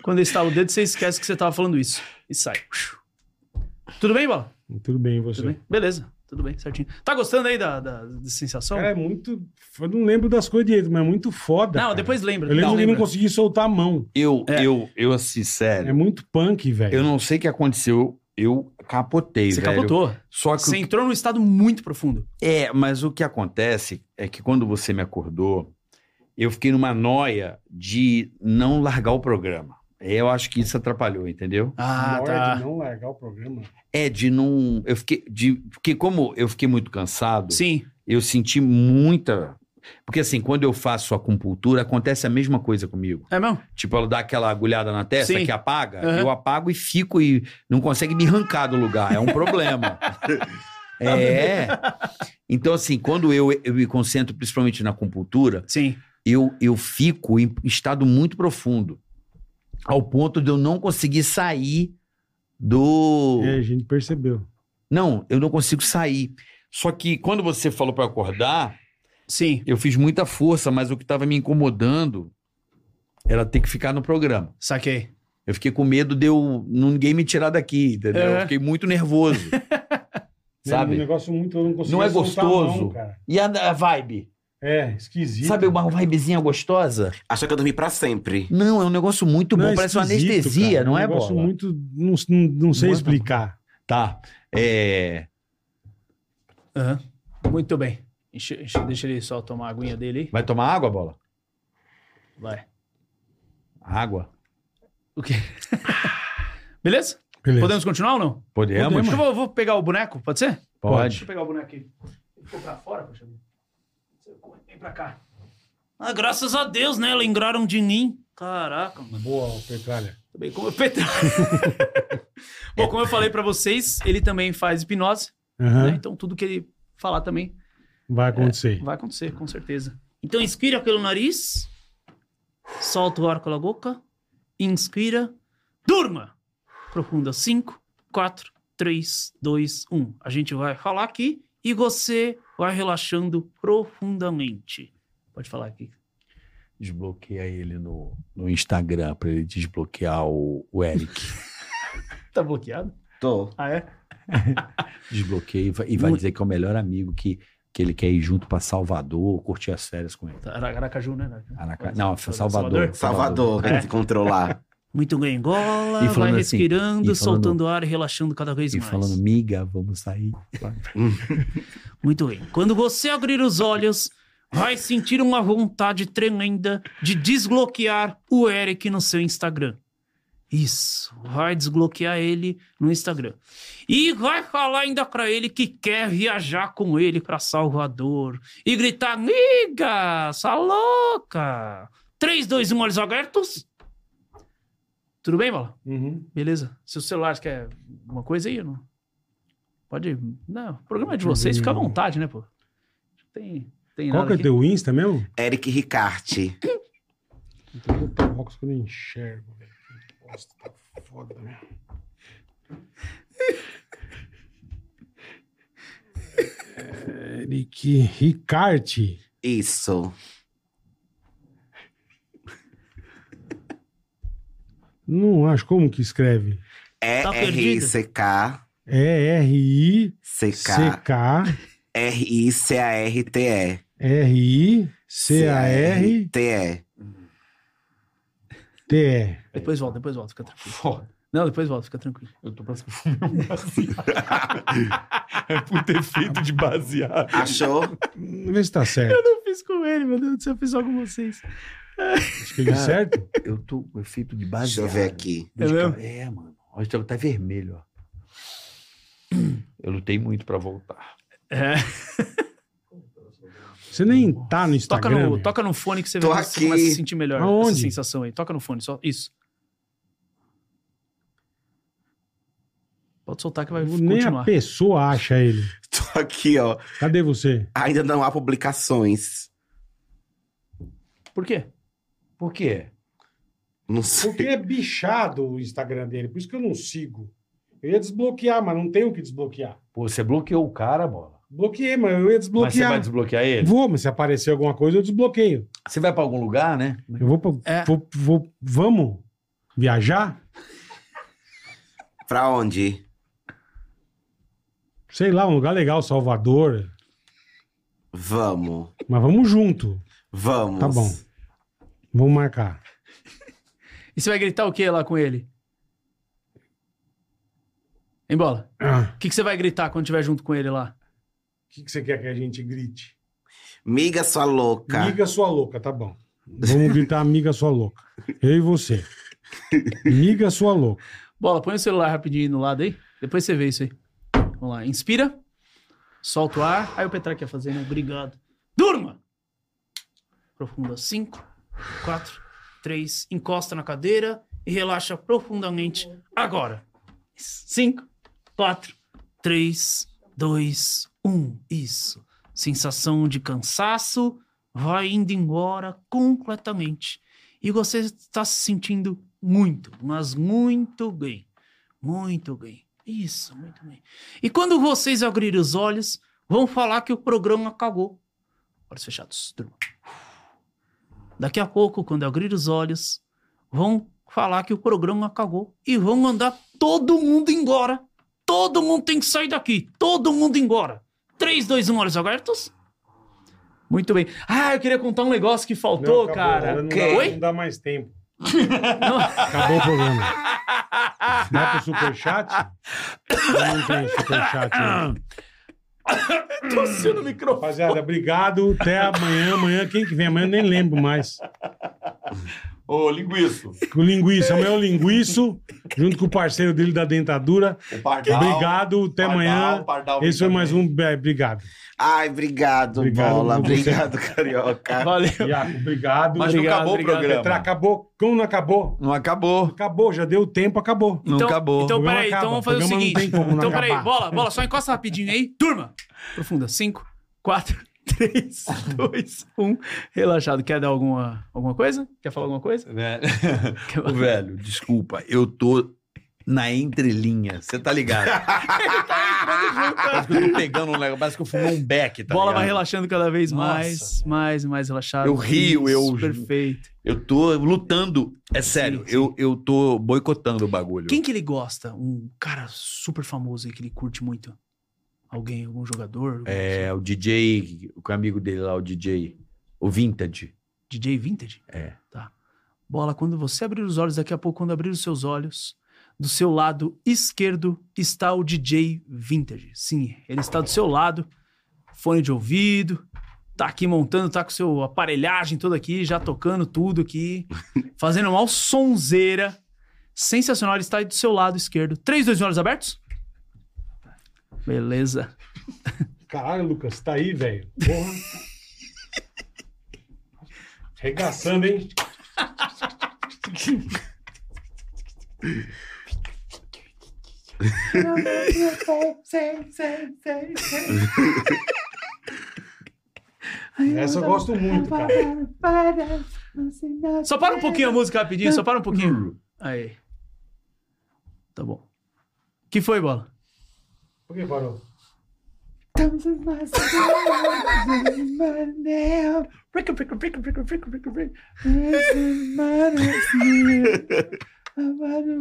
Quando eu estalo o dedo, você esquece que você tava falando isso. E sai. Tudo bem, Bola? Tudo bem, e você? Tudo bem? Beleza. Tudo bem, certinho. Tá gostando aí da, da, da sensação? Cara, é muito. Eu não lembro das coisas direito, mas é muito foda. Não, cara. depois um- Eu lembra. lembro Não, que ele não lembra. consegui soltar a mão. Eu, É. eu, eu, assim, sério. É muito punk, velho. Eu não sei o que aconteceu. Eu capotei, Você velho. capotou. Só que o Você entrou num estado muito profundo. É, mas o que acontece é que quando você me acordou, eu fiquei numa noia de não largar o programa. É, Eu acho que isso atrapalhou, entendeu? Ah, Morde tá. não largar o programa. É de não, eu fiquei de porque como eu fiquei muito cansado, Sim. eu senti muita porque assim, quando eu faço acupuntura, acontece a mesma coisa comigo. É mesmo? Tipo, ela dá aquela agulhada na testa Sim. que apaga, Aham. eu apago e fico e não consegue me arrancar do lugar. É um problema. é. Então, assim, quando eu, eu me concentro principalmente na acupuntura, Sim. eu, eu fico em estado muito profundo. Ao ponto de eu não conseguir sair do. É, a gente percebeu. Não, eu não consigo sair. Só que quando você falou pra eu acordar, Sim. eu fiz muita força, mas o que estava me incomodando era ter que ficar no programa. Saquei. Eu fiquei com medo de eu, ninguém me tirar daqui, entendeu? É. Eu fiquei muito nervoso. É um sabe? negócio muito. Eu não consigo Não é soltar a mão, gostoso. cara. E a, a vibe? É, esquisito. Sabe uma vibezinha gostosa? Acha que eu dormi pra sempre. Não, é um negócio muito Não, bom. é Parece uma esquisito, anestesia, cara. não é, um negócio bola? muito. Não, não, não sei Não é explicar. Tá. É... Aham. Muito bem. Enche- enche- deixa ele só tomar a aguinha dele Vai tomar água, bola? aí. Vai. Água. O quê? Beleza? Beleza. Podemos continuar ou não? Podemos? Deixa eu vou, vou pegar o boneco, pode ser? Deixa Pode. eu pegar o boneco aqui. Ele ficou pra fora, poxa vida. Você corre, Vem pra cá. Ah, graças a Deus, né? Lembraram de mim. Caraca, mano. Boa, Petralha. Muito Também Tá como é o Petrão. Bom, como eu falei pra vocês, ele também faz hipnose, né? Aham, Então tudo que ele falar também Vai acontecer. vai acontecer, com certeza. Então inspira pelo nariz, solta o ar pela boca, inspira, durma. Profunda, 5, 4, 3, 2, 1. A gente vai falar aqui e você vai relaxando profundamente. Pode falar aqui. Desbloqueia ele no, no Instagram pra ele desbloquear o, o Eric. Tá bloqueado? Tô. Ah, é? Desbloqueia e vai, e vai Muito. dizer que é o melhor amigo que, que ele quer ir junto pra Salvador, curtir as férias com ele. Tá, Ara- Aracaju, né? Araca- Não, foi Salvador. Salvador, tem que se controlar. Muito bem, engola, E vai falando assim, respirando, e falando- soltando ar e relaxando cada vez E mais. falando, miga, vamos sair. Muito bem. Quando você abrir os olhos, vai sentir uma vontade tremenda de desbloquear o Eric no seu Instagram. Isso, vai desbloquear ele no Instagram. E vai falar ainda pra ele que quer viajar com ele pra Salvador e gritar: "Miga, sua louca!" 3 2 1 olhos abertos. Tudo bem, Bala? Uhum. Beleza. Seu celular você quer alguma coisa aí ou não? Pode. Não, o programa é de Deixa eu vocês, ver. fica à vontade, né, pô? Tem, tem Qual que é nada o aqui. teu Insta mesmo? Eric Ricarte. Então eu vou pôr o óculos que eu não enxergo, velho. Que bosta, tá foda, meu. Eric Ricarte. Isso. Não acho como que escreve. É Tá R-I-C-K. É R-I-C-K-R-I. C-K. R-I-C-A-R-T-E. R-I-C-A-R-T-E. T-E. Depois volta, depois volta, fica tranquilo. Não, depois volta, fica tranquilo. Eu tô parecendo que eu fumei um baseado. é por ter feito de baseado. Achou? Vê se tá certo. Eu fiz com ele, meu Deus do céu, eu fiz só com vocês. Escrevi certo? Eu tô com efeito de Deixa baseado. eu ver aqui. É mesmo? É, mano. Olha, tá- tá vermelho, ó. Eu lutei muito pra voltar. É, Você nem tá no toca, Instagram. no, meu. toca no fone que você, Tô vai, você aqui. começa a se sentir melhor. Aonde? Essa sensação aí. Toca no fone, só. Isso. Pode soltar que vai Nem a continuar. pessoa acha ele. Tô aqui, ó. Cadê você? Ainda não há publicações. Por quê? Por quê? Não sei. Porque é bichado o Instagram dele, por isso que eu não sigo. Eu ia desbloquear, mas não tenho o que desbloquear. Pô, você bloqueou o cara, bola. Bloqueei, mas eu ia Mas você desbloquear. vai desbloquear ele? Vou, mas se aparecer alguma coisa, eu desbloqueio. Você vai pra algum lugar, né? Eu vou. pra- É. vou, vou- vamos viajar? Pra onde? Sei lá, um lugar legal, Salvador. Vamos. Mas vamos junto. Vamos. Tá bom. Vamos marcar. E você vai gritar o que lá com ele? Em bola. Ah, O que, que você vai gritar quando estiver junto com ele lá? O que, que você quer que a gente grite? Miga sua louca. Miga sua louca, tá bom. Vamos gritar amiga sua louca. Eu e você. Miga sua louca. Bola, põe o celular rapidinho aí no lado aí. Depois você vê isso aí. Vamos lá. Inspira. Solta o ar. Aí o Petraque ia fazer, né? Obrigado. Durma! Profunda. Cinco, quatro, três. Encosta na cadeira e relaxa profundamente agora. Cinco, quatro, três, dois, um. Isso. Sensação de cansaço vai indo embora completamente e você está se sentindo muito, mas muito bem. Muito bem. Isso, muito bem. E quando vocês abrirem os olhos, vão falar que o programa acabou. Olhos fechados. Durma. Daqui a pouco, quando abrir os olhos, vão falar que o programa acabou e vão mandar todo mundo embora. Todo mundo tem que sair daqui. Todo mundo embora. 3, 2, 1, olhos abertos. Muito bem. Ah, eu queria contar um negócio que faltou, Não, acabou. cara. Não, Que- dá, Oi? não dá mais tempo. Não. Acabou o programa. Vai pro superchat? Não tem superchat. né? Tossiu no microfone. Rapaziada, obrigado. Até amanhã. Amanhã, quem que vem amanhã, eu nem lembro mais. Ô, linguiço. Com o linguiça, amanhã é o linguiço, junto com o parceiro dele da dentadura. O pardal. Obrigado, até Pardal, amanhã. Pardal, Esse foi obrigado. mais um. é, obrigado. Ai, obrigado, Obrigado, bola. você. Obrigado, carioca. Valeu. Iaco, obrigado. Mas não Obrigado, acabou obrigado, o programa. Petra, acabou. Como não acabou? Não acabou. Acabou, já deu tempo, acabou. Não acabou. O Então, programa peraí, então acaba. vamos fazer O o programa não seguinte. tem como não Então, peraí, acabar. bola, bola, só encosta rapidinho aí. Turma! Profunda. 5, 4, 3, 2, 1. Relaxado. Quer dar alguma, alguma coisa? Quer falar alguma coisa? Né? Quer- Ô, velho, desculpa, eu tô na entrelinha, você tá ligado? Parece que eu tô pegando um negócio, parece que eu fumei um beck, tá tá bola ligado? vai relaxando cada vez Nossa, mais, mais e mais relaxado. Eu rio, eu- Perfeito. Eu tô lutando, é sério, Eu, eu tô boicotando o bagulho. Quem que ele gosta? Um cara super famoso aí que ele curte muito. Alguém, algum jogador? É, o DJ, o amigo dele lá, o DJ, o Vintage. DJ Vintage? É. Tá. Bola, quando você abrir os olhos, daqui a pouco, quando abrir os seus olhos, do seu lado esquerdo está o DJ Vintage. Sim, ele está do seu lado, fone de ouvido, tá aqui montando, tá com seu aparelhagem toda aqui, já tocando tudo aqui, fazendo uma sonzeira. Sensacional, ele está aí do seu lado esquerdo. 3, 2, 1, olhos abertos? Beleza. Caralho, Lucas, tá aí, velho. Porra. Regaçando, hein? Essa eu gosto muito, cara. Só para um pouquinho a música rapidinho, só para um Hum. pouquinho. Aí. Tá bom. Que foi, bola? Por que parou?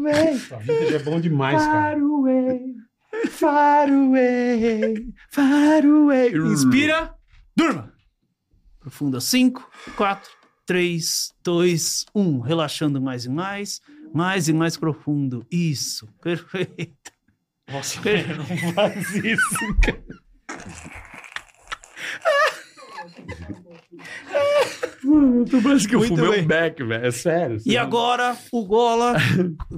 Essa vida já é bom demais, cara. Far away, far away. Hum. Inspira, durma. Profunda. 5, 4, 3, 2, 1. Relaxando mais e mais, mais e mais profundo. Isso, perfeito. Nossa, não faz isso, cara. Parece que eu fumei um beck, velho, é sério. E agora, o Gola.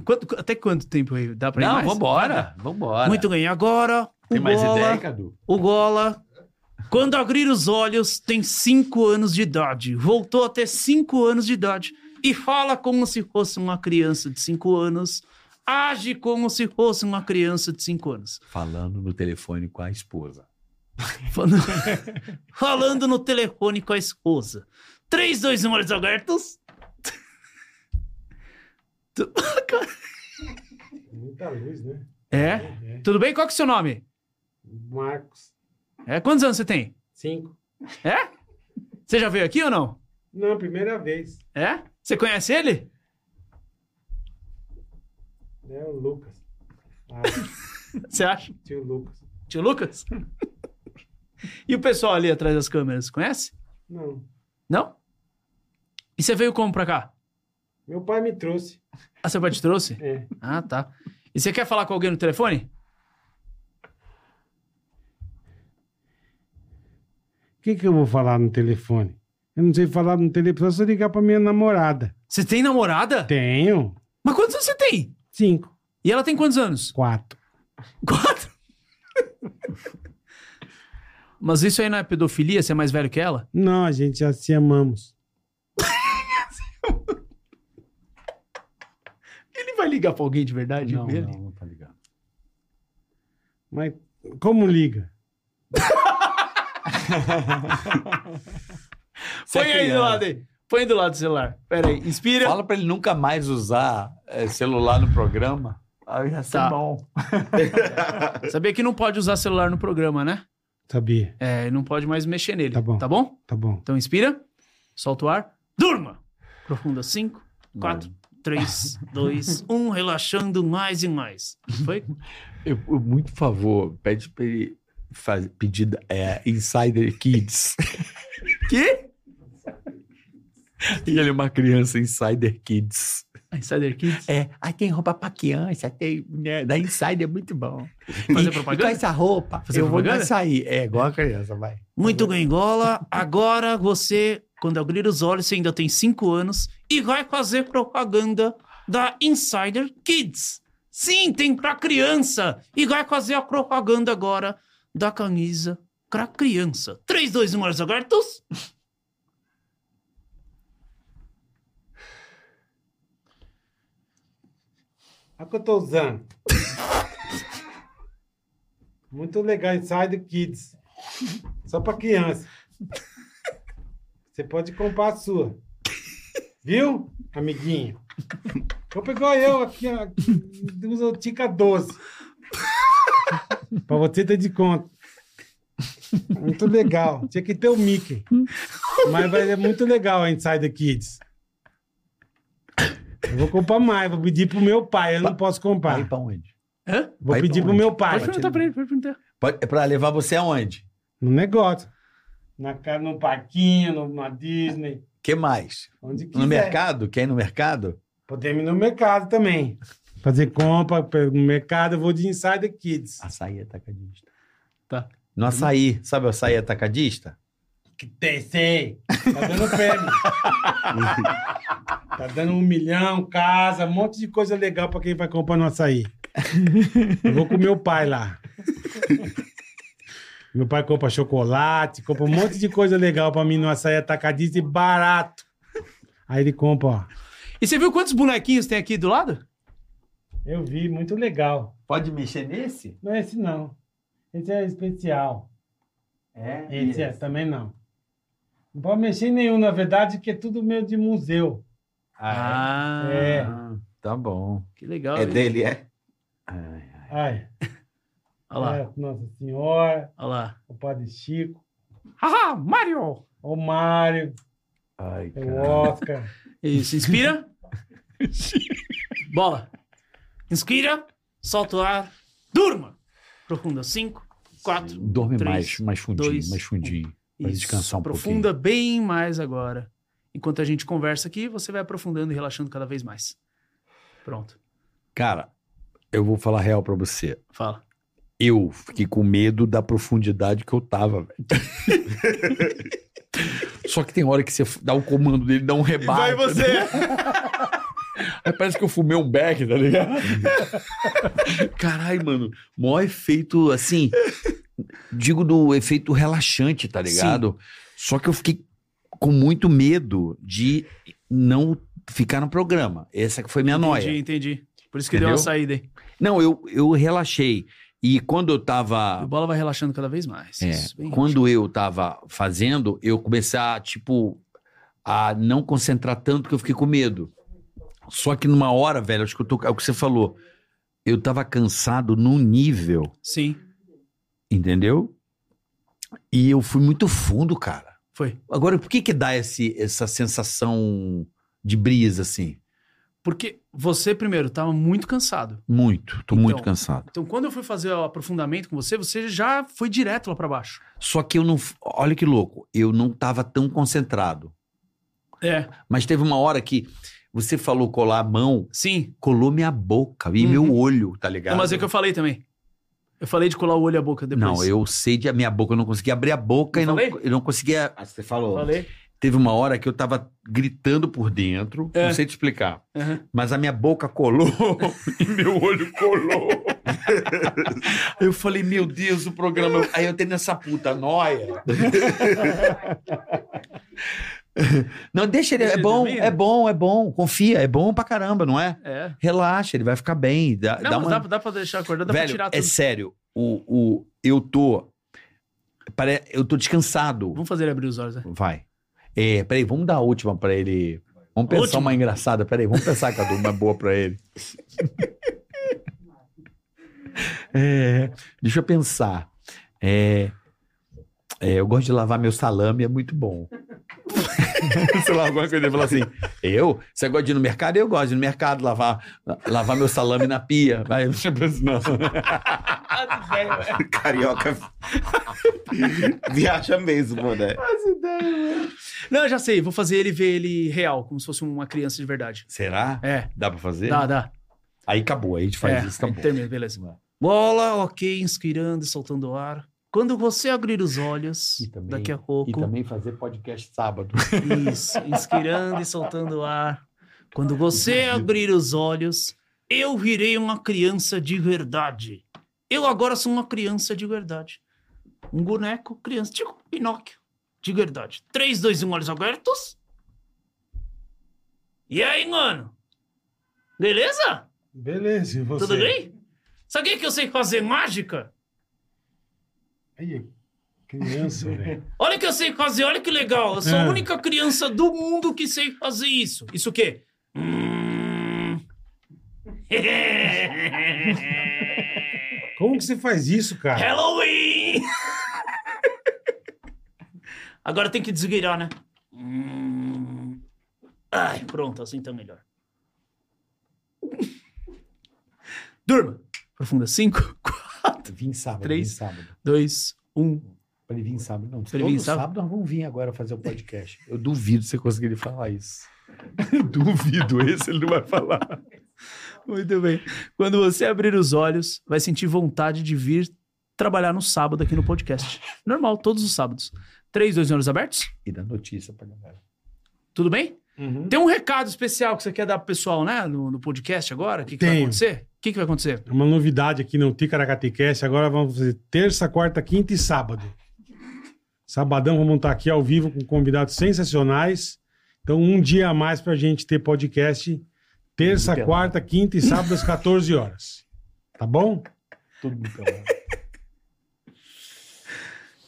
Quanto- até quanto tempo aí? Dá pra ir Não, mais? vambora, vambora. Muito bem, agora o Tem mais Gola, ideia, É, Cadu? o Gola, quando abrir os olhos, tem cinco anos de idade. Voltou a ter cinco anos de idade e fala como se fosse uma criança de cinco anos. Age como se fosse uma criança de cinco anos. Falando no telefone com a esposa. Falando, falando no telefone com a esposa. 3, 2, 1, olhos abertos. Muita luz, né? É? É. Tudo bem? Qual que é o seu nome? Marcos, É? Quantos anos você tem? cinco. Você já veio aqui ou não? Não, primeira vez. É? Você conhece ele? É o Lucas. Ah, Você acha? tio Lucas. Tio Lucas? e o pessoal ali atrás das câmeras, conhece? Não. Não? E você veio como pra cá? Meu pai me trouxe. Ah, seu pai te trouxe? É. Ah, tá. E você quer falar com alguém no telefone? O que, que eu vou falar no telefone? Eu não sei falar no telefone, só se eu ligar pra minha namorada. Você tem namorada? Tenho. Mas quantos anos você tem? Cinco. E ela tem quantos anos? Quatro. Quatro? Mas isso aí não é pedofilia? Você é mais velho que ela? Não, a gente já se amamos. Ele vai ligar pra alguém de verdade? Não, Ele- não, não tá ligado. Mas como liga? Põe aí do lado aí. Põe do lado do celular. Pera aí, inspira. Fala pra ele nunca mais usar é, celular no programa. Aí ia ser Tá. bom. Sabia que não pode usar celular no programa, né? Sabia. É, não pode mais mexer nele. Tá bom. Tá bom? Tá bom. Então inspira, solta o ar, durma! Profunda 5, 4, 3, 2, 1, relaxando mais e mais. Foi? Eu, eu, muito favor, pede pra ele fazer pedida é, Insider Kids. Que? e ele é uma criança Insider Kids. Insider Kids? É, aí tem roupa pra criança, tem, né, da Insider é muito bom. Fazer E com propaganda? essa roupa, Fazer eu vou propaganda? Uhum. sair. É, igual a criança, vai. Muito bem, Gola. Agora você Quando abrir os olhos, você ainda tem cinco anos e vai fazer propaganda da Insider Kids. Sim, tem pra criança. E vai fazer a propaganda agora da camisa pra criança. 3, 2, 1, olhos abertos. Olha o que eu tô usando. Muito legal, Inside Kids. Só pra criança. Você pode comprar a sua. Viu, amiguinho? Eu pegou eu aqui, ó, usa o Tica 12. pra você ter de conta. Muito legal. Tinha que ter o Mickey. Mas vai ser muito legal a Inside Kids. Eu vou comprar mais, vou pedir pro meu pai, eu não posso Vai comprar. pra onde? Hã? Vou Vai pra pedir pro onde? meu pai. Pode perguntar pra ele, pode perguntar. Pode, é pra levar você aonde? No negócio. Na, ca- no parquinho, numa Disney, que mais? onde quiser. No mercado? Quer ir no mercado? Podemos ir no mercado também. Fazer compra pe- no mercado, eu vou de Insider Kids. Açaí é atacadista. Tá. No açaí, sabe o açaí atacadista? Que tem, sei. Tá dando prêmio. tá dando um milhão, casa, um monte de coisa legal pra quem vai comprar no açaí. Eu vou com meu pai lá. Meu pai compra chocolate, compra um monte de coisa legal pra mim no açaí atacadista e barato. Aí ele compra, ó. E você viu quantos bonequinhos tem aqui do lado? Eu vi, muito legal. Pode mexer nesse? Não é esse não. Esse é especial. É. Esse é, também não. Não pode mexer em nenhum, na verdade, que é tudo meio de museu. Ah, é. Ah, tá bom. que legal. É hein? dele, é? Ai, Olha lá, é, Nossa Senhora, olha lá. o Padre Chico, Haha, Mario! o Mário, Ai, é cara. o Oscar. Isso, inspira. Bola. Inspira, solta o ar, durma. Profunda, 5, 4, Dorme Três, mais, mais fundinho, dois, mais fundinho. Vai descansar um Aprofunda bem mais agora. Enquanto a gente conversa aqui, você vai aprofundando e relaxando cada vez mais. Pronto, Cara, eu vou falar real pra você. fala. Eu fiquei com medo da profundidade que eu tava, velho. Só que tem hora que você dá o comando dele, dá um rebate. Vai você! Aí parece que eu fumei um beck, tá ligado? Uhum. Caralho, mano. Mó efeito, assim. Digo do efeito relaxante, tá ligado? Só que eu fiquei com muito medo de não ficar no programa. Essa que foi minha noia. Entendi, entendi. Por isso que deu Entendeu? uma saída aí. Não, eu, eu relaxei. E quando eu O tava. bola vai relaxando cada vez mais. Ah. é, Isso, bem quando eu tava fazendo, eu comecei a, tipo, a não concentrar tanto que eu fiquei com medo. Só que numa hora, velho, acho que eu tô. É o que você falou. Eu tava cansado num nível, ótimo. Sim, entendeu? E eu fui muito fundo, cara. foi. Agora, por que que dá esse, essa sensação de brisa, assim? Porque você, primeiro, estava muito cansado. Muito, tô muito Então, cansado. Então, quando eu fui fazer o aprofundamento com você, você já foi direto lá pra baixo. Só que eu não. Olha que louco, eu não tava tão concentrado. É, Mas teve uma hora que você falou colar a mão, sim. colou minha boca e Uhum. meu olho, tá ligado? Não, mas é que eu falei também. Eu falei de colar o olho e a boca depois. Não, eu sei de a minha boca, eu não conseguia abrir a Não boca e não, falei? eu não conseguia. Acho que Ah, você falou. falei. Teve uma hora que eu tava gritando por dentro, É. não sei te explicar, Aham. mas a minha boca colou e meu olho colou. Aí eu falei, meu Deus, o programa. Aí eu tenho essa puta noia. Não, deixa ele. Deixa É ele bom, dormir? é bom, é bom. Confia, é bom pra caramba, não é? É. relaxa, ele vai ficar bem. Dá, Não, dá mas dá, uma... dá pra deixar acordado, dá Velho, pra tirar é tudo. sério, o, o, eu tô. Pare... Eu tô descansado. Vamos fazer ele abrir os olhos, né? Vai. É, peraí, vamos dar a última pra ele. Vamos pensar Última? uma engraçada. Peraí, vamos pensar, Cadu, uma boa pra ele. É, deixa eu pensar. É, é, eu gosto de lavar meu salame, é muito bom. Sei lá, alguma coisa ele falar assim. Eu? Você gosta de ir no mercado? Eu gosto de ir no mercado, lavar, lavar meu salame na pia. Vai, deixa eu pensar, não. Carioca viaja mesmo, né? Não, eu já sei. Vou fazer ele ver ele real, como se fosse uma criança de verdade. Será? É. Dá pra fazer? Dá, dá. Aí acabou, aí a gente faz é, isso, tá acabou. aí Termina, beleza. Bola, ok, inspirando e soltando o ar. Quando você abrir os olhos, E também- daqui a pouco, E também fazer podcast sábado. isso, inspirando e soltando o ar. Quando você abrir os olhos, eu virei uma criança de verdade. Eu agora sou uma criança de verdade. Um boneco, criança, tipo Pinóquio, de verdade. 3, 2, 1, olhos abertos. E aí, mano? Beleza? Beleza, e você? Tudo bem? Sabia que eu sei fazer mágica? Aí, criança, velho. Olha o que eu sei fazer, olha que legal. Eu sou É. a única criança do mundo que sei fazer isso. Isso o quê? Hum. Como que você faz isso, cara? Halloween! Agora tem que desvirar, né? Hum. Ai, pronto, assim tá melhor. Durma. Profunda. 5, 4, Vim sábado. Três. Vim sábado. 2, 1. Pra ele vir sábado. Não, ele todo vir sábado? nós vamos vir agora fazer o podcast. Eu duvido você conseguir falar isso. duvido, esse ele não vai falar. Muito bem. Quando você abrir os olhos, vai sentir vontade de vir trabalhar no sábado aqui no podcast. Normal, todos os sábados. Três, dois olhos abertos? E dá notícia pra galera. Tudo bem? Uhum. Tem um recado especial que você quer dar pro pessoal, né? No, no podcast agora? O que, que vai Tenho. acontecer? O que, que vai acontecer? Uma novidade aqui no Ticaracatecast. Agora vamos fazer terça, quarta, quinta e sábado. Sabadão vamos estar aqui ao vivo com convidados sensacionais. Então, um dia a mais pra gente ter podcast. Terça, Pelado. quarta, quinta e sábado às 14 horas. Tá bom? Todo mundo pelado.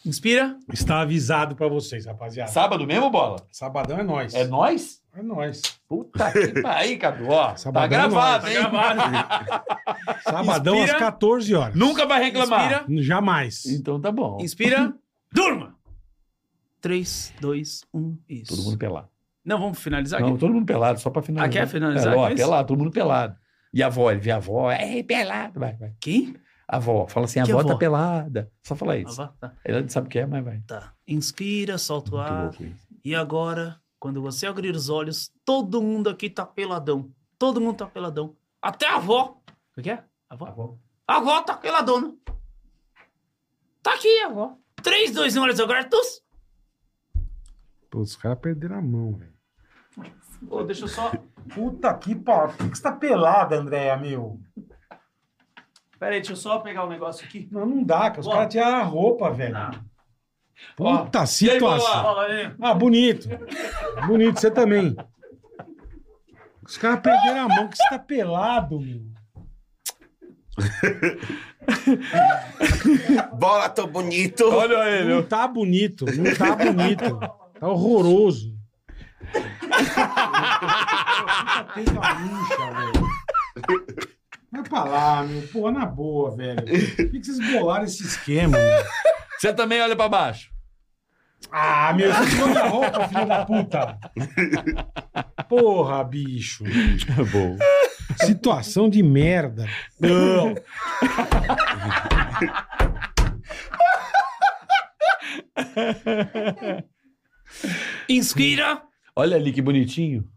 Inspira? Está avisado pra vocês, rapaziada. Sábado mesmo, bola? Sabadão é nós. É nós? É nós. Puta que pariu, Cadu. Ó, tá Sabadão gravado, nós. hein? Tá Sabadão Inspira. às 14 horas. Nunca vai reclamar. Inspira? Jamais. Então tá bom. Inspira? Durma! Três, dois, um, isso. Todo mundo pelado. Não, vamos finalizar Não, aqui? todo mundo pelado, só pra finalizar. Ah, quer finalizar É, ó, com isso? pelado, todo mundo pelado. E a avó, ele vê a avó, é pelado, vai, vai. Quem? A avó, fala assim, a Que avó, tá avó? pelada. Só fala Ah, isso. vá, tá. Ela não sabe o que é, mas vai. tá. Inspira, solta o Muito ar. louco isso. E agora, quando você abrir os olhos, todo mundo aqui tá peladão. Todo mundo tá peladão. Até a avó. O que é? A avó? avó. A avó tá peladona. Tá aqui, a avó. Três, dois, um, números abertos. Pô, os caras perderam a mão, velho. Ô, deixa eu só... Puta que pariu. Por que você tá pelado, Andréia, meu? Pera aí, deixa eu só pegar o negócio aqui. Não, não dá, cara. Os Ó. Ah. caras tiraram a roupa, velho. Puta situação. Fala aí. Ah, bonito. Bonito, você também. Os caras perderam a mão que você tá pelado, meu. Bola, tô bonito. Olha ele. Não tá bonito, não tá bonito. Tá horroroso. Puta teta murcha, velho. Vai pra lá, meu. Porra, na boa, velho. Por que que vocês bolaram esse esquema, meu? Você também olha pra baixo. Ah, meu, você tirou minha roupa, filho da puta. Porra, bicho. Tá bom. Situação de merda. Não. Inspira, Olha ali que bonitinho.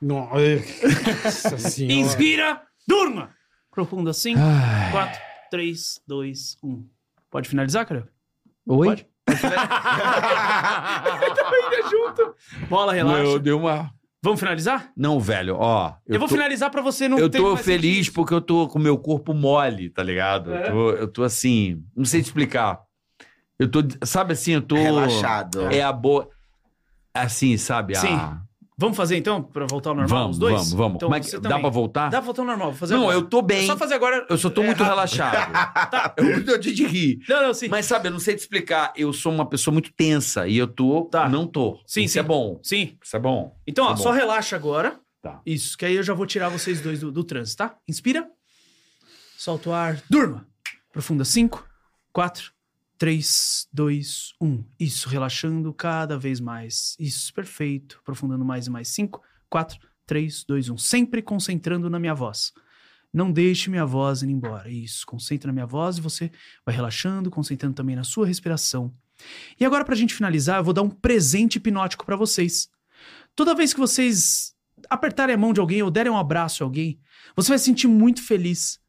Nossa senhora. inspira, durma. Profunda, cinco, Ai. quatro, três, dois, um. Pode finalizar, cara? Oi? Pode? Ainda junto. Bola, relaxa. Meu, deu uma... Vamos finalizar? Não, velho, ó. Eu, vou tô- finalizar pra você não eu ter tô mais feliz sentido. porque eu tô com meu corpo mole, tá ligado? É. Eu, tô, eu tô assim, não sei te explicar. Eu tô, sabe assim, eu tô. Relaxado. É a boa. Assim, sabe? a- Sim. Vamos fazer então, pra voltar ao normal, Vamos, os dois? vamos, vamos. Então, Como é que você dá também. pra voltar? Dá pra voltar ao normal, vou fazer não, agora. eu tô É bem. só fazer agora. Eu só tô É muito rápido. relaxado. É Eu tô de rir. Não, não, sim. Mas sabe, eu não sei te explicar. Eu sou uma pessoa muito tensa e eu tô. Tá. Não tô. Sim, Isso sim. é bom. Sim. Isso é bom. Então, ó, Tá bom. só relaxa agora. Tá. Isso, que aí eu já vou tirar vocês dois do, do trânsito, tá? Inspira. Solta o ar. Durma. Profunda. Cinco, quatro, três, dois, um. Isso, relaxando cada vez mais. Isso, perfeito. Aprofundando mais e mais. Cinco, quatro, três, dois, um. Sempre concentrando na minha voz. Não deixe minha voz ir embora. Isso, concentra na minha voz e você vai relaxando, concentrando também na sua respiração. E agora, pra gente finalizar, eu vou dar um presente hipnótico pra vocês. Toda vez que vocês apertarem a mão de alguém ou derem um abraço a alguém, você vai se sentir muito feliz.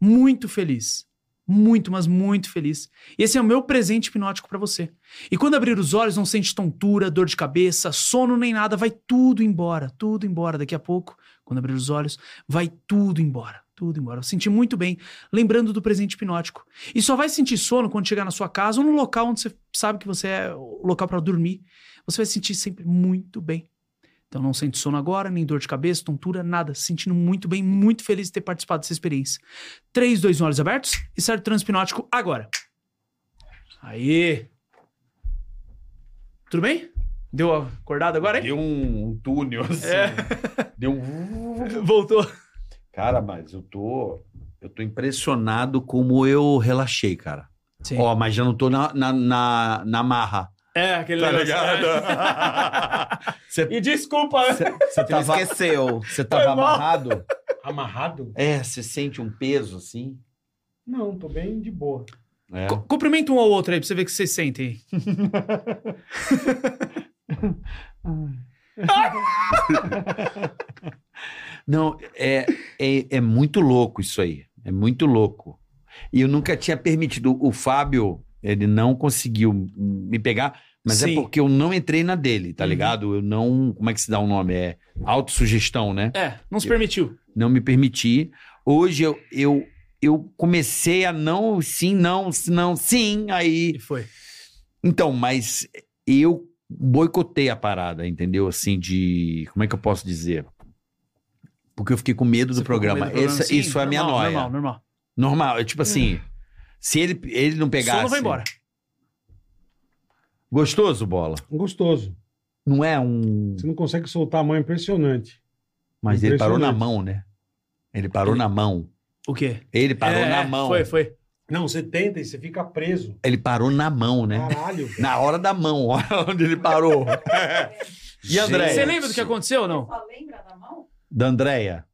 Muito feliz. muito, mas muito feliz. Esse é o meu presente hipnótico pra você. E quando abrir os olhos, não sente tontura, dor de cabeça, sono nem nada, vai tudo embora, tudo embora. Daqui a pouco, quando abrir os olhos, vai tudo embora, tudo embora. Eu senti muito bem, lembrando do presente hipnótico. E só vai sentir sono quando chegar na sua casa ou no local onde você sabe que você é o local pra dormir. Você vai se sentir sempre muito bem. Então não sente sono agora, nem dor de cabeça, tontura, nada. Se Sentindo muito bem, muito feliz de ter participado dessa experiência. 3, 2, 1, olhos abertos e sai do transpinótico agora. Aí. Tudo bem? Deu a acordada agora, hein? É. Deu um, um túnel, assim. Deu um... Voltou. Cara, mas eu tô... Eu tô impressionado como eu relaxei, cara. Sim. Ó, mas já não tô na, na, na, na marra. É, aquele Tá negócio. ligado? Você E desculpa, né? você tava, Esqueceu. você tava Foi mal. amarrado? Amarrado? É, você sente um peso, assim? Não, tô bem de boa. É. cu- cumprimenta um ao outro aí pra você ver o que vocês sentem. Não, é, é, é muito louco isso aí. É muito louco. E eu nunca tinha permitido. O Fábio, ele não conseguiu me pegar, mas é Sim. porque eu não entrei na dele, tá Uhum. ligado? Eu não. Como é que se dá o nome? É autossugestão, né? É, não se permitiu. Não me permiti. Hoje eu, eu, eu comecei a não, sim, não, se não, sim, aí. E foi. Então, mas eu boicotei a parada, entendeu? Assim, de. Como é que eu posso dizer? Porque eu fiquei com medo do Você ficou com programa. medo do programa? Essa- Sim, isso é a minha normal, noia. Normal, Normal, normal. é tipo assim. Se ele, ele não pegasse. Sono vai embora. Gostoso, bola. Gostoso. Não é um. Você não consegue soltar a mão, é impressionante. Mas ele parou na Impressionante. mão, né? Ele parou na mão. O quê? Ele parou É, na mão. Foi, foi. Não, você tenta e você fica preso. Ele parou na mão, né? Caralho. velho. Na hora da mão, hora onde ele parou. e Andréia? Você lembra do que aconteceu ou não? Só lembra da mão? Da Andréia.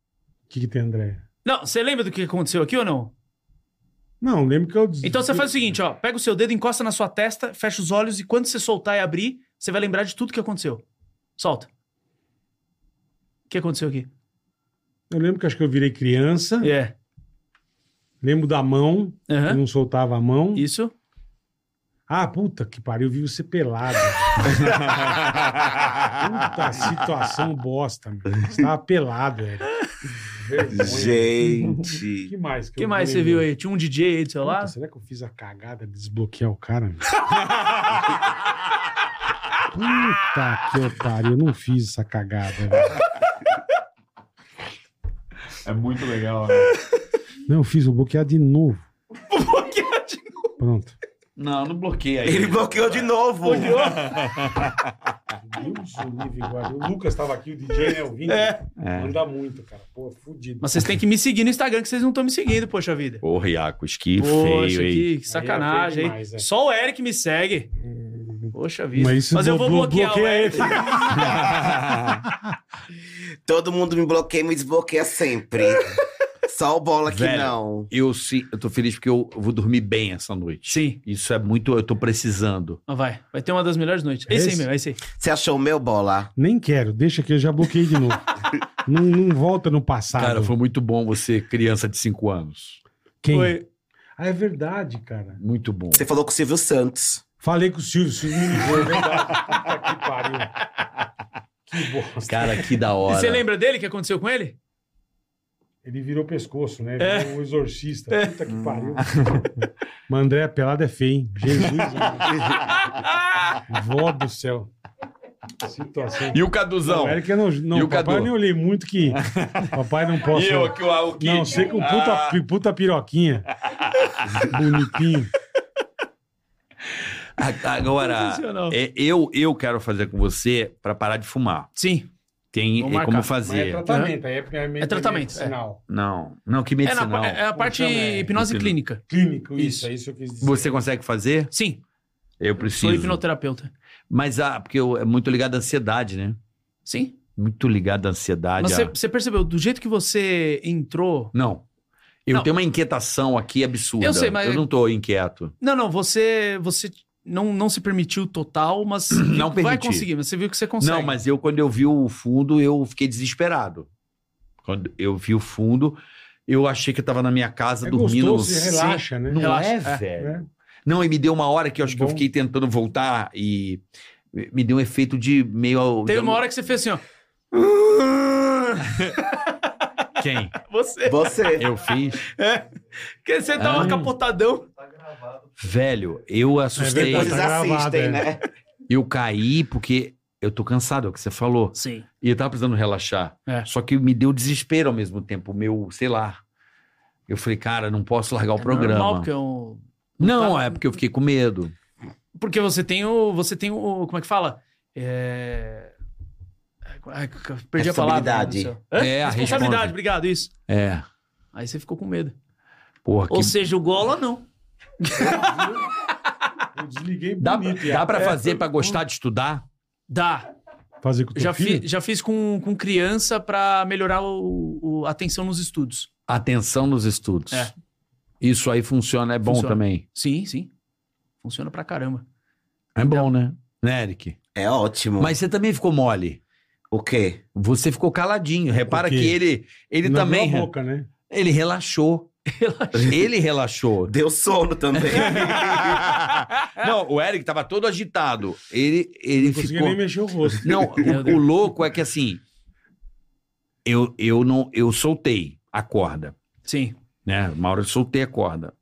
O que, que tem, André? Não, você lembra do que aconteceu aqui ou não? Não, lembro que eu. des- Então você faz o seguinte, ó. Pega o seu dedo, encosta na sua testa, fecha os olhos e quando você soltar e abrir, você vai lembrar de tudo que aconteceu. Solta. O que aconteceu aqui? Eu lembro que acho que eu virei criança. É. Lembro da mão, que Aham. não soltava a mão. Isso. Ah, puta que pariu, viu você pelado. puta situação bosta, meu. Você tava pelado, velho. Gente. que mais? O que mais você viu aí? Tinha um DJ aí do seu Puta, lado? será que eu fiz a cagada de desbloquear o cara? meu? Puta que otário, eu não fiz essa cagada. velho. É muito legal, né? Não, eu fiz, vou bloquear de novo. Pronto. Não, não bloqueia aí. Ele bloqueou de novo. Deus o livre, guarda. O Lucas tava aqui, o DJ, né? Ouvindo. É. Manda muito, cara. Pô, fudido. Mas vocês têm que me seguir no Instagram, que vocês não estão me seguindo, poxa vida. Porra, Iacos, que Poxa, feio, hein? que, que sacanagem, hein? demais, é. Só o Eric me segue. Poxa vida. Mas Mas, isso eu blo- vou blo- bloquear o bloqueia Eric. ele. Todo mundo me bloqueia e me desbloqueia sempre. Só o bola que Velho. não. Eu, sim, eu tô feliz porque eu vou dormir bem essa noite. Sim, Isso é muito, eu tô precisando. mas Ah, vai. Vai ter uma das melhores noites. É isso aí Esse? mesmo, é isso aí. Você achou o meu bola? Nem quero, deixa que eu já bloqueei de novo. não, não volta no passado. Cara, foi muito Tá bom você, criança de 5 anos. Quem? Foi. Ah, é verdade, cara. Muito bom. Você falou com o Silvio Santos. Falei com o Silvio, o Silvio me ligou, é verdade. Puta que pariu. Que bosta. Cara, que da E hora. você lembra dele? O que aconteceu com ele? Ele virou pescoço, né? É. Virou um exorcista. É. Puta que pariu. Mas André, pelado é feio, hein? Jesus. amado. Vó do céu. Situação. E o Não, Caduzão? Eric, eu não, não E o papai Cadu? eu nem olhei muito que papai não posso. aqui, Ah. o, o Não, sei com puta, pi- puta piroquinha. Bonitinho. Ah, Agora, Sensacional. é, eu, eu quero fazer com você pra parar de fumar. Sim. Tem Vou é marcar. como Mas é fazer. tratamento, aí é, é, É tratamento, Sinal. Não, não, que É, na- medicinal. é a parte Como chama? hipnose Hipno- clínica. Clínico, isso, é isso que eu quis dizer. Você consegue fazer? Sim, Eu sou preciso. hipnoterapeuta. Mas ah, porque eu- é muito ligado à ansiedade, né? Sim. Muito ligado à ansiedade. Mas você à- você percebeu, do jeito que você entrou. Não. Eu Não. tenho uma inquietação aqui absurda. Eu sei, mas- Eu não tô inquieto. Não, não, você. Você não, não se permitiu total, mas Não vai permiti. conseguir. Mas você viu que você consegue. Não, mas eu, quando eu vi o fundo, eu fiquei desesperado. Quando eu vi o fundo, eu achei que eu tava na minha casa É dormindo. gostoso, você sem- relaxa, né? Não Relaxa, é, é, velho. né? Não, e me deu uma hora que eu acho que eu Bom. fiquei tentando voltar e me deu um efeito de um meio. ao- Teve da- uma hora que você fez assim, ó. Quem? Você. Você. Eu fiz. Porque você tava Ah. capotadão. Velho, eu É assustei. verdade. Eles tá gravado, assistem, é. né? eu caí porque eu tô cansado, é o que você falou. Sim. E eu tava precisando relaxar. É. Só que me deu desespero ao mesmo tempo. o Meu, sei lá. Eu falei, cara, não posso largar o programa. Normal, porque é um... Não, Tá- é porque eu fiquei com medo. Porque você tem o. Você tem o. Como é que fala? É. Ai, perdi a palavra. meu Deus do Responsabilidade. céu. Hã? É, a Responsabilidade, responsabilidade. obrigado, isso. É. Aí você ficou com medo. Porra, Ou que... seja, o Gola não. Eu desliguei dá, bonito. dá é. pra fazer pra gostar de estudar? Dá. Fazer com o teu Já, filho? fi, já fiz com, com criança pra melhorar o, o- a atenção nos estudos. Atenção nos estudos. É. Isso aí funciona, é bom Funciona. também. Sim, sim. Funciona pra caramba. É bom, né? Né, Eric? É ótimo. Mas você também ficou mole. O quê? Você ficou caladinho. Repara quê? que ele, ele Não abriu também. a boca, né? Ele relaxou. ele relaxou. Deu sono também. Não, o Eric tava todo agitado. Ele, ele Não conseguia ficou. nem mexer o rosto. Não, Meu o, Deus. o louco é que assim. Eu, eu não eu soltei a corda, Sim. né? Uma hora eu soltei a corda.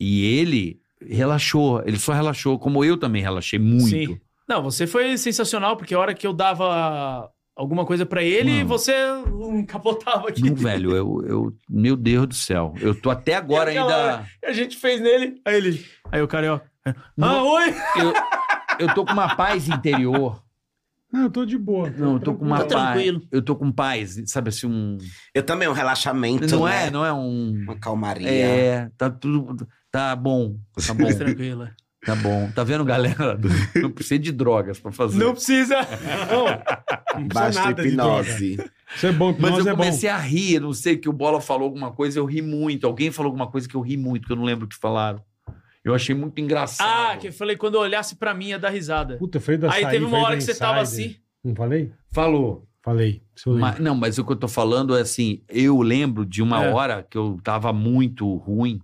E ele relaxou, ele só relaxou, como eu também relaxei muito. Sim. Não, você foi sensacional, porque a hora que eu dava alguma coisa pra ele, Mano. você hum, capotava aqui. Não, velho, eu, eu. Meu Deus do céu. Eu tô até agora E aquela ainda. A gente fez nele. Aí ele. Aí o cara, ó. Ah, Não. oi! Eu tô com uma paz interior. Não, eu tô de boa. Não, eu tô com Tá uma paz. tranquilo. Eu tô com paz, sabe assim, um. Eu também, um relaxamento, Não né? é, não é um. Uma calmaria. É, tá tudo. Tá bom, tá bom, Mais tranquila. tá bom. Tá vendo, galera? Não precisa de drogas pra fazer. Não precisa. Não precisa Basta nada de droga. hipnose. Isso é bom, Mas hipnose eu é bom. comecei a rir, não sei que o Bola falou alguma coisa, eu ri muito. Alguém falou alguma coisa que eu ri muito, que eu não lembro o que falaram. Eu achei muito engraçado. ah, que eu falei quando eu olhasse pra mim ia dar risada. Puta, eu falei da Aí açaí, teve uma falei hora da que você tava Insider. assim. Não falei? Falou. Falei. Se eu lembro. Ma- não, mas o que eu tô falando é assim, eu lembro de uma É. hora que eu tava muito ruim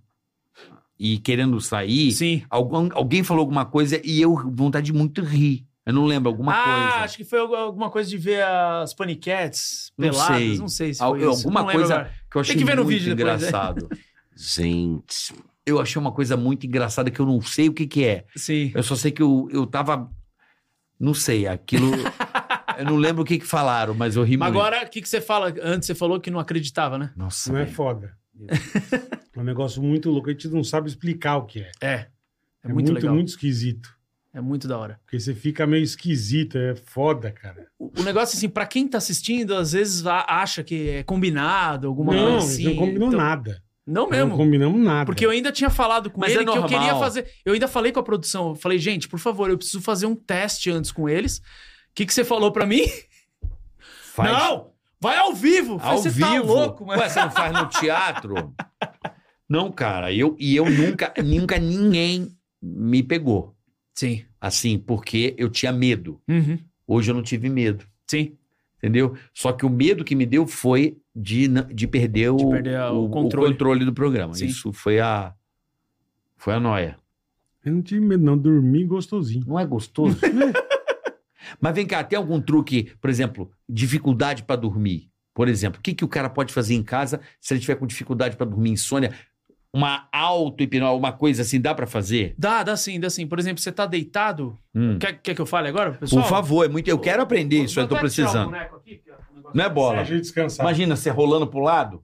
e querendo sair, Sim. algum- alguém falou alguma coisa e eu vontade de muito rir. Eu não lembro alguma ah, coisa. acho que foi algu- alguma coisa de ver as paniquetes Não peladas. sei. Não sei se Al- foi isso. alguma Não lembro coisa- agora. Que eu achei que ver no muito vídeo depois, né? engraçado. Gente. Eu achei uma coisa muito engraçada que eu não sei o que que é. Sim. Eu só sei que eu, eu tava não sei, aquilo eu não lembro o que que falaram, mas eu ri Mas muito. agora, o que, que você fala? Antes você falou que não acreditava, né? Nossa, Não é velho. foda. É um negócio muito louco. A gente não sabe explicar o que é. É. É, É, muito, muito, legal. muito esquisito. É muito da hora. Porque você fica meio esquisito. É foda, cara. O, o negócio, assim, pra quem tá assistindo, às vezes a- acha que é combinado, alguma não, coisa a gente assim. não combinou Então- nada. Não Não mesmo. combinamos Ah, nada. Porque eu ainda tinha falado com Mas ele é que eu queria normal. fazer. Eu ainda falei com a produção. Eu falei, gente, por favor, eu preciso fazer um teste antes com eles. O que, que você falou pra mim? Faz- Não! Vai ao vivo! Falei, Ao você vivo. tá louco, mano. Ué, você não faz no teatro? não, cara. Eu, e eu nunca, nunca ninguém me pegou. Sim. Assim, porque eu tinha medo. Uhum. Hoje eu não tive medo, Sim. entendeu? Só que o medo que me deu foi de, n- de perder, o, perder a- o controle. controle do programa. Sim. Isso foi a... Foi a noia. Eu não tive medo, não. Dormi gostosinho. Não é gostoso? Mas vem cá, tem algum truque, por exemplo, dificuldade pra dormir? Por exemplo, o que, que o cara pode fazer em casa se ele tiver com dificuldade pra dormir, insônia? Uma auto-hipnose, uma coisa assim, dá pra fazer? Dá, dá sim, dá sim. Por exemplo, você tá deitado. Hum. Quer, quer que eu fale agora, pessoal? Por favor, é muito, eu quero aprender Vou isso, eu tô até tirar o precisando. boneco aqui, que é um negócio- Não é bola. Deixa eu descansar. Imagina você rolando pro lado?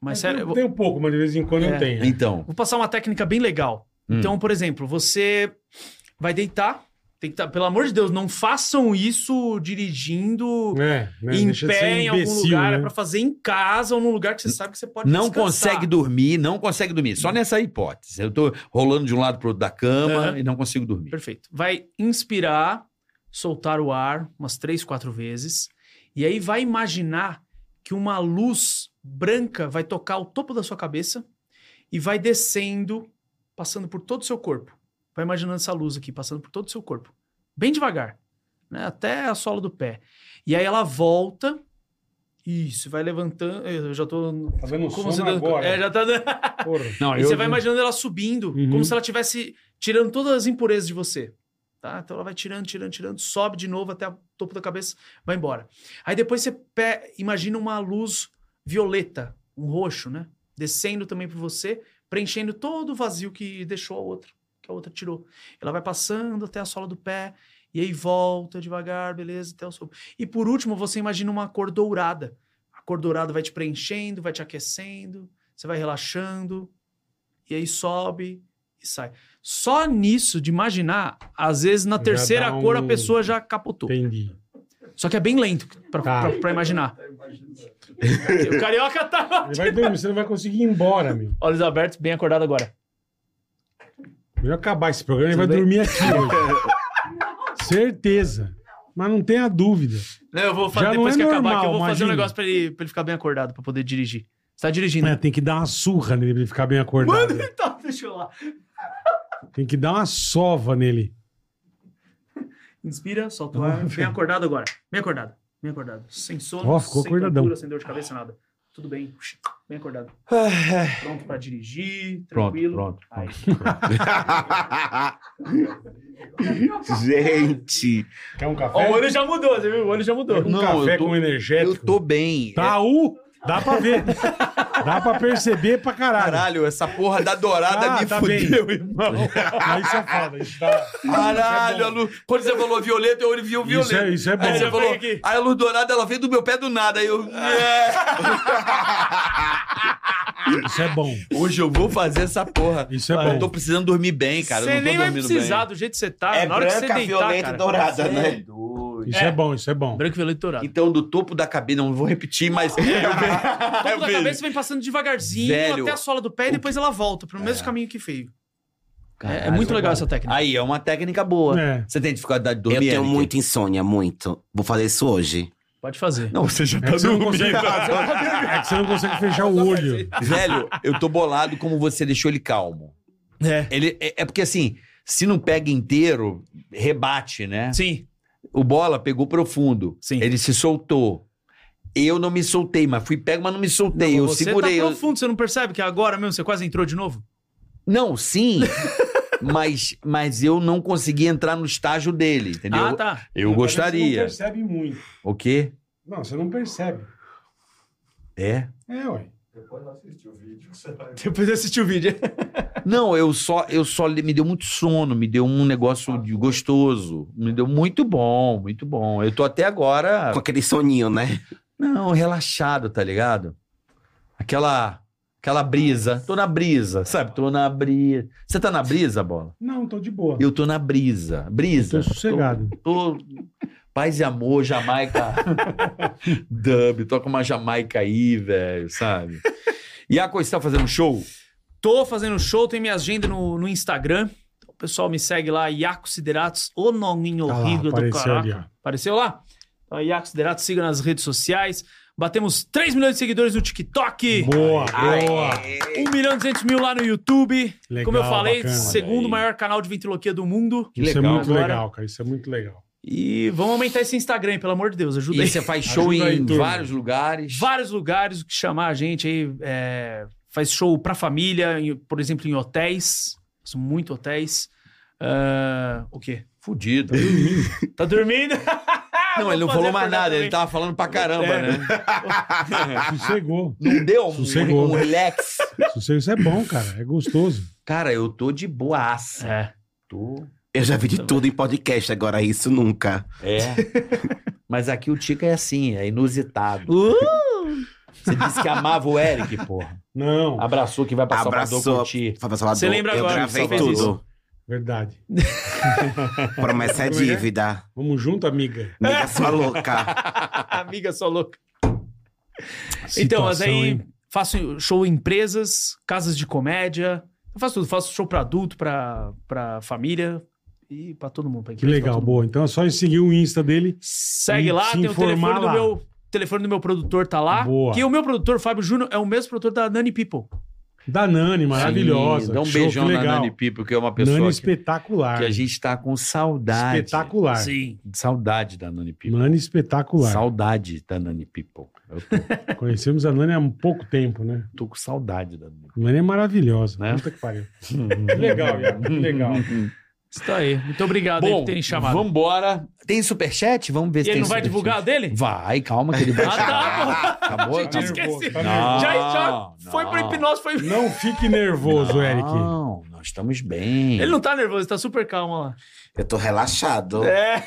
Mas sério, eu vou- Tem um pouco, mas de vez em quando né? É. eu tenho. Então. vou passar uma técnica bem legal. Hum. Então, por exemplo, você vai deitar. Tem que tá... Pelo amor de Deus, não façam isso dirigindo. É, né? Então, em Deixa de pé ser em algum lugar, né? é pra fazer em casa ou num lugar que você sabe que você pode Não descansar. consegue dormir, não consegue dormir. Só nessa hipótese. Eu tô rolando de um lado pro outro da cama Uhum. e não consigo dormir. Perfeito. Vai inspirar, soltar o ar umas três, quatro vezes. E aí vai imaginar que uma luz branca vai tocar o topo da sua cabeça e vai descendo, passando por todo o seu corpo. Vai imaginando essa luz aqui, passando por todo o seu corpo. Bem devagar, né? até a sola do pé. E aí ela volta Isso, vai levantando. Eu já tô. Tá vendo o Como sono você tá- agora. É, já tá dando. Porra. Não, E você vai imaginando ela subindo, Uhum. como se ela estivesse tirando todas as impurezas de você. Tá? Então ela vai tirando, tirando, tirando, sobe de novo até o topo da cabeça, vai embora. Aí depois você pe- imagina uma luz violeta, um roxo, né? Descendo também por você, preenchendo todo o vazio que deixou a outra, que a outra tirou. Ela vai passando até a sola do pé, e aí volta devagar, beleza, até o sopro. E por último, você imagina uma cor dourada. A cor dourada vai te preenchendo, vai te aquecendo, você vai relaxando, e aí sobe e sai. Só nisso de imaginar, às vezes na Já terceira dá cor a um- pessoa já capotou. Entendi. Só que é bem lento pra, Tá. pra- pra imaginar. o carioca tá. Ele vai dormir, você não vai conseguir ir embora, meu. Olhos abertos, bem acordado agora. Melhor acabar esse programa, ele vai Tudo bem? dormir aqui hoje. Certeza. Mas não tenha dúvida. Não, eu vou Já fazer não depois é que acabar normal, aqui, eu vou fazer um imagina. negócio pra ele, pra ele ficar bem acordado, pra poder dirigir. Você tá dirigindo. É, né? tem que dar uma surra nele pra ele ficar bem acordado. Então, deixa eu lá. Tem que dar uma sova nele. Inspira, solta o ar. Bem acordado agora. Bem acordado. Bem acordado. Sem sono, Ó, ficou sem acordadão. tontura, sem dor de cabeça, nada. Tudo bem. Bem acordado. Pronto pra dirigir, Pronto, tranquilo. pronto. Aí. Gente, Quer um Ó, café? o olho já mudou, você viu? O olho Então já mudou. um Não, café eu tô- com energético. Eu tô bem. É, Tá, u, dá pra ver. dá pra perceber pra caralho. Caralho, essa porra da dourada Ah, me tá fudeu, bem. irmão. Aí você fala, isso tá... Caralho, a é bom. luz. Quando você falou violeta, eu ouvi o Isso é, violeta. isso é Aí você bom. falou, aqui. aí a luz dourada, ela veio do meu pé do nada. Aí eu. É. Isso é bom. Hoje eu vou fazer essa porra. Isso é Eu bom. tô precisando dormir bem, cara. Você eu não tô nem vai dormindo precisar bem. do jeito que você tá. é na hora que você branca, deitar, violeta cara. e dourada, né? Isso é bom, isso é bom. Branco, violeta e dourado. Então, do topo da cabeça, não vou repetir, mas. Topo É, da Então, cabeça vem passando devagarzinho Velho, até a sola do pé e depois ela volta pro mesmo caminho que veio. É, é muito legal essa técnica. Aí, é uma técnica boa. É. Você tem dificuldade de Eu dormir? tenho Eric? muita insônia, muito. Vou fazer isso hoje. Pode fazer. Não, você já É tá que você não dormindo. consegue, é que você não consegue fechar o olho. Velho, eu tô bolado como você deixou ele calmo. É. Ele, é, é porque assim, se não pega inteiro, rebate, né? Sim. O bola pegou profundo. Sim. Ele se soltou. Eu não me soltei, mas fui pego, mas não me soltei. eu você segurei. tá eu- profundo, você não percebe que agora mesmo você quase entrou de novo? Não, sim. mas, mas eu não consegui entrar no estágio dele, entendeu? Ah, tá. Eu Mas Você não gostaria. percebe muito. O quê? Não, você não percebe. É? É, ué. Depois eu assisti o vídeo. Não, eu só, eu só me deu muito sono, me deu um Ah, negócio de gostoso, me deu muito bom, muito bom. Eu tô até agora Com aquele soninho, né? não relaxado, tá ligado? Aquela, aquela brisa. Tô na brisa, sabe? Tô na brisa. Você tá na brisa, bola? Não, tô de boa. Eu tô na brisa, brisa. Tô sossegado. Tô, paz e amor, Jamaica. Dub, toca uma Jamaica aí, velho, sabe? E a coisa tá fazendo show? Tô fazendo show, tem minha agenda no, no Instagram. Então, O pessoal me segue lá, Iaco Sideratos, o nominho Ah lá, horrível do apareceu caraca. ali, ó. Apareceu lá? Então, Iaco Sideratos, siga nas redes sociais. Batemos 3 milhões de seguidores no TikTok. Boa, boa. 1 milhão e 200 mil lá no YouTube. Legal, Como eu falei, bacana. segundo maior canal de ventriloquia do mundo. Que Isso é legal. muito Agora- legal, cara. Isso é muito legal. E vamos aumentar esse Instagram, hein? pelo amor de Deus, ajuda E aí. você faz show Ajuda aí, em turma. vários lugares. Vários lugares que chamar a gente aí. é, faz show pra família, em- por exemplo, em hotéis. Faço muito hotéis. Ah, o quê? Fudido. Tá dormindo? Não, ele não falou mais nada, ele tava falando pra caramba, É. né? Sossegou. Não deu um, Sossegou. né? um relax. Sossego, isso é bom, cara. É gostoso. Cara, eu tô de boaça. É. Tô. Eu já vi de tudo em podcast, agora isso nunca. É. Mas aqui o Tica é assim, é inusitado. Uh! Você disse que amava o Eric, porra. Não, Abraçou que vai pra Salvador Abraçou. curtir. Fábio Salvador, Você lembra eu agora gravei que você fez tudo. verdade. Promessa é Como é que é? dívida. Vamos junto, amiga. Amiga sua louca. Amiga só louca. então, mas Situação, aí hein? faço show em empresas, casas de comédia. Eu faço tudo, faço show pra adulto, pra, pra família e pra todo mundo. pra Que empresa, pra legal, todo mundo. boa. Então é só seguir o Insta dele. Segue E lá, se tem o telefone informar do lá. meu. o telefone do meu produtor tá lá. Boa. Que o meu produtor, Fábio Júnior, é o mesmo produtor da Nani People. Da Nani, maravilhosa. Sim, Dá um Show, beijão que na legal. Nani Pipo, que é uma Nani pessoa que, espetacular. que a gente tá com saudade. espetacular. Sim. Saudade da Nani Pipo. Nani espetacular. Saudade da Nani People. Eu tô, Conhecemos a Nani há um pouco tempo, né? tô com saudade da Nani. Nani é maravilhosa. Né? Puta que pariu. Que legal, Iago. que Legal. Está aí. Muito obrigado aí por terem chamado. vambora. Tem superchat? Vamos ver E se ele tem não vai divulgar o superchat. dele? Vai, calma que ele vai... Ah, tá, pô. Acabou? Gente, Acabou. esqueci. Tá Não, já, já não. foi pra hipnose, foi. Não fique nervoso, Eric. Não, nós estamos bem. Ele não tá nervoso, ele tá super calmo lá. Eu tô relaxado. É,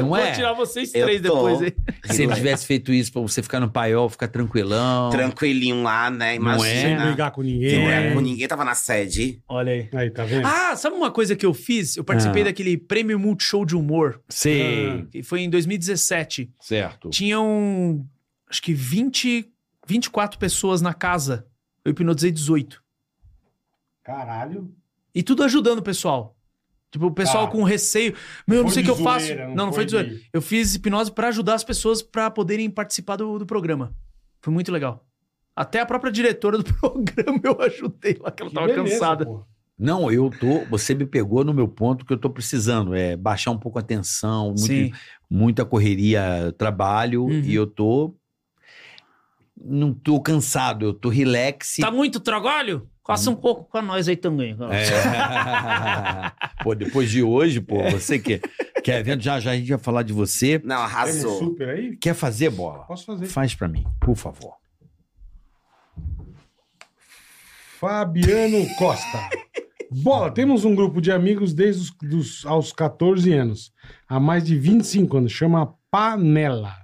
Não vou tirar vocês Eu três tô. depois aí. Se ele tivesse feito isso pra você ficar no paiol, ficar tranquilão. Tranquilinho lá, né? Não é? Sem Imagina. brigar com Sem ninguém. brigar com ninguém tava na sede. Olha aí. é. Aí, tá vendo? Ah, sabe uma coisa que eu fiz? Eu participei Ah. daquele prêmio Multishow de Humor, Sim, que foi em 2017. certo. Tinham, um, acho que 20, 24 pessoas na casa. Eu hipnotizei 18. Caralho. E tudo ajudando o pessoal. Tipo, o pessoal Tá. com receio. Meu, eu não Foi sei o que eu de faço. zoeira, não, não foi de zoeira. Eu fiz hipnose pra ajudar as pessoas pra poderem participar do, do programa. Foi muito legal. Até a própria diretora do programa eu ajudei lá, que ela Que tava beleza, cansada. pô. Não, eu tô. Você me pegou no meu ponto que eu tô precisando. É baixar um pouco a tensão, muito- Sim. muita correria, trabalho, Uhum. e eu tô. Não tô cansado, eu tô relax. Tá muito trabalho? Passa um pouco com nós aí também. cara. É. pô, depois de hoje, pô, você que quer evento, já já a gente vai falar de você. Tem Não, um é arrasou. super aí? Quer fazer bola? Posso fazer. Faz pra mim, por favor. Fabiano Costa. Bola, temos um grupo de amigos desde os dos- aos 14 anos, há mais de 25 anos, chama Panela.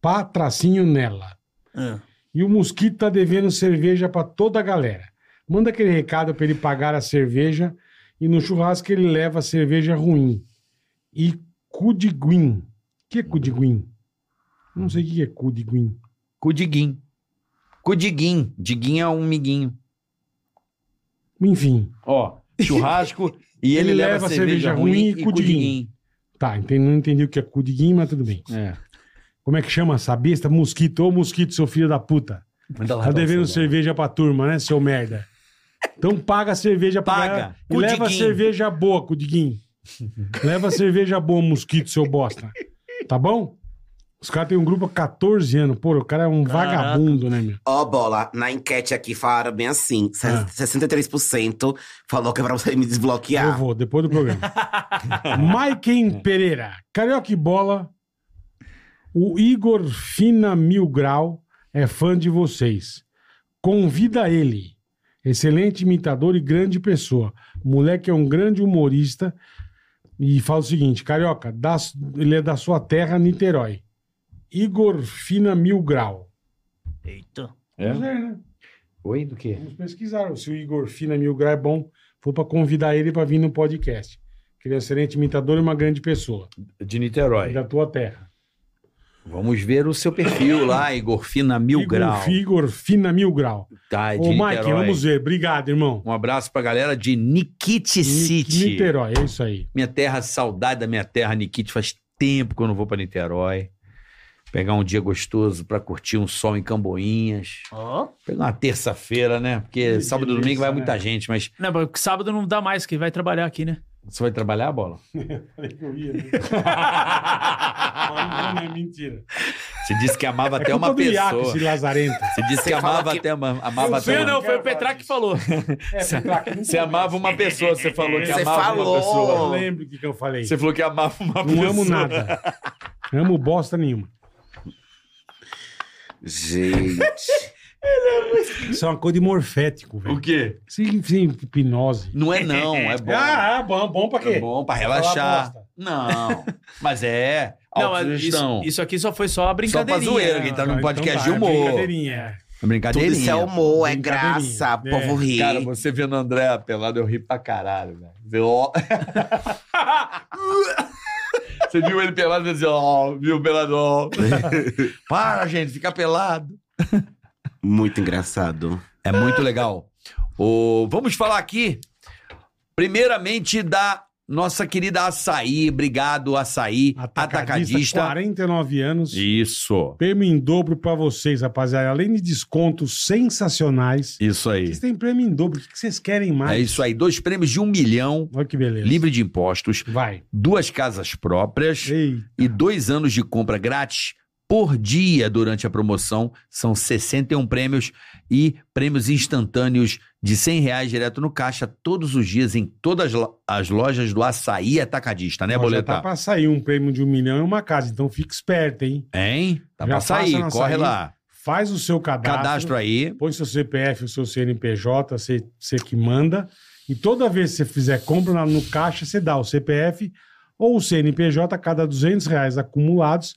Pá tracinho nela. Ah. E o mosquito tá devendo cerveja pra toda a galera. Manda aquele recado pra ele pagar a cerveja e no churrasco ele leva a cerveja ruim. E cudiguim. O que é cudiguim? Não sei o que é cudiguim. Cudiguim. Cudiguim. Diguinho é um miguinho. Enfim, Ó, churrasco e ele, leva, cerveja, ruim e cudiguim. tá, entendi- não entendi o que é cudiguim, mas tudo bem. É. Como é que chama essa besta? Mosquito. Ô, mosquito, seu filho da puta. Manda lá, Tá devendo Adolfo. cerveja pra turma, né, seu merda? Então paga a cerveja pra Paga. galera E Cudiguinho. leva a cerveja boa, Cudiguinho. leva a cerveja boa, mosquito, seu bosta. Tá bom? Os caras têm um grupo há 14 anos. Pô, o cara é um Caraca. vagabundo, né, meu? Ó, bola, na enquete aqui falaram bem assim: se- Ah. 63% falou que é pra você me desbloquear. Eu vou, depois do programa. Maiken Pereira, Carioca e Bola. O Igor Fina Mil Grau é fã de vocês. Convida ele. Excelente imitador e grande pessoa. O moleque é um grande humorista. E fala o seguinte: Carioca, da- ele é da sua terra, Niterói. Igor Fina Mil Grau. Eita. É? Vamos ver, né? Oi, do quê? Vamos pesquisar se o Igor Fina Mil Grau é bom. Foi para convidar ele para vir no podcast. Que ele é um excelente imitador e uma grande pessoa. De Niterói. Da tua terra. Vamos ver o seu perfil lá, Igor Fina Mil Igor, Grau. Igor Fina Mil Grau. Tá, é de Ô, Niterói. Mike, vamos ver. Obrigado, irmão. Um abraço pra galera de Nikit City. Ni- Niterói, é isso aí. Minha terra, saudade da minha terra, Nikit. Faz tempo que eu não vou pra Niterói. Pegar um dia gostoso pra curtir um sol em Camboinhas. Ó. Pegar uma terça-feira, né? Porque Que sábado e delícia, domingo vai né? muita gente, mas Não, porque sábado não dá mais, que vai trabalhar aqui, né? você vai trabalhar a bola? Falei que eu ia, né? não é mentira. Você disse que amava É até culpa uma do Iaco, pessoa. esse lazarento. Você disse que Você fala amava que- até uma. Amava Eu sei, até uma... não. quero falar disso. falou. É, Petraque, nunca Você amava uma pessoa, você falou que Você amava falou. uma pessoa. eu lembro o que, que eu falei. Você falou que amava uma Não pessoa. amo nada. amo bosta nenhuma. Gente. Isso é uma coisa de morfético, velho. O quê? Sim, sim, hipnose. Não é não, é bom. Ah, ah, bom, bom pra quê? é bom pra Falar relaxar. bosta. Não, mas é. Não, mas Não, isso, isso aqui só foi só a Só pra brincadeirinha. zoeira, quem tá Ah, no então podcast tá, é de humor. Brincadeirinha. Tudo Brincadeirinha. isso é humor, é Brincadeirinha. graça, É. povo ri. Cara, você vendo o André pelado, eu ri pra caralho, velho. Vê, ó. Você viu ele pelado e dizia, ó, viu o pelado, ó. Para, gente, fica pelado. Muito engraçado. É muito legal. O- vamos falar aqui, primeiramente, da nossa querida Açaí, obrigado, Açaí, atacadista. 49 anos. Isso, Prêmio em dobro pra vocês, rapaziada. Além de descontos sensacionais, isso aí. vocês têm prêmio em dobro. O que que vocês querem mais? É isso aí, dois prêmios de um milhão, Olha que beleza. livre de impostos, Vai. duas casas próprias Ei, e dois anos de compra grátis por dia durante a promoção. São 61 prêmios e prêmios instantâneos de 100 reais direto no caixa todos os dias em todas lo- as lojas do Açaí Atacadista, né, ó, já Boletar? tá pra sair um prêmio de um milhão e uma casa, então fica esperto, hein? Hein? Tá Já pra sair, passa na corre Açaí. lá. Faz o seu cadastro, Cadastro aí. põe seu CPF, o seu CNPJ, você você que manda. E toda vez que você fizer compra lá no caixa, você dá o CPF ou o CNPJ, a cada 200 reais acumulados,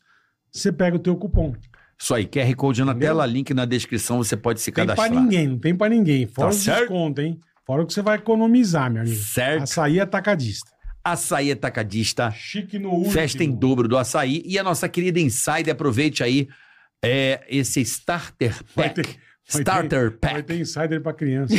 você pega o teu cupom. Isso aí, QR Code na Entendeu? tela, link na descrição, você pode se Tem pra cadastrar. ninguém, não tem pra ninguém. Fora Tá os certo? descontos, hein? Fora o que você vai economizar, meu amigo. Certo? Açaí atacadista. Açaí Atacadista, Chique no último. festa em dobro do Açaí e a nossa querida Insider, aproveite aí é, esse Starter Vai Pack. ter- vai starter Vai Pack. ter insider pra criança.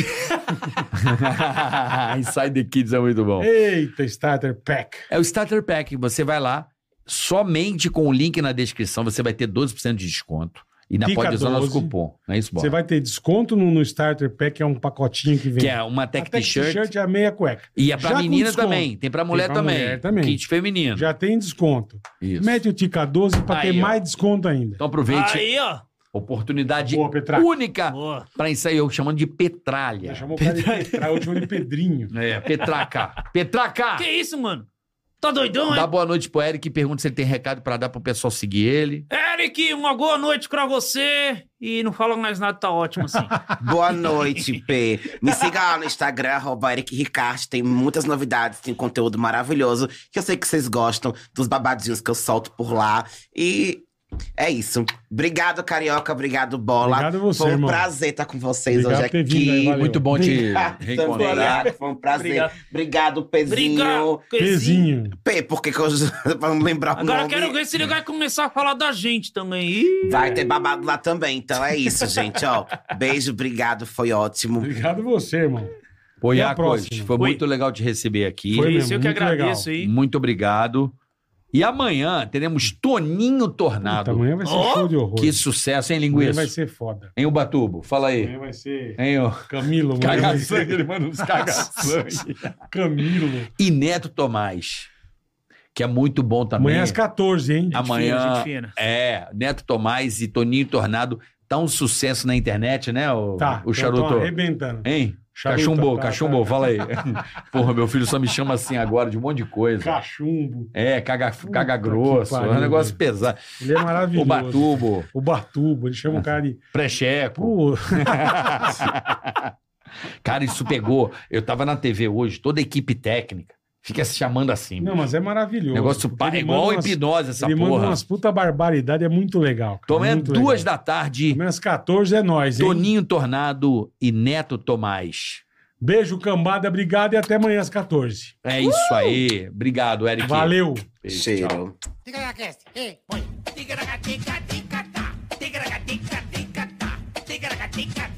Insider Kids é muito bom. Eita, starter pack. É o Starter Pack, você vai lá, somente com o link na descrição, você vai ter 12% de desconto. E ainda Fica pode usar o nosso 12. cupom, não é isso, Você Bola? vai ter desconto no, no starter pack, que é um pacotinho que vem. Que é uma tech Até que t-shirt e a meia cueca. e é pra já com menina desconto. também, tem pra mulher pra também. mulher também. Kit feminino. Já tem desconto. Isso. Mete o Tica 12 pra Aí, ter ó. mais desconto ainda. Então aproveite. Aí, ó. Oportunidade Boa, Petra. única Boa. pra ensaiar, eu chamando de Petralha. Já chamou o cara de Petra, o último de Pedrinho. É, Petraca. Petraca! Que isso, mano? Tá doidão, Dá é? hein? boa noite pro Eric e pergunta se ele tem recado pra dar pro pessoal seguir ele. Eric, uma boa noite pra você. E não fala mais nada, tá ótimo assim. Boa noite, P. Me siga lá no Instagram, arroba Eric Ricard. Tem muitas novidades, tem conteúdo maravilhoso. Que eu sei que vocês gostam dos babadinhos que eu solto por lá. E é isso. Obrigado, Carioca. Obrigado, Bola. Obrigado a você, Foi um irmão. prazer estar com vocês Obrigado hoje por ter aqui. vindo aí, valeu. Muito bom te Obrigado, reencontrar. Bola. Foi um prazer. Obrigado, Pezinho. Obrigado. Pezinho. P, por que que eu... pra não lembrar o assim. Agora nome. quero ver se ele vai começar a falar da gente também. Ih, Vai ter babado lá também. Então é isso, gente. Ó, beijo, obrigado. Foi ótimo. Obrigado você, irmão. Pô, Até a Iacos, próxima. foi Oi. muito legal te receber aqui. Foi Isso, mesmo, eu que muito agradeço aí. Muito obrigado. E amanhã teremos Toninho Puta, Tornado. amanhã vai ser Ó, show de horror. Que sucesso, hein, Amanhã linguiça? É. vai ser foda. Hein, Ubatubo? Fala aí. Amanhã vai ser Hein, ô? Camilo. amanhã vai ser Caga-sangue, ele manda uns caga-sangue. Camilo. E Neto Tomás, que é muito bom também. Amanhã às 14, hein? Ah, Amanhã- Fina, gente fina. É, Neto Tomás e Toninho Tornado tá um sucesso na internet, né, o, Tá. o charuto? Então, tô arrebentando. Hein? Charuto, Cachumbou, tá, cachumbou, tá. fala aí. Porra, meu filho só me chama assim agora de um monte de coisa. Cachumbo. É, caga, caga que grosso, é pariu, um negócio velho. pesado. Ele é O maravilhoso. batubo, O Batubo. Ele chama o cara de... precheco. Pô, Cara, isso pegou. Eu tava na TV hoje, toda a equipe técnica fica se chamando assim. Não, mas é maravilhoso. negócio Porque pá, ele é igual manda umas- hipnose essa Ele manda porra. umas puta barbaridade, é muito legal. cara, Então é muito duas legal. da tarde, Amanhã às 14 é nós, hein? Toninho Tornado e Neto Tomás. Beijo, cambada, obrigado e até amanhã às 14. É isso aí. Obrigado, Eric. Valeu! Beijo, Cheiro. tchau. Tica-taca, tica-tica-tá. Tica-taca, tica-tica-tá. Tica-taca, tica-tica-tá.